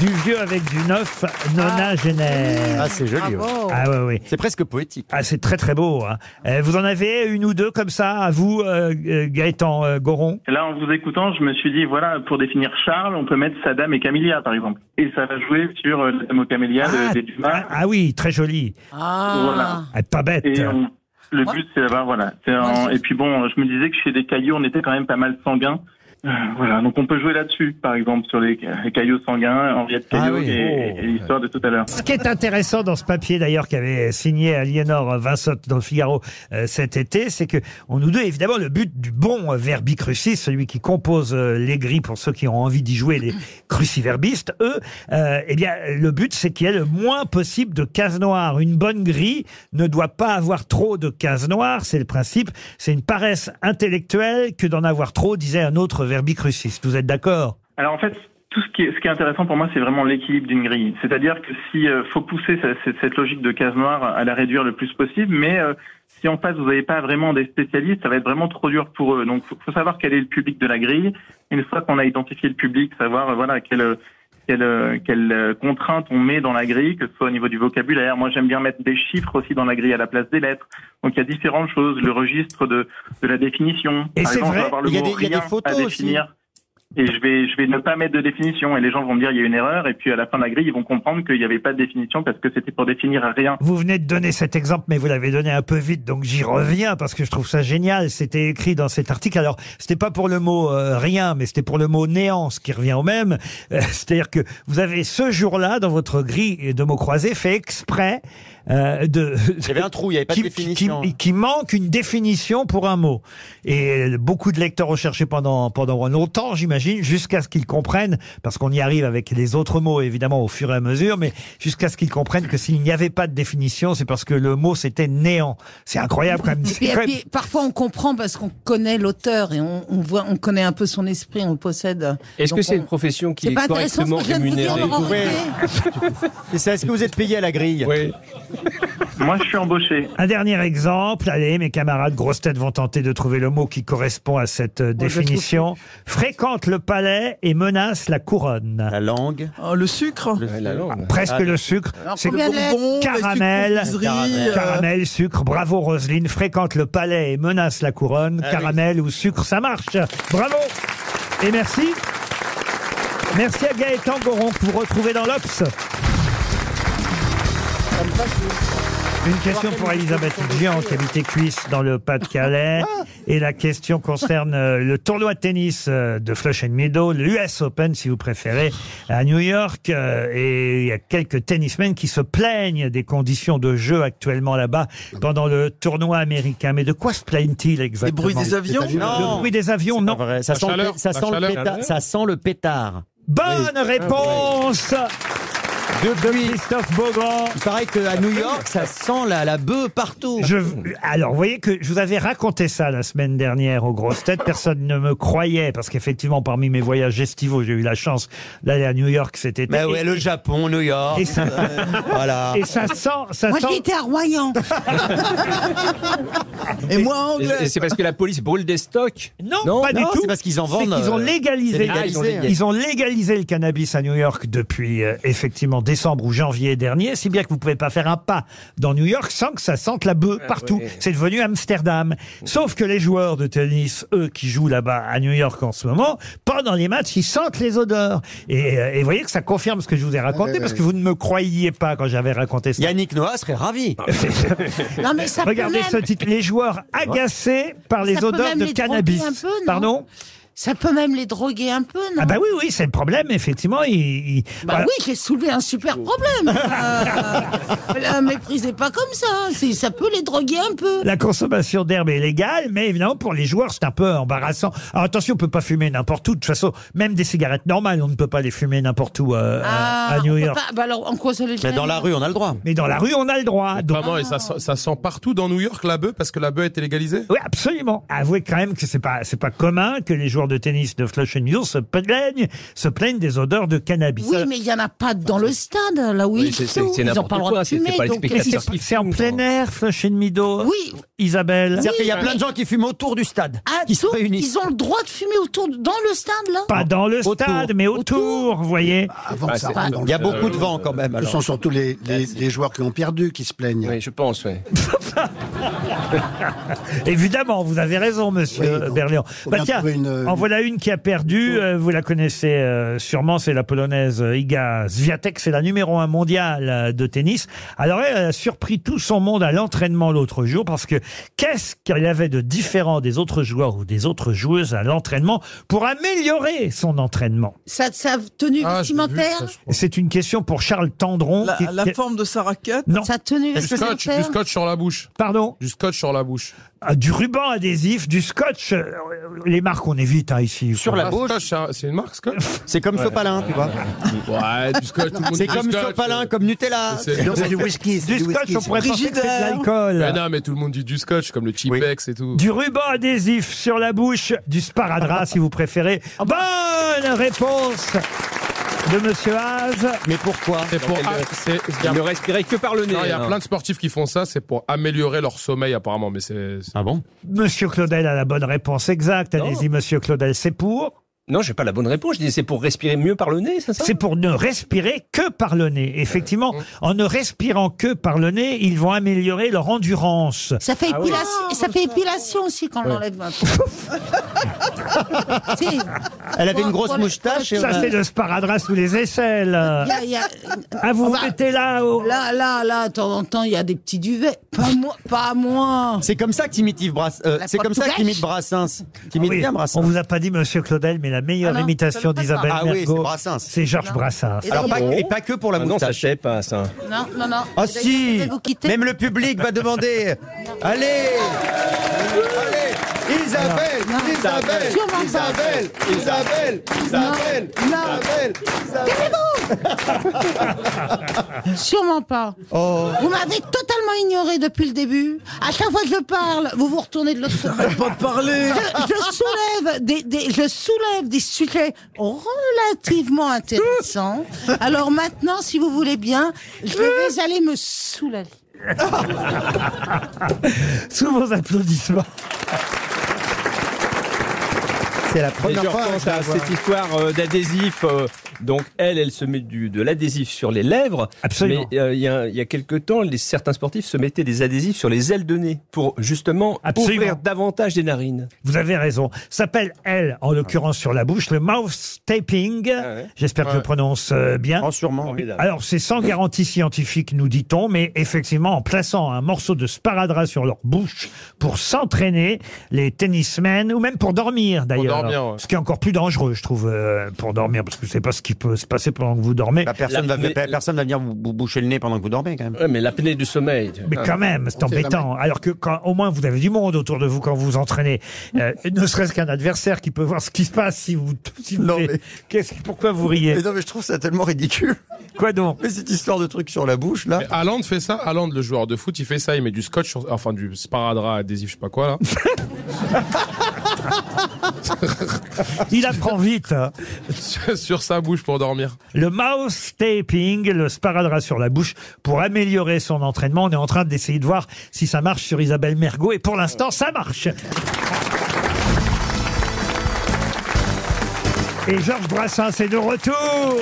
Speaker 2: Du vieux avec du neuf, nonagénaire.
Speaker 17: Ah, c'est joli, Bravo. ouais.
Speaker 2: Ah, ouais, ouais.
Speaker 17: C'est presque poétique.
Speaker 2: Ah, c'est très très beau. hein. Euh, vous en avez une ou deux comme ça, à vous, euh, euh, Gaëtan euh, Goron
Speaker 19: Et Là, en vous écoutant, je me suis dit, voilà, pour définir Charles, on peut mettre Saddam et Camélia, par exemple. Et ça va jouer sur euh, Saddam et Camélia de- des Dumas.
Speaker 2: Ah oui, très joli.
Speaker 19: Voilà.
Speaker 2: Ah, pas bête.
Speaker 19: Et on- le but, c'est là-bas, voilà. C'est en- Et puis bon, je me disais que chez des cailloux, on était quand même pas mal sanguins. Euh, voilà, donc on peut jouer là-dessus, par exemple, sur les, euh, les cailloux sanguins, Henriette
Speaker 2: Ah
Speaker 19: Caillot
Speaker 2: oui.
Speaker 19: et, et l'histoire de tout à l'heure.
Speaker 2: Ce qui est intéressant dans ce papier d'ailleurs qu'avait signé Aliénor Vincent dans le Figaro euh, cet été, c'est que on nous donne évidemment le but du bon euh, verbicruciste, celui qui compose euh, les grilles pour ceux qui ont envie d'y jouer les cruciverbistes. Eux, euh, eh bien le but c'est qu'il y ait le moins possible de cases noires. Une bonne grille ne doit pas avoir trop de cases noires, c'est le principe. C'est une paresse intellectuelle que d'en avoir trop, disait un autre verbicruciste. Vous êtes d'accord
Speaker 19: Alors en fait, tout ce qui est, ce qui est intéressant pour moi, c'est vraiment l'équilibre d'une grille. C'est-à-dire que si euh, faut pousser ce- cette, cette logique de case noire à la réduire le plus possible, mais euh, si en face vous n'avez pas vraiment des spécialistes, ça va être vraiment trop dur pour eux. Donc faut, faut savoir quel est le public de la grille. Une fois qu'on a identifié le public, savoir euh, voilà quelle euh, quelle, euh, quelle, euh, contrainte on met dans la grille, que ce soit au niveau du vocabulaire. Moi, j'aime bien mettre des chiffres aussi dans la grille à la place des lettres. Donc, il y a différentes choses. Le registre de, de la définition.
Speaker 17: Et
Speaker 19: Par
Speaker 17: c'est
Speaker 19: exemple, je
Speaker 17: vrai,
Speaker 19: vais avoir le
Speaker 17: il y a
Speaker 19: mot
Speaker 17: des- il y a des
Speaker 19: rien
Speaker 17: photos
Speaker 19: à
Speaker 17: aussi.
Speaker 19: définir et je vais, je vais ne pas mettre de définition. Et les gens vont me dire, il y a une erreur. Et puis, à la fin de la grille, ils vont comprendre qu'il n'y avait pas de définition parce que c'était pour définir rien.
Speaker 2: Vous venez de donner cet exemple, mais vous l'avez donné un peu vite, donc j'y reviens parce que je trouve ça génial. C'était écrit dans cet article. Alors, c'était pas pour le mot euh, rien, mais c'était pour le mot néant, ce qui revient au même. Euh, C'est-à-dire que vous avez ce jour-là dans votre grille de mots croisés fait exprès euh, de. Il y avait un trou, il n'y avait
Speaker 17: pas de définition.
Speaker 2: Qui, qui manque une définition pour un mot. Et beaucoup de lecteurs ont cherché pendant pendant longtemps, j'imagine, jusqu'à ce qu'ils comprennent, parce qu'on y arrive avec les autres mots évidemment au fur et à mesure, mais jusqu'à ce qu'ils comprennent que s'il n'y avait pas de définition, c'est parce que le mot c'était néant. C'est incroyable quand même.
Speaker 5: Et puis,
Speaker 2: C'est quand même-
Speaker 5: et puis, parfois, on comprend parce qu'on connaît l'auteur et on, on voit, on connaît un peu son esprit, on le possède.
Speaker 4: Est-ce
Speaker 5: Donc
Speaker 4: que c'est
Speaker 5: on-
Speaker 4: une profession qui
Speaker 5: C'est
Speaker 4: est
Speaker 5: pas intéressant ce
Speaker 4: correctement
Speaker 5: que je viens de vous dire,
Speaker 4: rémunérée
Speaker 5: Laurent Ruquier.
Speaker 17: Et ça, est-ce que vous êtes payé à la grille
Speaker 4: Oui.
Speaker 19: Moi, je suis embauché.
Speaker 2: Un dernier exemple, allez, mes camarades grosses têtes vont tenter de trouver le mot qui correspond à cette euh,
Speaker 6: je trouve
Speaker 2: définition. Fréquente le palais et menace la couronne. La langue.
Speaker 5: Oh,
Speaker 6: le sucre
Speaker 2: Ah,
Speaker 17: Ah,
Speaker 2: Presque le sucre.
Speaker 6: Ah, Alors,
Speaker 2: C'est
Speaker 6: combien de lettres
Speaker 2: caramel.
Speaker 6: Les sucres confiseries, euh,
Speaker 2: Caramel, sucre. Bravo Roselyne. Fréquente le palais et menace la couronne.
Speaker 6: Ah oui.
Speaker 2: caramel ou sucre, ça marche. Bravo. Et merci. Merci à Gaëtan Goron que vous retrouvez dans l'Obs. Une question pour Elisabeth Gian, qui habite Cuisse dans le Pas-de-Calais. Et la question concerne euh, le tournoi de tennis euh, de Flush and Meadow, l'US Open, si vous préférez, à New York. Euh, Et il y a quelques tennismen qui se plaignent des conditions de jeu actuellement là-bas pendant le tournoi américain. Mais de quoi se plaignent-ils exactement
Speaker 6: bruits des avions
Speaker 2: Le
Speaker 6: Non.
Speaker 2: bruit des avions, non.
Speaker 17: Ça sent, le, ça, sent le pétard, ça sent le pétard. Ah
Speaker 2: Bonne réponse
Speaker 17: Depuis
Speaker 2: Christophe Beaugrand. Ah
Speaker 17: Il paraît qu'à New York, ça sent la, la bœuf partout.
Speaker 2: Je, alors, vous voyez que je vous avais raconté ça la semaine dernière aux grosses têtes. Personne ne me croyait parce qu'effectivement, parmi mes voyages estivaux, j'ai eu la chance d'aller à New York cet été.
Speaker 17: Mais ouais,
Speaker 2: Et-
Speaker 17: le Japon, New York.
Speaker 2: Et ça-
Speaker 17: euh, voilà.
Speaker 2: Et ça sent, ça
Speaker 5: Moi,
Speaker 2: sent-
Speaker 5: j'étais à Royan.
Speaker 10: Et moi, anglais. C'est parce que la police brûle des stocks.
Speaker 2: Non, pas du tout. C'est qu'ils ont
Speaker 17: euh,
Speaker 2: légalisé. Ah, ils ont légalisé le cannabis à New York depuis euh, effectivement décembre ou janvier dernier, si bien que vous pouvez pas faire un pas dans New York sans que ça sente la bœuf
Speaker 17: Ah,
Speaker 2: partout.
Speaker 17: ouais.
Speaker 2: C'est devenu Amsterdam. Sauf que les joueurs de tennis, eux, qui jouent là-bas à New York en ce moment, pendant les matchs, ils sentent les odeurs. Et, euh, et vous voyez que ça confirme ce que je vous ai raconté
Speaker 17: ouais,
Speaker 2: parce
Speaker 17: ouais.
Speaker 2: que vous ne me croyiez pas quand j'avais raconté ça.
Speaker 17: Yannick Noah serait ravi.
Speaker 5: Non, mais ça peut
Speaker 2: Regardez
Speaker 5: même-
Speaker 2: ce titre les joueurs agacés par les
Speaker 5: Ça peut
Speaker 2: odeurs
Speaker 5: même
Speaker 2: de
Speaker 5: les
Speaker 2: cannabis.
Speaker 5: droguer un peu, non
Speaker 2: Pardon.
Speaker 5: Ça peut même les droguer un peu, non
Speaker 2: Ah bah oui, oui, c'est le problème, effectivement. il- il-
Speaker 5: Bah
Speaker 2: voilà.
Speaker 5: oui, j'ai soulevé un super problème. Euh, euh, méprisez pas comme ça. C'est- Ça peut les droguer un peu.
Speaker 2: La consommation d'herbe est légale, mais évidemment, pour les joueurs, c'est un peu embarrassant. Alors attention, on peut pas fumer n'importe où. De toute façon, même des cigarettes normales, on ne peut pas les fumer n'importe où euh, à-
Speaker 5: Ah,
Speaker 2: à New
Speaker 5: on peut
Speaker 2: York.
Speaker 5: pas- bah alors, en quoi ça les gêne
Speaker 2: on a le droit. Mais dans la rue, on a le droit. Donc...
Speaker 8: Vraiment, et ça, sent- ça sent partout dans New York la bœuf parce que la bœuf était légalisée
Speaker 2: Oui, absolument. Avouez quand même que c'est pas c'est pas commun que les joueurs de tennis de Flush and Meadow se plaignent se plaignent des odeurs de cannabis. Euh,
Speaker 5: Oui,
Speaker 2: Ça-
Speaker 5: mais il n'y en a pas dans le stade, là où
Speaker 2: Oui,
Speaker 5: ils
Speaker 2: c'est-
Speaker 5: sont.
Speaker 2: c'est- c'est
Speaker 5: Ils n'ont
Speaker 2: n'importe
Speaker 5: pas le droit
Speaker 2: quoi,
Speaker 5: de
Speaker 2: c'est- c'est
Speaker 5: fumer.
Speaker 2: pas les
Speaker 5: donc-
Speaker 2: spectateurs qui C'est en plein air, Flush and Meadow.
Speaker 5: Oui.
Speaker 2: Isabelle.
Speaker 17: C'est-à-dire qu'il y a plein de gens qui fument autour du stade.
Speaker 5: Ah,
Speaker 17: qui se
Speaker 5: donc,
Speaker 17: réunissent.
Speaker 5: ils ont le droit de fumer autour, dans le stade, là
Speaker 2: Pas dans le stade, mais autour, vous voyez.
Speaker 7: Bah, Avant que ça rentre dans
Speaker 17: Bah, Il y a
Speaker 7: le-
Speaker 17: beaucoup de vent quand même.
Speaker 7: Ce
Speaker 17: alors.
Speaker 7: sont surtout les, les, les joueurs qui ont perdu qui se plaignent.
Speaker 4: Oui, je pense, oui.
Speaker 2: Évidemment, vous avez raison, monsieur Berléand.
Speaker 7: faut
Speaker 2: Bah
Speaker 7: bien
Speaker 2: tiens,
Speaker 7: trouver euh, une-
Speaker 2: en voilà une qui a perdu. euh, vous la connaissez euh, sûrement, c'est la polonaise euh, Iga Swiatek. C'est la numéro un mondiale euh, de tennis. Alors elle a surpris tout son monde à l'entraînement l'autre jour parce que qu'est-ce qu'elle avait de différent des autres joueurs ou des autres joueuses à l'entraînement pour améliorer son entraînement
Speaker 5: Ça, ça a tenue
Speaker 2: Ah,
Speaker 5: vestimentaire
Speaker 2: C'est une question pour Charles Tendron.
Speaker 6: La,
Speaker 2: qui-
Speaker 6: la
Speaker 2: qui-
Speaker 6: forme de sa raquette
Speaker 2: Non.
Speaker 5: Sa tenue
Speaker 8: Du scotch, du scotch sur la bouche.
Speaker 2: Pardon
Speaker 8: Du scotch sur la bouche.
Speaker 2: Ah, du ruban adhésif, du scotch. euh, Les marques, on évite hein, ici.
Speaker 8: Sur la bouche Ah, hein. C'est une marque, scotch
Speaker 17: C'est comme
Speaker 8: Ouais.
Speaker 17: Sopalin, tu vois.
Speaker 8: Ouais, du scotch, tout le monde
Speaker 17: C'est
Speaker 8: dit du
Speaker 17: comme
Speaker 8: scotch. euh.
Speaker 17: Sopalin, comme Nutella.
Speaker 8: C'est- Non, c'est du
Speaker 17: whisky.
Speaker 2: Du scotch, on pourrait penser que c'est de l'alcool.
Speaker 8: Mais non, mais tout le monde dit du scotch, comme le Chipex et tout.
Speaker 2: Du ruban adhésif sur la bouche, du sparadrap si vous préférez. Bonne réponse de Monsieur Haas.
Speaker 17: Mais pourquoi
Speaker 8: C'est pour.
Speaker 10: Elle
Speaker 8: ah,
Speaker 10: ne-
Speaker 8: c'est-
Speaker 10: elle ne respirait que par le nez,
Speaker 8: Non, Il y a
Speaker 10: alors.
Speaker 8: plein de sportifs qui font ça, c'est pour améliorer leur sommeil apparemment, mais c'est.
Speaker 17: Ah bon
Speaker 2: Monsieur Claudel a la bonne réponse exacte. Allez-y, Monsieur Claudel, c'est pour.
Speaker 4: Non, j'ai pas la bonne réponse. Je dis c'est pour respirer mieux par le nez, c'est ça Euh,
Speaker 2: C'est pour ne respirer que par le nez. Effectivement, en ne respirant que par le nez, ils vont améliorer leur endurance.
Speaker 5: Ça
Speaker 4: Ah
Speaker 5: fait, épilation, ça fait épilation aussi quand on
Speaker 2: Ah Ouais.
Speaker 5: l'enlève. un peu. Si.
Speaker 17: Ah, Elle avait une
Speaker 5: Pour-
Speaker 17: grosse
Speaker 5: pour les-
Speaker 17: moustache. et-
Speaker 2: Ça, c'est le sparadrap sous les aisselles.
Speaker 5: Il y a- il y a-
Speaker 2: Ah, vous vous mettez là au-
Speaker 5: Là, là, là, de temps en temps, il y a des petits duvets. Pas moi. Pas moi.
Speaker 17: C'est comme ça que t'imites Brass... euh,
Speaker 5: La
Speaker 17: C'est comme ça
Speaker 5: portugaise.
Speaker 17: qu'imite Brassens. T'imites
Speaker 2: Ah Oui,
Speaker 17: bien Brassens.
Speaker 2: on vous a pas dit, monsieur Claudel, mais la meilleure
Speaker 17: Ah non, ça
Speaker 2: imitation
Speaker 17: le fait pas.
Speaker 2: d'Isabelle
Speaker 17: Ah oui,
Speaker 2: Mergo, Ah,
Speaker 17: c'est Brassens.
Speaker 2: c'est Georges Brassens.
Speaker 5: Et Alors, pas-
Speaker 17: et pas que pour la
Speaker 4: ah Non, ça sais pas, ça.
Speaker 5: Non, non, non.
Speaker 17: Ah
Speaker 5: Et d'ailleurs, je
Speaker 17: si
Speaker 5: vais vous quitter.
Speaker 17: Même le public va demander Allez Allez Isabelle Isabelle
Speaker 5: Sûrement pas.
Speaker 17: Isabelle Isabelle Isabelle Isabelle
Speaker 5: Sûrement pas.
Speaker 2: Oh.
Speaker 5: Vous m'avez totalement ignoré depuis le début. À chaque fois que je parle, vous vous retournez de l'autre côté.
Speaker 6: Pas de parler
Speaker 5: Je, je soulève des, des- je soulève des sujets relativement intéressants. Alors maintenant, si vous voulez bien, je vais aller me soulager.
Speaker 4: Ah
Speaker 2: Sous vos applaudissements.
Speaker 17: C'est la
Speaker 4: Et
Speaker 17: première
Speaker 4: je
Speaker 17: fois.
Speaker 4: repense
Speaker 17: que je la
Speaker 4: à
Speaker 17: vois.
Speaker 4: cette histoire euh, d'adhésif. euh, donc elle, elle se met du, de l'adhésif sur les lèvres.
Speaker 2: Absolument.
Speaker 4: Mais euh, il y a- il y, a quelque temps, les, certains sportifs se mettaient des adhésifs sur les ailes de nez pour justement
Speaker 2: Absolument.
Speaker 4: ouvrir davantage des narines.
Speaker 2: Vous avez raison. Ça S'appelle, elle, en l'occurrence sur la bouche, le mouth taping.
Speaker 4: Ah.
Speaker 2: J'espère que je le prononce euh, bien.
Speaker 17: Oh, sûrement. Formidable.
Speaker 2: Alors, c'est sans garantie scientifique, nous dit-on, mais effectivement, en plaçant un morceau de sparadrap sur leur bouche pour s'entraîner, les tennismen, ou même pour dormir d'ailleurs.
Speaker 8: dormir, ouais.
Speaker 2: Ce qui est encore plus dangereux, je trouve, euh, pour dormir, parce que je sais pas ce qui peut se passer pendant que vous dormez.
Speaker 17: Bah, Personne
Speaker 2: La-
Speaker 17: va,
Speaker 2: mais-
Speaker 17: personne va venir vous, vous boucher le nez pendant que vous dormez quand même.
Speaker 4: Ouais, mais l'apnée du sommeil.
Speaker 2: Mais quand même, c'est embêtant. Alors que quand, au moins vous avez du monde autour de vous quand vous vous entraînez, Euh, ne serait-ce qu'un adversaire qui peut voir ce qui se passe si vous. Si vous Qu'est-ce que- pourquoi vous riez
Speaker 17: Mais non, mais je trouve ça tellement ridicule.
Speaker 2: Quoi donc
Speaker 17: Mais cette histoire de truc sur la bouche, là.
Speaker 8: Mais Haaland fait ça. Haaland, le joueur de foot, il fait ça. Il met du scotch, sur- enfin du sparadrap adhésif, je sais pas quoi là.
Speaker 2: Il apprend vite. hein.
Speaker 8: sur, sur sa bouche pour dormir.
Speaker 2: Le mouse taping, le sparadrap sur la bouche pour améliorer son entraînement. On est en train d'essayer de voir si ça marche sur Isabelle Mergot et pour l'instant ça marche. Et Georges Brassens est de retour.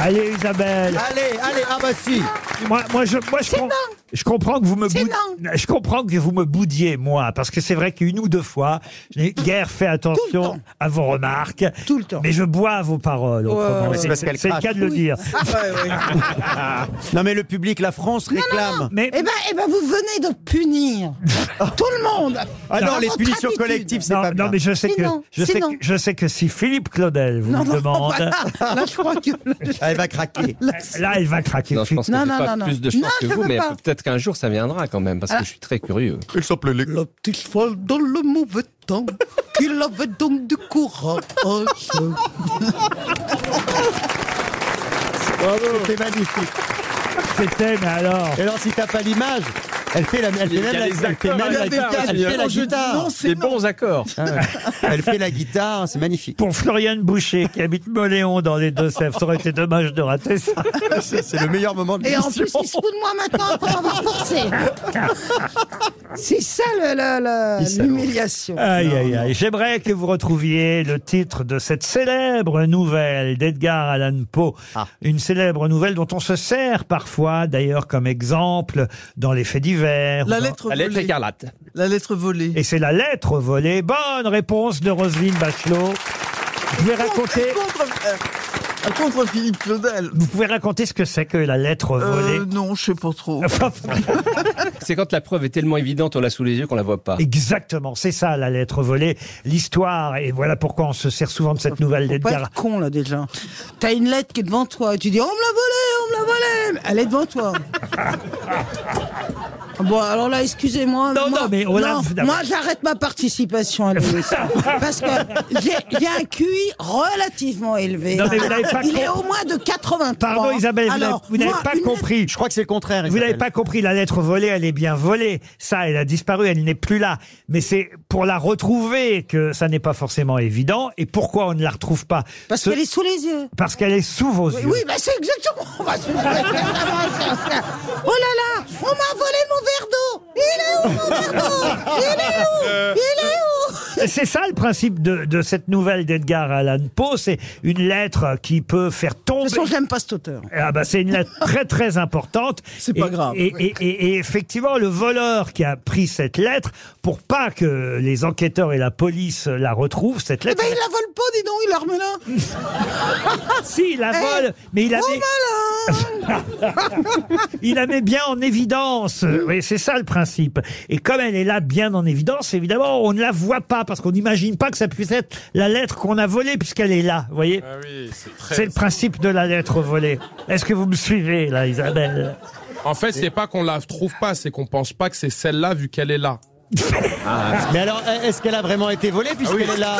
Speaker 2: Allez Isabelle.
Speaker 17: Allez, allez, ah bah si.
Speaker 2: Moi, moi, je, moi, je, com- je comprends que vous me boud- je comprends que vous me boudiez moi parce que c'est vrai qu'une ou deux fois, je n'ai guère fait attention à vos remarques. Tout le temps. Mais je bois à vos paroles. autrement.
Speaker 17: Ouais, c'est parce qu'elle
Speaker 2: c'est le
Speaker 17: crache.
Speaker 2: cas de le
Speaker 17: Oui.
Speaker 2: dire.
Speaker 17: non, mais le public, la France réclame.
Speaker 2: Mais...
Speaker 5: Eh ben, eh ben, vous venez de punir tout le monde.
Speaker 2: Ah
Speaker 5: Dans votre habitude.
Speaker 2: Non, Non, mais je sais
Speaker 5: Mais
Speaker 2: que
Speaker 5: non,
Speaker 2: je
Speaker 5: c'est
Speaker 2: sais, que-
Speaker 5: non.
Speaker 2: je sais que si Philippe Claudel vous
Speaker 5: Non,
Speaker 2: le
Speaker 5: non,
Speaker 2: demande,
Speaker 5: voilà. Là, je crois que.
Speaker 17: elle va craquer.
Speaker 2: Là, elle va craquer.
Speaker 4: Non, je pense que
Speaker 5: Non,
Speaker 4: j'ai
Speaker 5: non,
Speaker 4: pas
Speaker 5: non,
Speaker 4: plus
Speaker 5: non.
Speaker 4: de chance
Speaker 5: Non,
Speaker 4: que
Speaker 5: je
Speaker 4: vous,
Speaker 5: veux
Speaker 4: mais
Speaker 5: pas.
Speaker 4: peut-être qu'un jour ça viendra quand même, parce
Speaker 5: Alors-
Speaker 4: que je suis très curieux.
Speaker 17: Il s'appelait La
Speaker 5: petite folle dans le mauvais temps. Il avait donc du courage.
Speaker 17: C'était magnifique.
Speaker 2: C'était, mais alors.
Speaker 17: Et alors, si t'as pas l'image, elle fait la, elle fait
Speaker 4: Il y a
Speaker 17: même la,
Speaker 4: des
Speaker 17: elle fait
Speaker 4: accords,
Speaker 17: même la
Speaker 4: il y a des
Speaker 17: guitare.
Speaker 4: accords,
Speaker 17: Elle fait la
Speaker 4: quand je dis
Speaker 17: guitare.
Speaker 4: non, c'est Des non. bons accords.
Speaker 17: Ah ouais. Elle fait la
Speaker 2: hein,
Speaker 17: guitare, c'est magnifique.
Speaker 2: Pour Floriane Boucher, qui habite Moléon dans les Deux-Sèvres, ça aurait été dommage de rater ça.
Speaker 17: C'est le meilleur moment
Speaker 5: Et en plus, il se fout de moi maintenant après avoir forcé. C'est ça le-
Speaker 6: Ah,
Speaker 5: le- le- l'humiliation.
Speaker 2: Aïe, aïe, aïe. J'aimerais que vous retrouviez le titre de cette célèbre nouvelle d'Edgar Allan Poe.
Speaker 6: Ah.
Speaker 2: Une célèbre nouvelle dont on se sert parfois, d'ailleurs, comme exemple dans les faits divers.
Speaker 6: La
Speaker 2: ou dans-
Speaker 6: lettre La lettre volée. écarlate. La lettre volée.
Speaker 2: Et c'est la lettre volée. Bonne réponse de Roselyne Bachelot. Je vais raconter.
Speaker 6: Contre Philippe Claudel.
Speaker 2: Vous pouvez raconter ce que c'est que la lettre volée
Speaker 6: Euh, non, je sais pas trop.
Speaker 4: C'est quand la preuve est tellement évidente, on l'a sous les yeux qu'on la voit pas.
Speaker 5: Ah.
Speaker 2: Exactement, c'est ça la lettre volée, l'histoire, et voilà pourquoi on se sert souvent de cette nouvelle d'Edgar.
Speaker 5: con là déjà. T'as une lettre qui est devant toi et tu dis on me l'a volée, on me l'a volée. Elle est devant toi. Bon, alors là, excusez-moi. Non, moi,
Speaker 2: non, mais on l'a-
Speaker 5: moi, j'arrête ma participation à l'émission. parce que j'ai j'ai un QI relativement élevé.
Speaker 2: Non, mais vous n'avez pas
Speaker 5: Il est
Speaker 2: com-
Speaker 5: au moins de 83.
Speaker 2: Pardon Ah Isabelle, vous n'avez-
Speaker 5: Alors,
Speaker 2: vous n'avez
Speaker 5: moi,
Speaker 2: pas
Speaker 5: une
Speaker 2: compris.
Speaker 17: Je crois que c'est le contraire.
Speaker 2: Vous n'avez pas compris, la lettre volée, elle est bien volée. Ça, elle a disparu, elle n'est plus là. Mais c'est pour la retrouver que ça n'est pas forcément évident. Et pourquoi on ne la retrouve pas
Speaker 5: Parce
Speaker 2: Ce-
Speaker 5: qu'elle est sous les yeux.
Speaker 2: Parce qu'elle est sous vos
Speaker 5: Oui,
Speaker 2: yeux.
Speaker 5: oui, bah c'est exactement. On va se faire la Oh là là, on m'a volé mon verre d'eau. Il est où mon verre d'eau Il est où Il est où
Speaker 2: C'est ça le principe de, de cette nouvelle d'Edgar Allan Poe. C'est une lettre qui peut faire tomber. De toute
Speaker 5: façon, j'aime pas cet auteur.
Speaker 2: Ah bah, c'est une lettre très très importante. C'est
Speaker 6: pas grave.
Speaker 2: Et, et- et- et effectivement, le voleur qui a pris cette lettre, pour pas que les enquêteurs et la police la retrouvent, cette
Speaker 5: Eh
Speaker 2: lettre.
Speaker 5: ben il la vole pas, dis donc, il la remet là. Eh, oh,
Speaker 2: si, il la vole, mais il a mis- Il la met bien en évidence. Oui, c'est ça le principe. Et comme elle est là bien en évidence, évidemment, on ne la voit pas parce qu'on n'imagine pas que ça puisse être la lettre qu'on a volée puisqu'elle est là. Vous voyez C'est le principe de la lettre volée. Est-ce que vous me suivez là, Isabelle
Speaker 8: En fait, c'est pas qu'on la trouve pas, c'est qu'on pense pas que c'est celle-là vu qu'elle est là.
Speaker 2: Ah.
Speaker 17: Mais alors, est-ce qu'elle a vraiment été volée puisqu'elle est là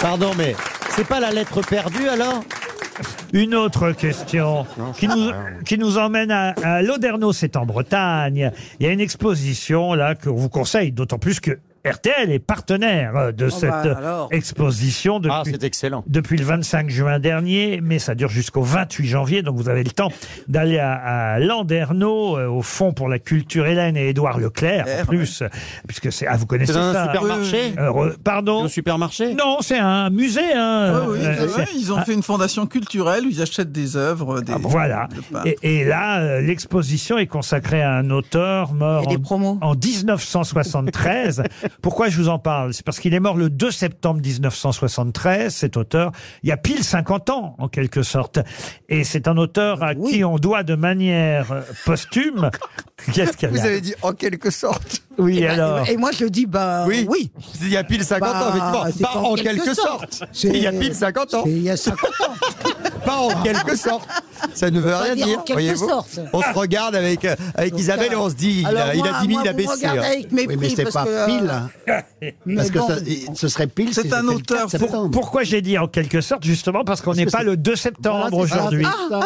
Speaker 17: Pardon, mais c'est pas la lettre perdue alors
Speaker 2: Une autre question qui nous,
Speaker 17: hein.
Speaker 2: qui nous emmène à, à Loderno, c'est en Bretagne. Il y a une exposition là que on vous conseille, d'autant plus que RTL est partenaire euh, de
Speaker 17: Oh
Speaker 2: cette
Speaker 17: bah
Speaker 2: euh,
Speaker 17: alors.
Speaker 2: exposition depuis,
Speaker 17: Ah, c'est excellent.
Speaker 2: depuis le 25 juin dernier, mais ça dure jusqu'au 28 janvier, donc vous avez le temps d'aller à, à Landerneau, euh, au Fonds pour la Culture Hélène et Édouard Leclerc, en plus, puisque c'est... Ah, vous connaissez
Speaker 17: C'est un
Speaker 2: ça
Speaker 17: supermarché
Speaker 2: Euh, re- Pardon Un
Speaker 17: supermarché
Speaker 2: Non, c'est un musée. Hein,
Speaker 6: Ah Oui, oui,
Speaker 2: euh,
Speaker 6: c'est vrai,
Speaker 2: c'est-
Speaker 6: ils ont
Speaker 2: un-
Speaker 6: fait une fondation culturelle, ils achètent des œuvres. Des,
Speaker 2: Ah voilà.
Speaker 6: de peintres.
Speaker 2: Et, et là, euh, l'exposition est consacrée à un auteur mort en, en 1973. Pourquoi je vous en parle C'est parce qu'il est mort le 2 septembre 1973, cet auteur, il y a pile 50 ans, en quelque sorte. Et c'est un auteur à qui on doit de manière euh, posthume... Qu'est-ce qu'elle
Speaker 17: Vous
Speaker 2: a
Speaker 17: avez
Speaker 5: dit en quelque sorte.
Speaker 2: Oui, alors.
Speaker 5: Et Eh ben, moi, je dis, bah oui. Bah,
Speaker 17: Il y a pile 50 ans, effectivement.
Speaker 5: c'est
Speaker 17: Pas en quelque sorte.
Speaker 5: C'est-
Speaker 17: Il y a pile 50 ans.
Speaker 5: c'est Il y a 50 ans.
Speaker 17: Pas en quelque sorte. Ça ne veut
Speaker 5: Pas
Speaker 17: rien
Speaker 5: dire en
Speaker 17: dire.
Speaker 5: quelque
Speaker 17: voyez-vous.
Speaker 5: sorte.
Speaker 17: On se regarde avec, euh, avec Isabelle et on se dit, il
Speaker 5: Alors
Speaker 17: a, il a
Speaker 5: moi-
Speaker 17: diminué,
Speaker 5: moi,
Speaker 17: il a
Speaker 5: vous
Speaker 17: baissé.
Speaker 5: regardez avec mépris,
Speaker 7: Oui, mais c'est
Speaker 5: parce
Speaker 7: pas
Speaker 5: que, euh,
Speaker 7: pile. hein.
Speaker 5: mais
Speaker 7: Parce que
Speaker 5: bon.
Speaker 7: ça- et- ce serait pile. si
Speaker 2: C'est un
Speaker 7: c'était le
Speaker 2: auteur.
Speaker 7: 4 septembre.
Speaker 2: Pourquoi j'ai dit en quelque sorte Justement parce qu'on n'est pas le 2
Speaker 15: Ah,
Speaker 2: septembre
Speaker 7: Voilà, c'est ça,
Speaker 2: aujourd'hui.
Speaker 7: c'est ça.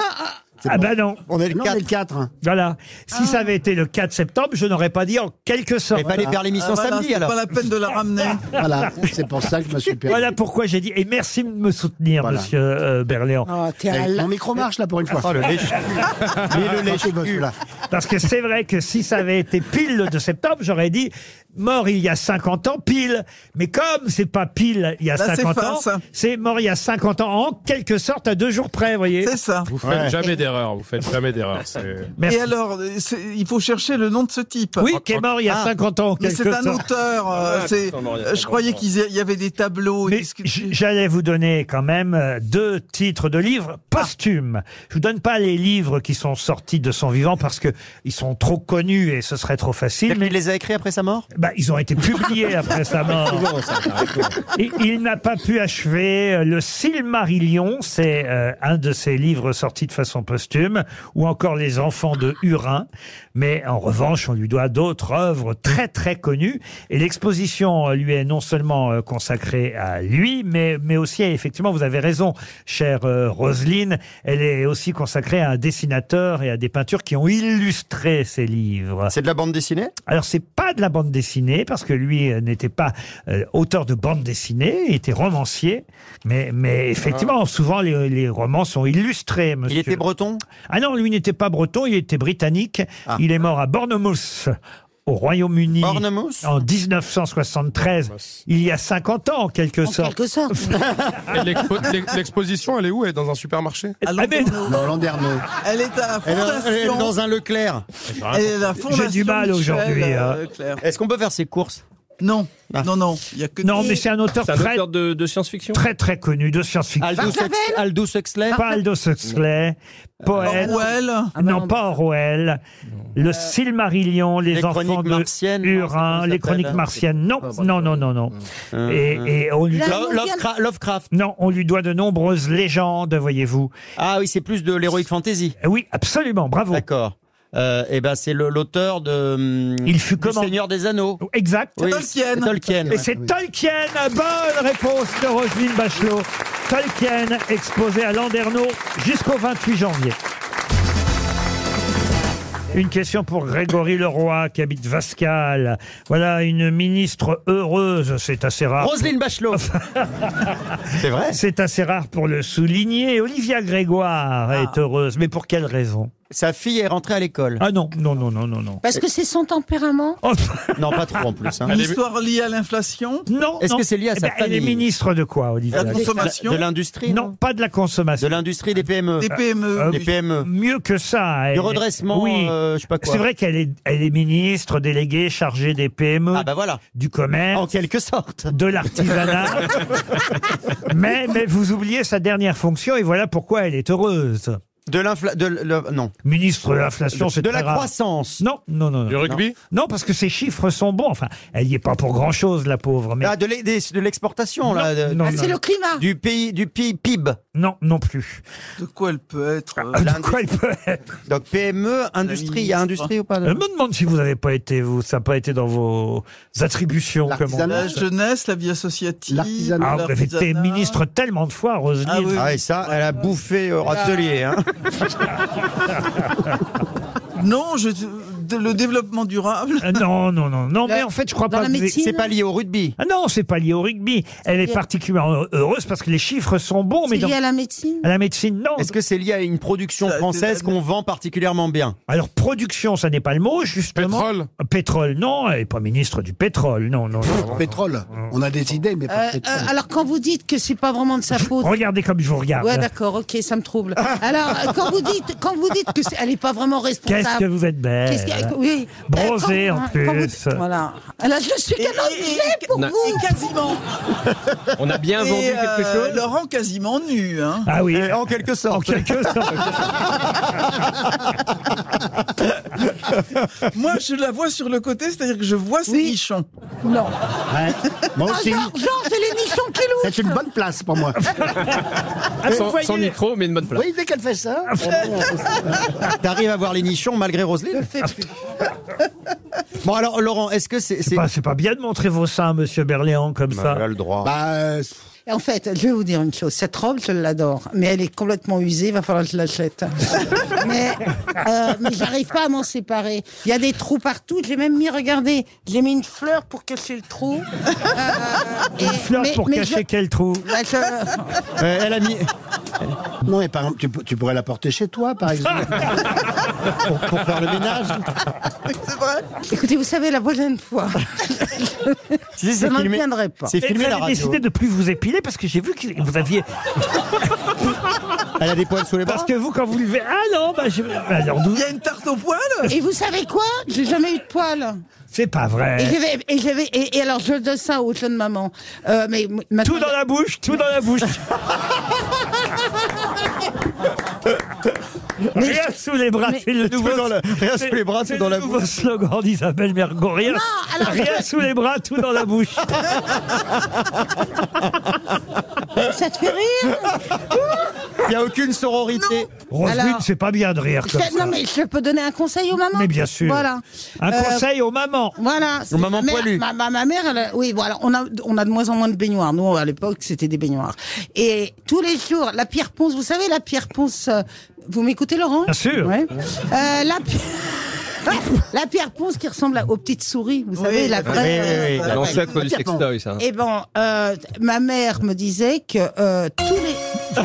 Speaker 7: C'est
Speaker 2: Ah
Speaker 7: bon.
Speaker 2: bah non.
Speaker 7: On est le
Speaker 2: Non,
Speaker 7: 4.
Speaker 2: Voilà. Si ça avait été le 4 septembre, je n'aurais pas dit en quelque sorte.
Speaker 17: fallait faire l'émission Ah, voilà, samedi, c'est alors. pas la
Speaker 6: peine de la ramener.
Speaker 7: Voilà, c'est pour ça que je me suis perdu.
Speaker 2: Voilà pourquoi j'ai dit. Et merci de me soutenir,
Speaker 7: Voilà.
Speaker 2: monsieur euh, Berléand.
Speaker 7: Eh, Mon micro marche là pour une fois.
Speaker 2: Oh, le lèche-
Speaker 7: Mais
Speaker 2: le lèche- Parce que c'est vrai que si ça avait été pile le 2 septembre, j'aurais dit mort il y a 50 ans pile. Mais comme c'est pas pile il y a
Speaker 6: Là, c'est
Speaker 2: 50
Speaker 6: fin,
Speaker 2: ans,
Speaker 6: ça.
Speaker 2: c'est mort il y a 50 ans en quelque sorte à deux jours près, voyez.
Speaker 6: C'est ça.
Speaker 8: Vous faites jamais d'erreur, vous faites jamais d'erreur. c'est-
Speaker 2: Merci.
Speaker 6: Et alors, euh, c'est- il faut chercher le nom de ce type.
Speaker 2: Oui, qui est mort
Speaker 17: Ah.
Speaker 2: il y a 50 ans, en
Speaker 6: Mais
Speaker 2: quelque
Speaker 6: c'est un
Speaker 2: sorte.
Speaker 6: auteur. euh,
Speaker 2: Ah,
Speaker 6: c'est-
Speaker 2: qui sont morts il y a
Speaker 6: euh, je
Speaker 2: 50
Speaker 6: croyais
Speaker 2: ans.
Speaker 6: qu'il y avait des tableaux.
Speaker 2: Mais j- j'allais vous donner quand même euh, deux titres de livres posthumes. Je vous donne pas les livres qui sont sortis de son vivant parce que ils sont trop connus et ce serait trop facile. Mais il les a écrits après sa mort Bah, ils ont été publiés après sa mort. Et il n'a pas pu achever euh, le Silmarillion, c'est euh, un de ses livres sortis de façon posthume, ou encore Les Enfants de Hurin. Mais en revanche, on lui doit d'autres œuvres très très connues. Et l'exposition euh, lui est non seulement euh, consacrée à lui, mais, mais aussi, effectivement, vous avez raison, chère euh, Roselyne, elle est aussi consacrée à un dessinateur et à des peintures qui ont illustré ses livres.
Speaker 17: C'est de la bande dessinée
Speaker 2: Alors c'est pas de la bande dessinée parce que lui euh, n'était pas euh, auteur de bande dessinée, il était romancier. Mais mais effectivement, souvent les, les romans sont illustrés. Monsieur. Il était
Speaker 17: breton
Speaker 2: Ah non, lui n'était pas breton, il était britannique. Il est mort à Bournemouth. Au Royaume-Uni en 1973, il y a 50 ans en quelque sorte.
Speaker 5: quelque sorte.
Speaker 8: Et l'expo- l'ex- L'exposition, elle est où Elle est dans un supermarché
Speaker 2: Ah, mais-
Speaker 7: Dans Landerneau.
Speaker 6: Elle est à la
Speaker 17: Elle est dans-
Speaker 6: fondation.
Speaker 17: elle est dans un Leclerc.
Speaker 6: Elle est à la fondation.
Speaker 2: J'ai du mal
Speaker 6: Michel,
Speaker 2: aujourd'hui,
Speaker 6: euh,
Speaker 2: hein.
Speaker 6: Leclerc.
Speaker 17: Est-ce qu'on peut faire ses courses Ah.
Speaker 6: Non, non, non. Il y a que
Speaker 2: Non, mais c'est un auteur
Speaker 4: C'est un
Speaker 2: très
Speaker 4: auteur de, de science-fiction
Speaker 2: très très connu de science-fiction.
Speaker 4: Aldous Huxley.
Speaker 17: Aldous Huxley
Speaker 2: Pas Aldous Huxley. Poète.
Speaker 6: Orwell.
Speaker 2: Non, pas Orwell. Le Silmarillion, les,
Speaker 17: Les
Speaker 2: enfants
Speaker 17: chroniques
Speaker 2: de
Speaker 17: martiennes, non, c'est
Speaker 2: Hurin,
Speaker 17: comment ça
Speaker 2: les
Speaker 17: s'appelle,
Speaker 2: chroniques
Speaker 17: hein bah, Mmh.
Speaker 2: martiennes. Non, non, non, non, non.
Speaker 17: Ah,
Speaker 2: Et, et on lui
Speaker 17: Lo-
Speaker 2: doit...
Speaker 17: Lovecra- Lovecraft.
Speaker 2: Non, on lui doit de nombreuses légendes, voyez-vous. Eh
Speaker 17: Ah oui, c'est plus de l'héroïque fantasy.
Speaker 2: Oui, absolument, bravo.
Speaker 17: D'accord. Euh, et ben c'est le- l'auteur de hum,
Speaker 2: Il fut
Speaker 17: du
Speaker 2: comment Oh,
Speaker 17: Seigneur des Anneaux.
Speaker 2: Exact.
Speaker 17: Oui, Tolkien. Tolkien,
Speaker 2: Et
Speaker 17: ouais.
Speaker 2: c'est
Speaker 17: Oui.
Speaker 2: Tolkien. Bonne réponse de Roselyne Bachelot. Tolkien exposé à Landerneau jusqu'au 28 janvier. Une question pour Grégory Leroy qui habite Vascal. Voilà une ministre heureuse, c'est assez rare.
Speaker 17: Roselyne Bachelot.
Speaker 2: c'est
Speaker 17: vrai.
Speaker 2: C'est assez rare pour le souligner. Olivia Grégoire est heureuse, mais pour quelle raison
Speaker 17: Ah. Sa fille est rentrée à l'école.
Speaker 2: Ah non, non, non, non, non, non.
Speaker 5: Parce que c'est son tempérament.
Speaker 2: Oh,
Speaker 17: Non, pas trop en plus. hein.
Speaker 6: Une histoire liée à l'inflation
Speaker 2: Non.
Speaker 17: Est-ce
Speaker 2: non.
Speaker 17: que c'est lié à
Speaker 2: Eh
Speaker 17: sa
Speaker 2: ben,
Speaker 17: famille
Speaker 2: Elle est ministre de quoi, Olivia
Speaker 6: La consommation
Speaker 17: De l'industrie
Speaker 2: Non, pas de la consommation.
Speaker 17: De l'industrie des PME.
Speaker 6: Des E. PME.
Speaker 2: Euh,
Speaker 17: Des PME.
Speaker 2: Mieux que ça. elle-
Speaker 17: Du redressement,
Speaker 2: Oui.
Speaker 17: euh, je sais pas quoi.
Speaker 2: C'est vrai qu'elle est, elle est ministre déléguée chargée des E. PME,
Speaker 17: Ah bah voilà.
Speaker 2: du commerce,
Speaker 17: En quelque sorte.
Speaker 2: de l'artisanat. mais, mais vous oubliez sa dernière fonction et voilà pourquoi elle est heureuse.
Speaker 17: De l'inflation. De l- le- non.
Speaker 2: Ministre de l'inflation, c'est
Speaker 17: De la
Speaker 2: très rare.
Speaker 17: croissance.
Speaker 2: Non, non, non.
Speaker 8: Du rugby
Speaker 2: Non, parce que ses chiffres sont bons. Enfin, elle n'y est pas pour grand-chose, la pauvre. Mais...
Speaker 17: Ah, de l'e- des- de l'exportation, là. de-
Speaker 2: non,
Speaker 5: Ah,
Speaker 2: non,
Speaker 5: c'est le
Speaker 2: non.
Speaker 5: climat.
Speaker 17: Du pays, du pays PIB.
Speaker 2: non, non plus. Ah,
Speaker 6: De quoi elle peut être euh,
Speaker 2: De quoi elle peut être
Speaker 17: Donc PME, industrie. Il y a industrie ou pas
Speaker 2: Je me demande si vous n'avez pas été, vous, ça n'a pas été dans vos attributions. Comme on
Speaker 6: La
Speaker 2: dit.
Speaker 6: jeunesse, la vie associative.
Speaker 2: Ah, vous avez été
Speaker 6: l'artisanat.
Speaker 2: ministre tellement de fois, Roselyne.
Speaker 6: Ah oui,
Speaker 17: euh, hein. Ah, et ça, elle a bouffé euh, râtelier. Hein.
Speaker 6: Non, je, de- le développement durable.
Speaker 2: Euh, Non, non, non, non, mais en fait, je crois pas. que-
Speaker 6: au rugby.
Speaker 2: Ah non, c'est pas lié au rugby. Elle est
Speaker 5: lié-
Speaker 2: particulièrement heureuse parce que les chiffres sont bons. Oh, mais
Speaker 5: C'est lié
Speaker 2: dans-
Speaker 5: à la médecine
Speaker 2: À la médecine, non.
Speaker 17: Est-ce que c'est lié à une production française qu'on vend particulièrement bien
Speaker 2: Alors, production, ça n'est pas le mot, justement. Pétrole Pétrole, non, elle n'est pas ministre du pétrole, non, non.
Speaker 7: Pétrole, on a des idées, mais
Speaker 5: Euh, euh, alors quand vous dites que c'est pas vraiment de sa faute.
Speaker 2: Regardez comme je vous regarde.
Speaker 5: Ouais bah, d'accord ok ça me trouble. Alors euh, quand vous dites quand vous dites que c'est- elle est pas vraiment responsable.
Speaker 2: Qu'est-ce que vous êtes belle.
Speaker 5: Qu'est-ce que- oui.
Speaker 2: Bronzée,
Speaker 5: Euh, quand-
Speaker 2: en
Speaker 5: quand vous-
Speaker 2: plus.
Speaker 5: voilà. Alors je suis qu'un objet pour
Speaker 6: Non.
Speaker 5: vous.
Speaker 6: quasiment.
Speaker 4: On a bien
Speaker 6: Et,
Speaker 4: vendu quelque
Speaker 6: euh,
Speaker 4: chose.
Speaker 6: Laurent quasiment nu. Hein.
Speaker 2: Ah oui.
Speaker 17: En quelque sorte. En
Speaker 2: quelque sorte.
Speaker 6: Moi, je la vois sur le côté, c'est-à-dire que je vois ses nichons.
Speaker 5: Non.
Speaker 7: Moi
Speaker 6: Ah,
Speaker 7: aussi.
Speaker 6: Jean- Jean, c'est les nichons qui louent.
Speaker 7: C'est une bonne place pour moi.
Speaker 17: Ah, Sans- sans micro, mais une bonne place.
Speaker 7: Oui, dès qu'elle fait ça.
Speaker 17: T'arrives à voir les nichons malgré Roselyne Bon alors Laurent, est-ce que c'est... Bah,
Speaker 2: C'est pas, c'est pas bien de montrer vos seins, monsieur Berléand, comme ça.
Speaker 17: elle a le droit.
Speaker 2: Bah,
Speaker 5: Et En fait, je vais vous dire une chose. Cette robe, je l'adore, mais elle est complètement usée. Il va falloir que je l'achète. mais euh, mais j'arrive pas à m'en séparer. Il y a des trous partout. J'ai même mis, regardez, j'ai mis une fleur pour cacher le trou. Euh,
Speaker 2: Une fleur pour cacher quel trou
Speaker 5: Bah,
Speaker 17: Elle a mis.
Speaker 7: Non, mais par exemple, tu, peux- tu pourrais la porter chez toi, par exemple. pour, pour faire le ménage.
Speaker 5: Écoutez, vous savez, la prochaine fois,
Speaker 17: Si,
Speaker 5: je
Speaker 17: c'est
Speaker 5: m'en
Speaker 17: filmé.
Speaker 5: tiendrai pas.
Speaker 17: C'est
Speaker 2: Et
Speaker 17: filmé
Speaker 2: vous
Speaker 17: à la
Speaker 2: avez
Speaker 17: radio.
Speaker 2: décidé de plus vous épiler parce que j'ai vu que vous aviez.
Speaker 17: Elle a des poils sous les bras.
Speaker 2: Parce que vous, quand vous levez. Ah non, bah je. bah alors, d'où-
Speaker 6: Il y a une tarte aux poils
Speaker 5: Et vous savez quoi J'ai jamais eu de poils.
Speaker 2: C'est pas vrai.
Speaker 5: Et, j'avais- et, j'avais- et, et alors, je donne ça aux jeunes mamans. Euh, mais
Speaker 2: Tout dans la bouche, tout dans la bouche. rien sous les bras,
Speaker 5: mais-
Speaker 2: c'est le
Speaker 17: Nouveau
Speaker 2: tout-
Speaker 17: dans la- rien
Speaker 2: c'est-
Speaker 17: sous les bras, tout
Speaker 2: c'est
Speaker 17: dans
Speaker 2: le
Speaker 17: la
Speaker 2: nouveau
Speaker 17: bouche.
Speaker 2: slogan d'Isabelle Mergo. Rien,
Speaker 5: Non, alors-
Speaker 2: rien sous les bras, tout dans la bouche.
Speaker 5: Ça te fait rire
Speaker 17: Il n'y a aucune sororité.
Speaker 2: Roselyne,
Speaker 5: Alors-
Speaker 2: c'est pas bien de rire
Speaker 5: Je-
Speaker 2: comme ça.
Speaker 5: Non, mais je peux donner un conseil aux mamans.
Speaker 2: Mais bien sûr.
Speaker 5: Voilà.
Speaker 2: Un
Speaker 5: Euh,
Speaker 2: conseil aux mamans.
Speaker 5: Voilà.
Speaker 2: Aux mamans
Speaker 5: Ma mère-
Speaker 2: poilues.
Speaker 5: Ma, ma- ma mère, elle a- oui, voilà. On a, on a de moins en moins de baignoires. Nous, à l'époque, c'était des baignoires. Et tous les jours, la pierre ponce, vous savez, la pierre ponce. euh, vous m'écoutez, Laurent
Speaker 2: Bien sûr.
Speaker 5: Ouais. Euh, la pierre. Ah, La pierre ponce qui ressemble à- aux petites souris, vous savez, la
Speaker 4: oui,
Speaker 5: vraie.
Speaker 4: oui, oui,
Speaker 5: euh,
Speaker 4: la l'ancêtre
Speaker 5: vraie.
Speaker 4: du sextoy, ça.
Speaker 5: Eh ben, euh, ma mère me disait que euh, tous les.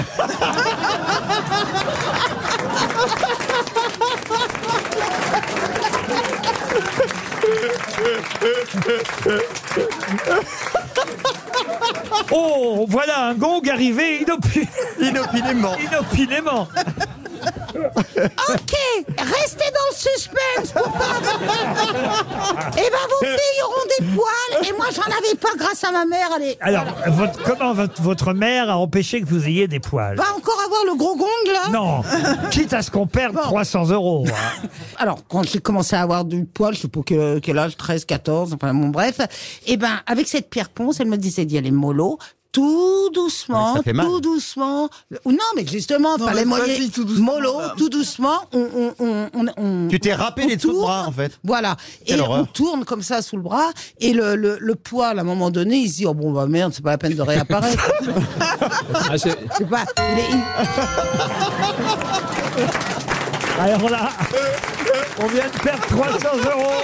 Speaker 2: Oh, voilà un gong arrivé inopi-
Speaker 17: Inopinément.
Speaker 2: Inopinément.
Speaker 5: Ok, restez dans le suspense pour pas. Eh ben vos filles auront des poils et moi j'en avais pas grâce à ma mère. Allez,
Speaker 2: Alors, votre, comment votre, votre mère a empêché que vous ayez des poils
Speaker 5: va encore avoir le gros gong là.
Speaker 2: Non, quitte à ce qu'on perde 300 euros. hein.
Speaker 5: Alors quand j'ai commencé à avoir du poil, je sais pas quel, quel âge, 13, 14, enfin bon bref. Eh ben avec cette pierre ponce, elle me disait d'y aller mollo. Tout doucement,
Speaker 17: Ça fait mal.
Speaker 5: tout doucement. Ou non, mais justement,
Speaker 6: Non,
Speaker 5: par les
Speaker 6: mais
Speaker 5: moyens,
Speaker 6: vas-y, tout doucement,
Speaker 5: mollo,
Speaker 6: va.
Speaker 5: tout doucement, on, on, on, on-
Speaker 17: Tu t'es
Speaker 5: on
Speaker 17: râpé les dessous de
Speaker 5: tourne.
Speaker 17: bras en fait.
Speaker 5: Voilà.
Speaker 17: Quelle
Speaker 5: et on
Speaker 17: horreur.
Speaker 5: tourne comme ça sous le bras, et le, le, le poil, à un moment donné, il se dit, oh bon, bah merde, c'est pas la peine de réapparaître.
Speaker 4: Ah, c'est-
Speaker 5: Je sais pas, il est- il-
Speaker 2: Alors là, on vient de perdre 300 euros.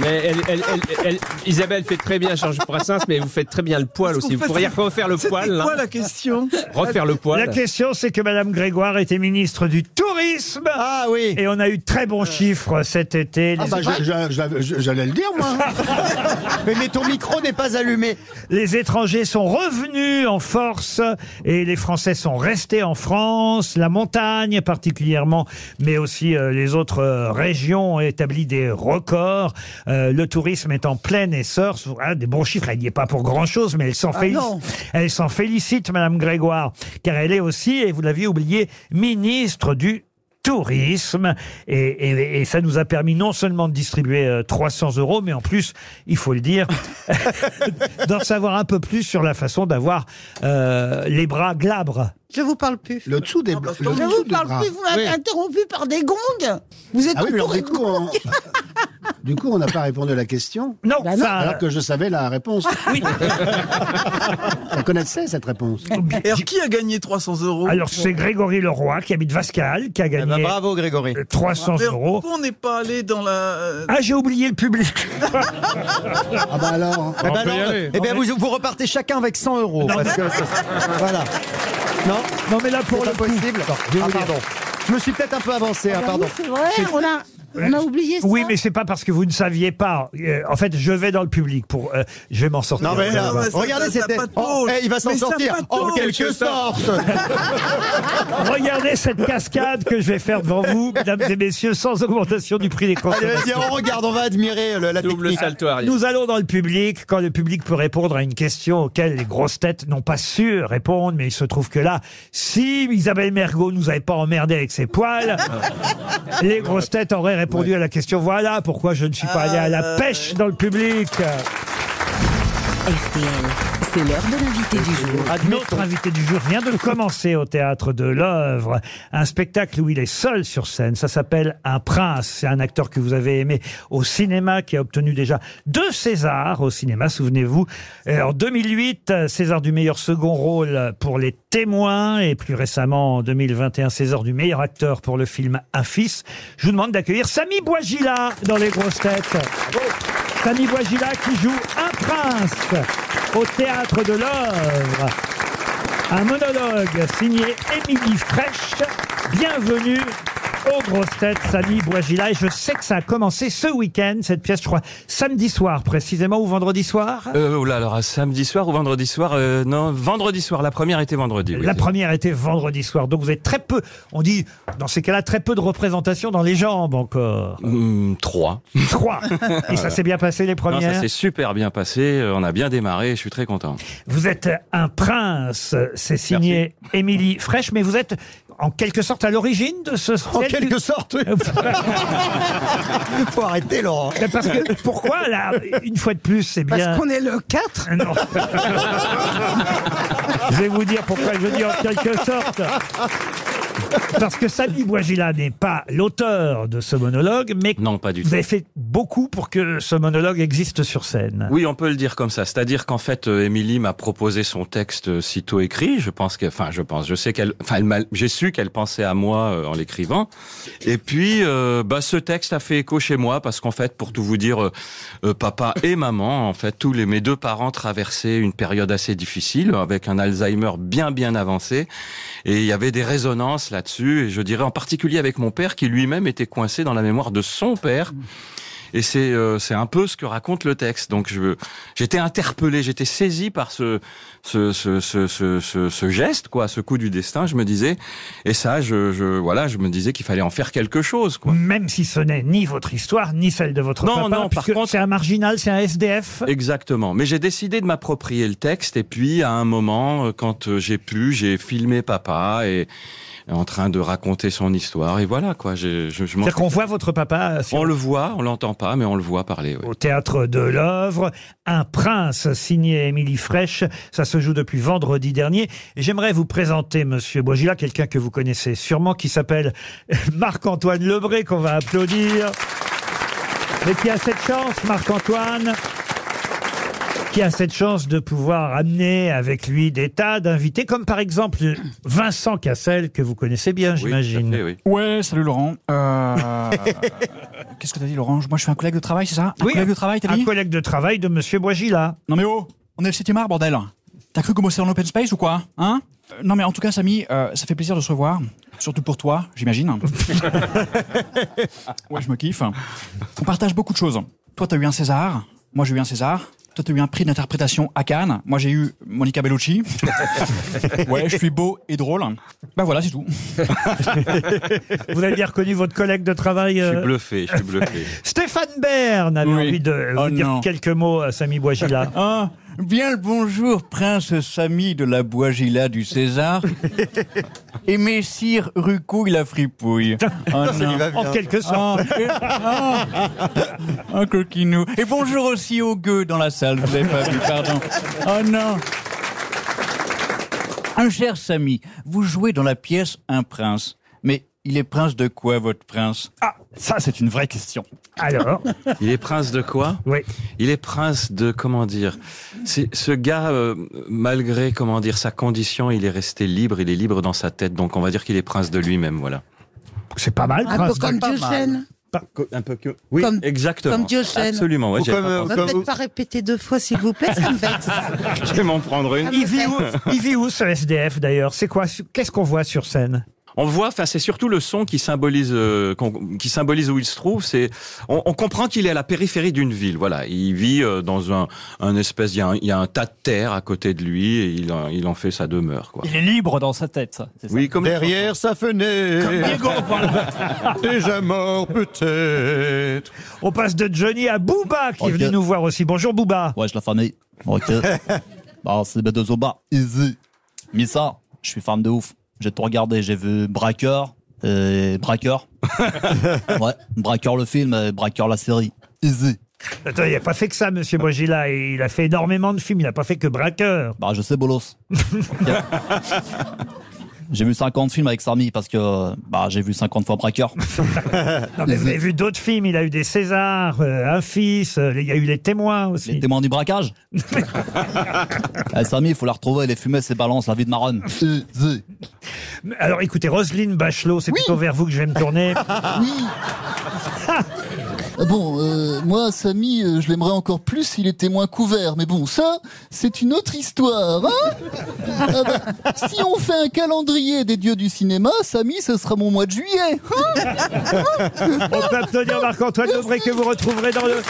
Speaker 4: Mais elle, elle- elle- elle- Isabelle fait très bien Georges Brassens, mais vous faites très bien le poil aussi. Vous pourriez refaire le poil. hein.
Speaker 6: C'était
Speaker 4: là.
Speaker 6: quoi la question
Speaker 4: Refaire le poil.
Speaker 2: La question, c'est que Madame Grégoire était ministre du Tourisme. Ah oui. Et on a eu de très bons chiffres cet été.
Speaker 7: Euh. Ah
Speaker 2: Les-
Speaker 7: bah, je- je- je l'avais- je- j'allais le dire, moi. hein.
Speaker 17: Mais, mais ton micro n'est pas allumé.
Speaker 2: Les étrangers sont revenus en force et les Français sont restés en France. La montagne particulièrement, mais aussi euh, les autres euh, régions ont établi des records. Euh, le tourisme est en pleine essor. Ah, des bons chiffres, elle n'y est pas pour grand-chose, mais elle s'en
Speaker 5: Ah non.
Speaker 2: félicite. Elle s'en félicite, Madame Grégoire, car elle est aussi, et vous l'aviez oublié, ministre du tourisme et, et- et ça nous a permis non seulement de distribuer euh, 300 euros mais en plus il faut le dire d'en savoir un peu plus sur la façon d'avoir euh, les bras glabres
Speaker 5: Je vous parle plus.
Speaker 7: Le dessous des
Speaker 5: Je
Speaker 7: le dessous
Speaker 5: vous
Speaker 7: des
Speaker 5: parle
Speaker 7: bras.
Speaker 5: plus, vous m'avez interrompu par des gongs. Vous êtes
Speaker 7: Ah oui, mais
Speaker 5: autour
Speaker 7: alors,
Speaker 5: des
Speaker 7: du coup, on- Du coup, on n'a pas répondu à la question.
Speaker 2: Non, ça-
Speaker 7: Alors que je savais la réponse. Oui. on connaissait cette réponse.
Speaker 2: Alors, qui a gagné 300 euros Alors, c'est Grégory Leroy, qui habite Vascal, qui a gagné.
Speaker 17: Eh ben, bravo, Grégory.
Speaker 2: 300
Speaker 6: Mais
Speaker 2: euros.
Speaker 6: Pourquoi on n'est pas allé dans la. euh,
Speaker 2: Ah, j'ai oublié le public.
Speaker 7: Ah bah alors.
Speaker 17: Eh ben alors, eh ben vous, vous repartez chacun avec 100 euros.
Speaker 7: Non,
Speaker 17: parce
Speaker 7: mais-
Speaker 17: que ça- voilà. Non,
Speaker 2: non mais là
Speaker 17: pour le possible.
Speaker 2: je vais
Speaker 17: ah,
Speaker 2: vous dire.
Speaker 17: pardon. Je me suis peut-être un peu avancé. hein,
Speaker 5: Ah bah
Speaker 17: pardon.
Speaker 5: oui, c'est vrai, on a- on a oublié ça.
Speaker 2: Oui, mais c'est pas parce que vous ne saviez pas. Euh, En fait, je vais dans le public pour. euh, je vais m'en sortir.
Speaker 17: Non, mais euh, là,
Speaker 2: Ça va.
Speaker 17: regardez, c'était. Oh, eh, il va s'en
Speaker 2: Mais ça
Speaker 17: sortir en
Speaker 2: patauge,
Speaker 17: quelque
Speaker 2: ça.
Speaker 17: sorte.
Speaker 2: Regardez cette cascade que je vais faire devant vous, mesdames et messieurs, sans augmentation du prix des
Speaker 17: Allez,
Speaker 2: consommations.
Speaker 17: vas-y, on regarde, on va admirer le- la
Speaker 4: Double
Speaker 17: technique.
Speaker 4: salto arrière.
Speaker 2: Nous allons dans le public quand le public peut répondre à une question auquel les grosses têtes n'ont pas su répondre, mais il se trouve que là, si Isabelle Mergot nous avait pas emmerdé avec ses poils, les grosses têtes auraient répondu à la question. Voilà pourquoi je ne suis pas allé à la pêche dans le public.
Speaker 12: C'est l'heure de l'invité du jour.
Speaker 2: Notre invité du jour vient de commencer au théâtre de l'œuvre un spectacle où il est seul sur scène. Ça s'appelle Un prince. C'est un acteur que vous avez aimé au cinéma qui a obtenu déjà deux Césars au cinéma, souvenez-vous. Euh, En 2008, euh, César du meilleur second rôle pour Les Témoins et plus récemment en 2021, César du meilleur acteur pour le film Un fils. Je vous demande d'accueillir Samy Boisgila dans Les grosses têtes. Samy Boisgila qui joue un prince au théâtre de l'œuvre. Un monologue signé Émilie Fraîche. Bienvenue aux grosses têtes, Samy Boisgila. Et je sais que ça a commencé ce week-end, cette pièce, je crois, samedi soir précisément ou vendredi soir.
Speaker 20: Euh, oula, alors à samedi soir ou vendredi soir euh, Non, vendredi soir. La première était vendredi. oui.
Speaker 2: La première était vendredi soir, donc vous êtes très peu, on dit dans ces cas-là, très peu de représentation dans les jambes encore.
Speaker 20: Hmm, trois.
Speaker 2: Trois. Et ça s'est bien passé les
Speaker 20: Non,
Speaker 2: premières
Speaker 20: ça s'est super bien passé. euh, On a bien démarré. Je suis très content.
Speaker 2: Vous êtes un prince, c'est signé Émilie Fraîche, mais vous êtes en quelque sorte à l'origine de ce... En quelque
Speaker 17: sorte, Faut arrêter, Laurent.
Speaker 2: Parce que, pourquoi, là, une fois de plus, c'est bien... Euh,
Speaker 9: Parce qu'on est le 4
Speaker 2: Non. Je vais vous dire pourquoi je dis en quelque sorte. Parce que Samy Bouagila n'est pas l'auteur de ce monologue, mais
Speaker 20: Non, pas du
Speaker 2: vous
Speaker 20: tout.
Speaker 2: avez fait beaucoup pour que ce monologue existe sur scène.
Speaker 20: Oui, on peut le dire comme ça. C'est-à-dire qu'en fait, euh, Émilie m'a proposé son texte euh, sitôt écrit. Je pense que, enfin, je pense, je sais qu'elle, enfin, elle m'a- j'ai su qu'elle pensait à moi euh, en l'écrivant. Et puis, euh, bah, ce texte a fait écho chez moi parce qu'en fait, pour tout vous dire, euh, euh, papa et maman, en fait, tous les mes deux parents traversaient une période assez difficile avec un Alzheimer bien bien avancé. Et il y avait des résonances là-dessus. Et je dirais en particulier avec mon père qui lui-même était coincé dans la mémoire de son père. Et c'est euh, c'est un peu ce que raconte le texte. Donc je j'étais interpellé, j'étais saisi par ce ce, ce, ce, ce, ce- ce geste quoi, ce coup du destin. Je me disais et ça je, je voilà je me disais qu'il fallait en faire quelque chose quoi.
Speaker 2: Même si ce n'est ni votre histoire, ni celle de votre
Speaker 20: Non,
Speaker 2: papa,
Speaker 20: non, par
Speaker 2: puisque c'est un marginal, c'est un SDF.
Speaker 20: Exactement. Mais j'ai décidé de m'approprier le texte et puis à un moment, euh, quand euh, j'ai pu, j'ai filmé papa et et en train de raconter son histoire et voilà quoi. j'ai- Je, je m'en-
Speaker 2: C'est-à-dire qu'on voit votre papa euh, sur-
Speaker 20: on le voit, on l'entend pas, mais on le voit parler. oui.
Speaker 2: au théâtre de l'œuvre, Un prince signé Émilie Fraîche. Ça se joue depuis vendredi dernier. Et J'aimerais vous présenter, monsieur Boisgila, quelqu'un que vous connaissez sûrement, qui s'appelle Marc-Antoine Lebré, qu'on va applaudir. Mais qui a cette chance, Marc-Antoine qui a cette chance de pouvoir amener avec lui des tas d'invités, comme par exemple Vincent Cassel, que vous connaissez bien, j'imagine.
Speaker 21: Ouais, salut Laurent. Euh, Qu'est-ce que t'as dit Laurent Moi je suis un collègue de travail, c'est ça Un
Speaker 2: Oui,
Speaker 21: collègue de travail, t'as
Speaker 2: un
Speaker 21: dit
Speaker 2: collègue de travail de Monsieur Boisgila.
Speaker 21: Non mais oh, on est le 7 art, bordel. T'as cru qu'on bossait en open space ou quoi Hein Euh, Non mais en tout cas, Samy, euh, ça fait plaisir de se revoir. Surtout pour toi, j'imagine. ouais, je me kiffe. On partage beaucoup de choses. Toi, t'as eu un César. Moi, j'ai eu un César. Toi, t'as eu un prix d'interprétation à Cannes. Moi, j'ai eu Monica Bellucci. ouais, je suis beau et drôle. Bah voilà, c'est tout.
Speaker 2: Vous avez bien reconnu votre collègue de travail.
Speaker 20: Je
Speaker 2: euh,
Speaker 20: suis bluffé, je suis bluffé.
Speaker 2: Stéphane Bern avait
Speaker 22: Oui.
Speaker 2: envie de vous
Speaker 22: Oh
Speaker 2: dire
Speaker 22: non.
Speaker 2: quelques mots à Samy Bouagila.
Speaker 22: Ah, bien le bonjour, prince Samy de la Boisgila du César et messire Rucouille la Fripouille.
Speaker 21: Ça lui va bien. En quelque sorte.
Speaker 22: Ah, que- ah, un coquinou. Et bonjour aussi aux gueux dans la salle, vous l'avez pas vu, pardon. Oh non Un cher Samy, vous jouez dans la pièce Un prince, mais Il est prince de quoi, votre prince Ah, ça, c'est une vraie question.
Speaker 2: Alors
Speaker 20: Il est prince de quoi
Speaker 2: Oui.
Speaker 20: Il est prince de comment dire C'est ce gars euh, malgré comment dire sa condition, il est resté libre, il est libre dans sa tête. Donc on va dire qu'il est prince de lui-même, voilà.
Speaker 2: C'est pas mal,
Speaker 5: Un
Speaker 20: prince
Speaker 5: peu
Speaker 20: de-
Speaker 5: comme
Speaker 20: pas
Speaker 5: Diocène.
Speaker 20: un peu que Oui, euh, exactement.
Speaker 5: Comme Diocène.
Speaker 20: Absolument, ouais, j'y avais
Speaker 5: On
Speaker 20: pas
Speaker 5: va
Speaker 20: pensé.
Speaker 5: peut-être pas répéter deux fois, s'il vous plaît, ça me vexe.
Speaker 20: Je vais m'en prendre une.
Speaker 2: Il vit où, il vit où, ce SDF d'ailleurs C'est quoi su- Qu'est-ce qu'on voit sur scène
Speaker 20: On voit, enfin, c'est surtout le son qui symbolise, euh, qu'on- qui symbolise où il se trouve. C'est, on, on comprend qu'il est à la périphérie d'une ville. Voilà, il vit euh, dans un, un espèce, il y, a un- il y a un tas de terre à côté de lui et il en, il en fait sa demeure. Quoi.
Speaker 14: Il est libre dans sa tête, ça.
Speaker 20: Oui, comme
Speaker 17: Derrière sa fenêtre.
Speaker 2: Déjà mort peut-être. On passe de Johnny à Booba qui est venu nous voir aussi. Bonjour Booba.
Speaker 14: Ouais, je la famille. Ok. bon, c'est de Zoba. Easy. Missa, je suis fan de ouf. J'ai tout regardé. J'ai vu Braqueur et Braqueur. ouais, Braqueur le film et Braqueur la série. Easy.
Speaker 2: Attends, il n'a pas fait que ça, monsieur Bogila. Il a fait énormément de films. Il n'a pas fait que Braqueur.
Speaker 14: Bah, je sais, Bolos. J'ai vu 50 films avec Samy parce que bah, j'ai vu 50 fois Braqueur.
Speaker 2: Non, mais vous avez vu d'autres films. Il a eu des Césars, euh, un fils. euh, il y a eu les témoins aussi. Les
Speaker 14: témoins du braquage Eh, Samy, il faut la retrouver, elle est fumée, ses balances, la vie de Maronne. Easy.
Speaker 2: Alors écoutez, Roselyne Bachelot, c'est plutôt vers vous que je vais me tourner.
Speaker 11: Ah Bon, euh, moi, Samy, euh, je l'aimerais encore plus s'il était moins couvert. Mais bon, ça, c'est une autre histoire. hein Ah bah, si on fait un calendrier des dieux du cinéma, Samy, ce sera mon mois de juillet. hein
Speaker 2: On peut applaudir Marc-Antoine Debré que vous retrouverez dans le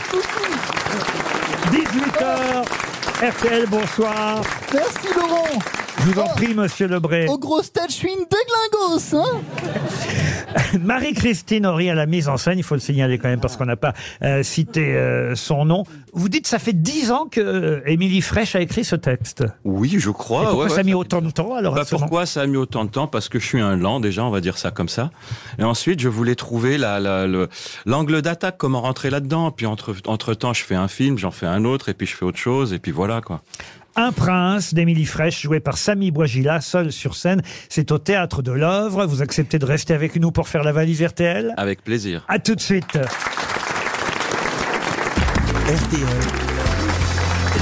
Speaker 2: 18h. RTL, bonsoir.
Speaker 11: Merci Laurent.
Speaker 2: Je vous en prie, monsieur Lebré.
Speaker 11: Au gros stade, je suis une déglingos. Hein
Speaker 2: Marie-Christine Horry à la mise en scène, il faut le signaler quand même parce qu'on n'a pas euh, cité euh, son nom. Vous dites ça fait dix ans que euh, Émilie Fraîche a écrit ce texte.
Speaker 20: Oui, je
Speaker 2: Et
Speaker 20: crois.
Speaker 2: pourquoi
Speaker 20: ouais,
Speaker 2: ça
Speaker 20: ouais.
Speaker 2: a mis autant de temps alors
Speaker 20: Bah,
Speaker 2: à ce nom
Speaker 20: pourquoi ça a mis autant de temps Parce que je suis un lent déjà, on va dire ça comme ça. Et ensuite, je voulais trouver la, la- le- l'angle d'attaque, comment rentrer là-dedans. Puis entre, entre-temps, je fais un film, j'en fais un autre, et puis je fais autre chose, et puis voilà quoi.
Speaker 2: Un prince d'Émilie Fraîche, joué par Samy Boisgila, seul sur scène. C'est au théâtre de l'œuvre. Vous acceptez de rester avec nous pour faire la valise RTL
Speaker 20: Avec plaisir.
Speaker 2: À tout de suite.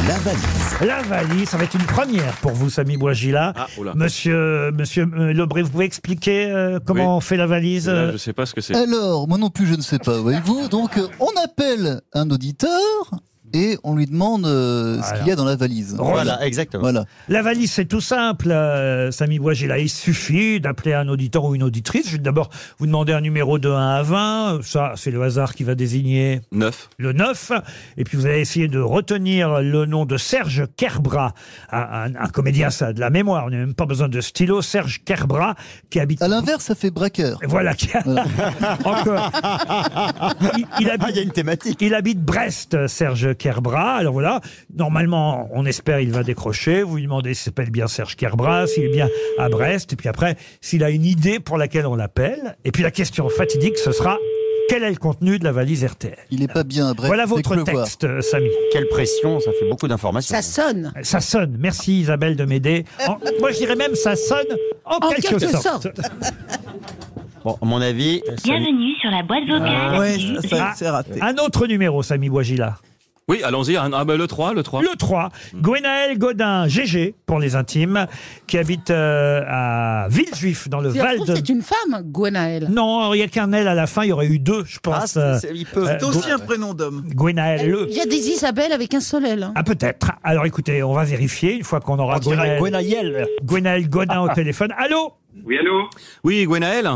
Speaker 1: La valise.
Speaker 2: La valise, ça va être une première pour vous, Samy Boisgila.
Speaker 20: Ah, oula.
Speaker 2: monsieur, monsieur euh, Lebré, vous pouvez expliquer euh, comment
Speaker 11: Oui.
Speaker 2: on fait la valise
Speaker 20: Là,
Speaker 2: euh,
Speaker 20: je sais pas ce que c'est.
Speaker 11: Alors, moi non plus, je ne sais pas, voyez-vous. Donc, euh, on appelle un auditeur et on lui demande euh, ce qu'il y a dans la valise.
Speaker 2: Voilà,
Speaker 11: exactement. Voilà.
Speaker 2: La valise, c'est tout simple, euh, Samy Boisgila. Il suffit d'appeler un auditeur ou une auditrice. Je vais d'abord vous demander un numéro de 1 à 20. Ça, c'est le hasard qui va désigner
Speaker 20: 9.
Speaker 2: le 9. Et puis, vous allez essayer de retenir le nom de Serge Kerbra, un, un- un comédien, ça, a de la mémoire. On n'a même pas besoin de stylo. Serge Kerbra, qui habite... À
Speaker 11: l'inverse, ça fait braqueur.
Speaker 2: Voilà. qui- Encore. Il, Ah, il habite, une
Speaker 11: thématique.
Speaker 2: Il habite Brest, euh, Serge Kerbra. Alors voilà, normalement, on espère il va décrocher. Vous lui demandez s'il s'appelle bien Serge Kerbra, s'il est bien à Brest. Et puis après, s'il a une idée pour laquelle on l'appelle. Et puis la question fatidique, ce sera quel est le contenu de la valise RTL
Speaker 11: Il n'est pas bien, bref.
Speaker 2: Voilà
Speaker 11: il fait
Speaker 2: votre
Speaker 11: pleuvoir.
Speaker 2: texte, euh, Samy.
Speaker 23: Quelle pression, ça fait beaucoup d'informations.
Speaker 2: Ça sonne. Ça sonne. Merci Isabelle de m'aider. En- Moi, je dirais même ça sonne en,
Speaker 23: En
Speaker 2: quelque,
Speaker 23: quelque
Speaker 2: sorte.
Speaker 23: Bon, à mon avis.
Speaker 24: Bienvenue sur la boîte vocale.
Speaker 2: Ah, Un autre numéro, Samy Boisgila.
Speaker 20: Oui, allons-y. Ah, ah, bah, le 3, le 3.
Speaker 2: Le 3, Gwenaël Godin, GG pour les intimes, qui habite euh, à Villejuif dans le
Speaker 5: Si on
Speaker 2: Val
Speaker 5: trouve,
Speaker 2: de...
Speaker 5: C'est une femme, Gwenaël.
Speaker 2: Non, il n'y a qu'un L à la fin, il y aurait eu deux, je pense.
Speaker 5: c'est- c'est- il peut-
Speaker 6: C'est aussi un
Speaker 2: prénom d'homme. Gwenaël le.
Speaker 5: Euh, Il y a des Isabelle avec un seul L. hein.
Speaker 2: Ah, peut-être. Alors écoutez, on va vérifier une fois qu'on aura
Speaker 23: On dirait
Speaker 2: Gwenaël. Gwenaël Godin au téléphone. Allô
Speaker 23: Oui, allô
Speaker 20: Oui, Gwenaël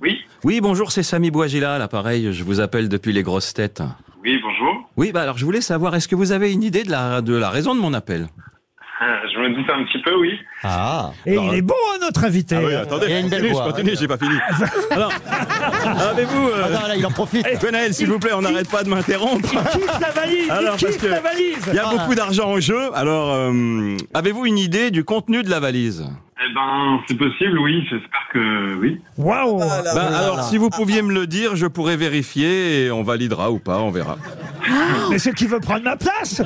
Speaker 23: Oui.
Speaker 20: Oui, bonjour, c'est Samy Bouagila, à l'appareil. Je vous appelle depuis les grosses têtes.
Speaker 23: Oui, bonjour.
Speaker 20: Oui, bah alors je voulais savoir, est-ce que vous avez une idée de la, de la raison de mon appel
Speaker 23: Euh, Je me doute un petit peu, oui.
Speaker 20: Ah
Speaker 2: Et il est bon, hein, notre invité.
Speaker 20: Ah oui, attendez,
Speaker 23: Il a une belle
Speaker 20: je
Speaker 23: voix,
Speaker 20: continue, je continue, j'ai pas fini. Alors, avez-vous... euh,
Speaker 23: Ah non, là, il en profite.
Speaker 20: Eh, Gwenaël, s'il vous plaît, on n'arrête pas de m'interrompre.
Speaker 2: Il kiffe la valise, il
Speaker 20: Alors, parce
Speaker 2: kiffe
Speaker 20: que
Speaker 2: la valise.
Speaker 20: Il y a
Speaker 2: Ah.
Speaker 20: beaucoup d'argent en jeu. Alors, euh, avez-vous une idée du contenu de la valise
Speaker 23: Eh ben, c'est possible, oui. J'espère que oui.
Speaker 2: Waouh
Speaker 20: Ben, Alors, si vous pouviez me le dire, je pourrais vérifier et on validera ou pas, on verra.
Speaker 2: Mais c'est qui veut prendre ma place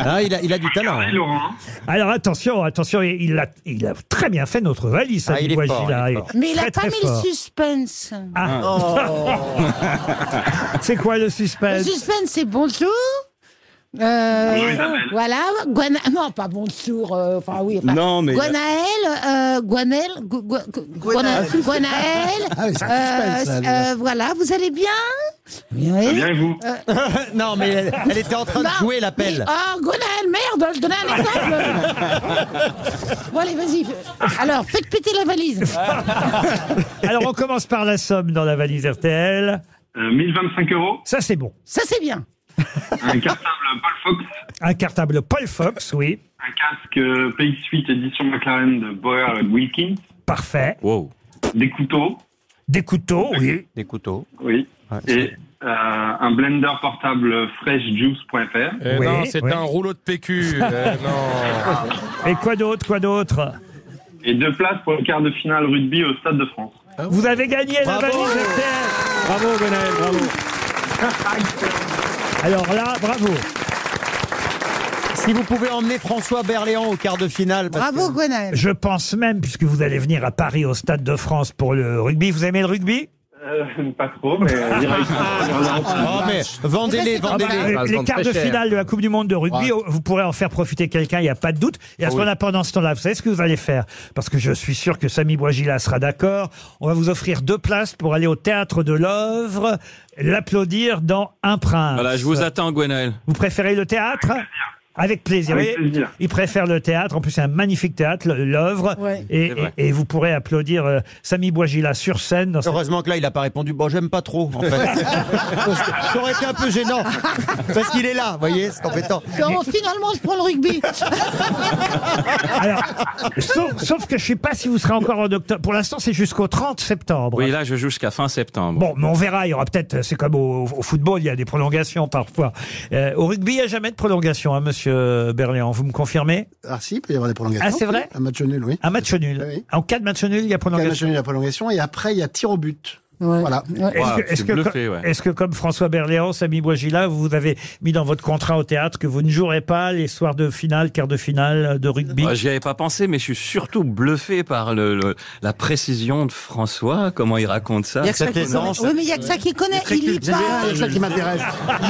Speaker 3: Ah, il a, il a du talent. hein.
Speaker 2: Alors attention, attention, il a, il a très bien fait notre valise,
Speaker 3: Ah, il est
Speaker 2: Abou
Speaker 3: fort,
Speaker 2: Wajida.
Speaker 3: il est fort.
Speaker 5: Mais il a
Speaker 2: Très,
Speaker 5: pas
Speaker 2: très
Speaker 5: mis
Speaker 2: fort.
Speaker 5: le suspense.
Speaker 2: Ah.
Speaker 3: Oh.
Speaker 2: C'est quoi le suspense
Speaker 5: Le suspense, c'est bonjour. Euh,
Speaker 20: Bonjour, Isabelle.
Speaker 5: voilà, Guana... non pas bonjour, euh, enfin oui. enfin,
Speaker 20: Non, mais-
Speaker 5: Guanaël, euh, Guanaël, Gu- Gu- Gu- Guana- Guanaël,
Speaker 3: Ah oui, c'est un suspense,
Speaker 5: euh,
Speaker 3: là,
Speaker 5: euh, voilà, vous allez bien Oui.
Speaker 3: Bien, et vous
Speaker 5: Euh,
Speaker 3: Non, mais elle, elle était en train de
Speaker 5: non,
Speaker 3: jouer l'appel.
Speaker 5: mais- Oh, Guanaël, merde, je donnais un exemple. bon, allez, vas-y. Alors, faites péter la valise.
Speaker 2: Alors on commence par la somme dans la valise RTL.
Speaker 19: Euh, 1025 euros.
Speaker 2: Ça c'est bon.
Speaker 5: Ça, c'est bien.
Speaker 19: Un cartable Paul Fox,
Speaker 2: Un cartable Paul Fox, oui.
Speaker 19: un casque euh, PX8 édition McLaren de Boer Wilkins,
Speaker 2: Parfait.
Speaker 19: des couteaux,
Speaker 2: Des couteaux, oui.
Speaker 3: Des couteaux.
Speaker 19: oui,
Speaker 3: Ouais,
Speaker 19: et euh, un blender portable freshjuice.fr.
Speaker 25: Eh non, c'était un rouleau de PQ. eh non.
Speaker 2: Et quoi d'autre, quoi d'autre
Speaker 19: Et deux places pour le quart de finale rugby au Stade de France.
Speaker 2: Vous avez gagné la
Speaker 19: Bravo.
Speaker 2: valise RTL. Bravo Gonaël, bravo. Alors là, bravo.
Speaker 3: Si vous pouvez emmener François Berléand au quart de finale. parce que-
Speaker 2: Je pense même, puisque vous allez venir à Paris au Stade de France pour le rugby, vous aimez le rugby
Speaker 19: Euh, pas trop, mais euh, direct.
Speaker 3: Oh,
Speaker 19: Ah,
Speaker 3: mais vendez-les, vendez-les.
Speaker 2: Ah bah, Ah, Les quarts de finale de la Coupe du Monde de rugby,
Speaker 3: Ouais. Ah
Speaker 2: vous pourrez en faire profiter quelqu'un, il n'y a pas de doute. Et à ce
Speaker 3: Oui.
Speaker 2: moment-là, pendant ce temps-là, vous savez ce que vous allez faire Parce que je suis sûr que Samy Boisgila sera d'accord. On va vous offrir deux places pour aller au Théâtre de l'Œuvre, l'applaudir dans Un Prince.
Speaker 20: Voilà, je vous attends, Gwenaël.
Speaker 2: Vous préférez le théâtre avec plaisir.
Speaker 20: Avec
Speaker 2: Vous voyez,
Speaker 20: plaisir.
Speaker 2: Il préfère le théâtre. En plus, c'est un magnifique théâtre, l'œuvre. Et,
Speaker 3: C'est vrai.
Speaker 2: et- et vous pourrez applaudir euh, Samy Bouagila sur scène. Dans cette-
Speaker 3: Heureusement que là, il n'a pas répondu. Bon, j'aime pas trop, en fait. Parce que ça aurait été un peu gênant. Parce qu'il est là, vous voyez, c'est embêtant.
Speaker 5: Bon, finalement, je prends le rugby.
Speaker 2: Alors, sauf, sauf que je ne sais pas si vous serez encore en octobre. Pour l'instant, c'est jusqu'au 30 septembre.
Speaker 20: Oui, là, je joue jusqu'à fin septembre.
Speaker 2: Bon, mais on verra. Il y aura peut-être. euh, C'est comme au, au football, il y a des prolongations parfois. Euh, au rugby, il n'y a jamais de prolongation, hein, Monsieur Berléand. Vous me confirmez
Speaker 7: Ah si, il peut y avoir des prolongations.
Speaker 2: Ah, c'est vrai
Speaker 7: Un match nul, oui.
Speaker 2: Un match nul. En cas de match nul, il y a prolongation.
Speaker 7: Un match nul, il y a prolongation. Et après, il y a tir au but. Voilà.
Speaker 2: Est-ce que, est-ce que co- est-ce que comme François Berléand, Samy Bouagila, vous avez mis dans votre contrat au théâtre que vous ne jouerez pas les soirs de finale, quart de finale de rugby
Speaker 20: Bah, J'y avais pas pensé, mais je suis surtout bluffé par le, le- la précision de François, comment il raconte ça.
Speaker 7: Il y a que ça qui Cette connaît. aisance.
Speaker 5: Oui, mais il y a que ça qui connaît.
Speaker 7: Très
Speaker 5: Il lit
Speaker 7: cultivé,
Speaker 5: pas.
Speaker 7: Il y a que ça qui m'intéresse.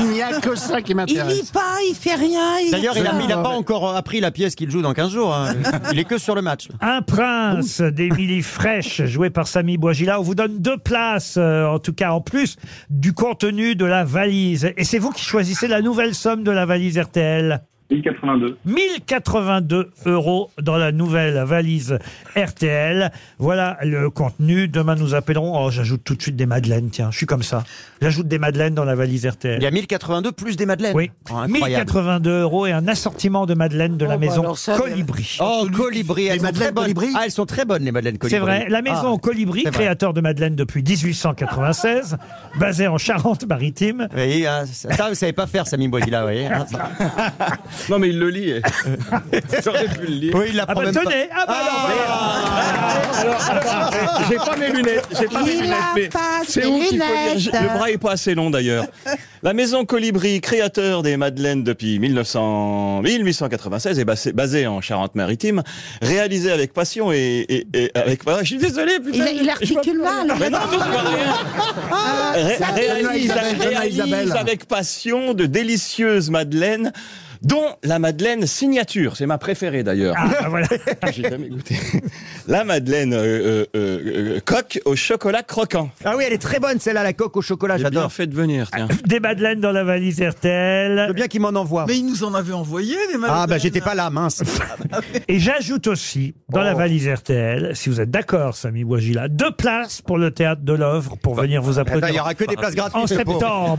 Speaker 7: Il n'y a que ça qui
Speaker 5: Il
Speaker 7: m'intéresse.
Speaker 5: lit pas, il fait rien. il-
Speaker 3: D'ailleurs, il n'a
Speaker 5: Ah,
Speaker 3: pas encore appris la pièce qu'il joue dans 15 jours. hein. Il est que sur le match.
Speaker 2: Un prince d'Émilie Fraîche, joué par Samy Bouagila. On vous donne deux places, euh, en tout cas en plus, du contenu de la valise. Et c'est vous qui choisissez la nouvelle somme de la valise RTL.
Speaker 19: 1082.
Speaker 2: 1082 euros dans la nouvelle valise RTL. Voilà le contenu. Demain, nous appellerons. Oh, j'ajoute tout de suite des madeleines. Tiens, je suis comme ça. J'ajoute des madeleines dans la valise RTL.
Speaker 3: Il y a 1082 plus des madeleines.
Speaker 2: Oui.
Speaker 3: Oh, incroyable. bah
Speaker 2: 1082 euros et un assortiment de madeleines de la maison Colibri.
Speaker 3: Oh, Colibri. Elles sont très bonnes. Ah, elles sont très bonnes, les madeleines Colibri.
Speaker 2: C'est vrai. La maison
Speaker 3: Ah,
Speaker 2: Colibri,
Speaker 3: c'est vrai.
Speaker 2: créateur de Madeleine depuis 1896, basée en Charente-Maritime.
Speaker 3: Vous voyez, hein, ça, ça, vous savez pas faire, Samy Boisila, vous voyez. hein.
Speaker 20: Non, mais il le lit. J'aurais pu le lire.
Speaker 3: Oui, il l'apprend
Speaker 20: Ah bah,
Speaker 3: même
Speaker 20: tenez,
Speaker 3: pas.
Speaker 20: J'ai pas mes lunettes. J'ai pas mes
Speaker 5: Il
Speaker 20: lunettes.
Speaker 5: a
Speaker 20: mais
Speaker 5: pas
Speaker 20: c'est
Speaker 5: ses
Speaker 20: où qu'il faut lire J'ai-
Speaker 5: lunettes.
Speaker 20: Le bras est pas assez long d'ailleurs. La maison Colibri, créateur des Madeleines depuis 1900 1896 et basée, basée en Charente-Maritime, réalisée avec passion et, et- et avec. Ah, je suis désolé.
Speaker 5: Il,
Speaker 20: Putain,
Speaker 5: il articule mal. Ah,
Speaker 20: Mais non, non, c'est pas rien. Ré-
Speaker 5: Ça,
Speaker 20: réalise,
Speaker 5: Isabelle,
Speaker 20: réalise
Speaker 5: Isabelle.
Speaker 20: avec passion de délicieuses madeleines, dont la madeleine signature. C'est ma préférée d'ailleurs. J'ai jamais goûté. La madeleine euh, euh, euh, euh, coque au chocolat croquant.
Speaker 3: Ah oui, elle est très bonne, celle-là, la coque au chocolat,
Speaker 20: J'ai bien
Speaker 3: j'adore.
Speaker 20: fait de venir, tiens.
Speaker 2: Des madeleines dans la valise RTL. Je
Speaker 3: veux bien qu'il m'en envoie.
Speaker 26: Mais il nous en avait envoyé, Ah, les malades.
Speaker 3: Ah, bah j'étais pas là, mince.
Speaker 26: bah,
Speaker 3: Oh.
Speaker 2: Et j'ajoute aussi, dans la valise RTL, si vous êtes d'accord, Samy Bouagila, deux places pour le théâtre de l'œuvre
Speaker 20: Bah,
Speaker 2: pour venir vous
Speaker 3: Eh
Speaker 2: applaudir.
Speaker 3: ben, il y aura que des places gratuites.
Speaker 2: En
Speaker 3: les pauvres.
Speaker 2: septembre.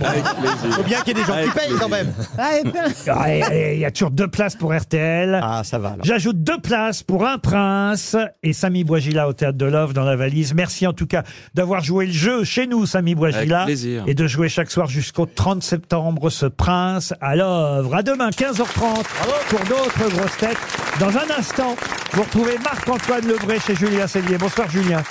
Speaker 3: Faut bien qu'il y ait des gens qui payent quand même.
Speaker 2: Ouais, allez, Il y a toujours deux places pour RTL.
Speaker 3: Ah, ça va. alors.
Speaker 2: J'ajoute deux places pour un prince et Samy Bouagila au théâtre de l'Oeuvre dans la valise. Merci en tout cas d'avoir joué le jeu chez nous, Samy Bouagila.
Speaker 20: Avec plaisir.
Speaker 2: Et de jouer chaque soir jusqu'au 30 septembre ce prince à l'œuvre. À demain, 15h30 pour d'autres grosses têtes. Dans un instant, vous retrouvez Marc-Antoine Lebray chez Julien Cellier. Bonsoir, Julien.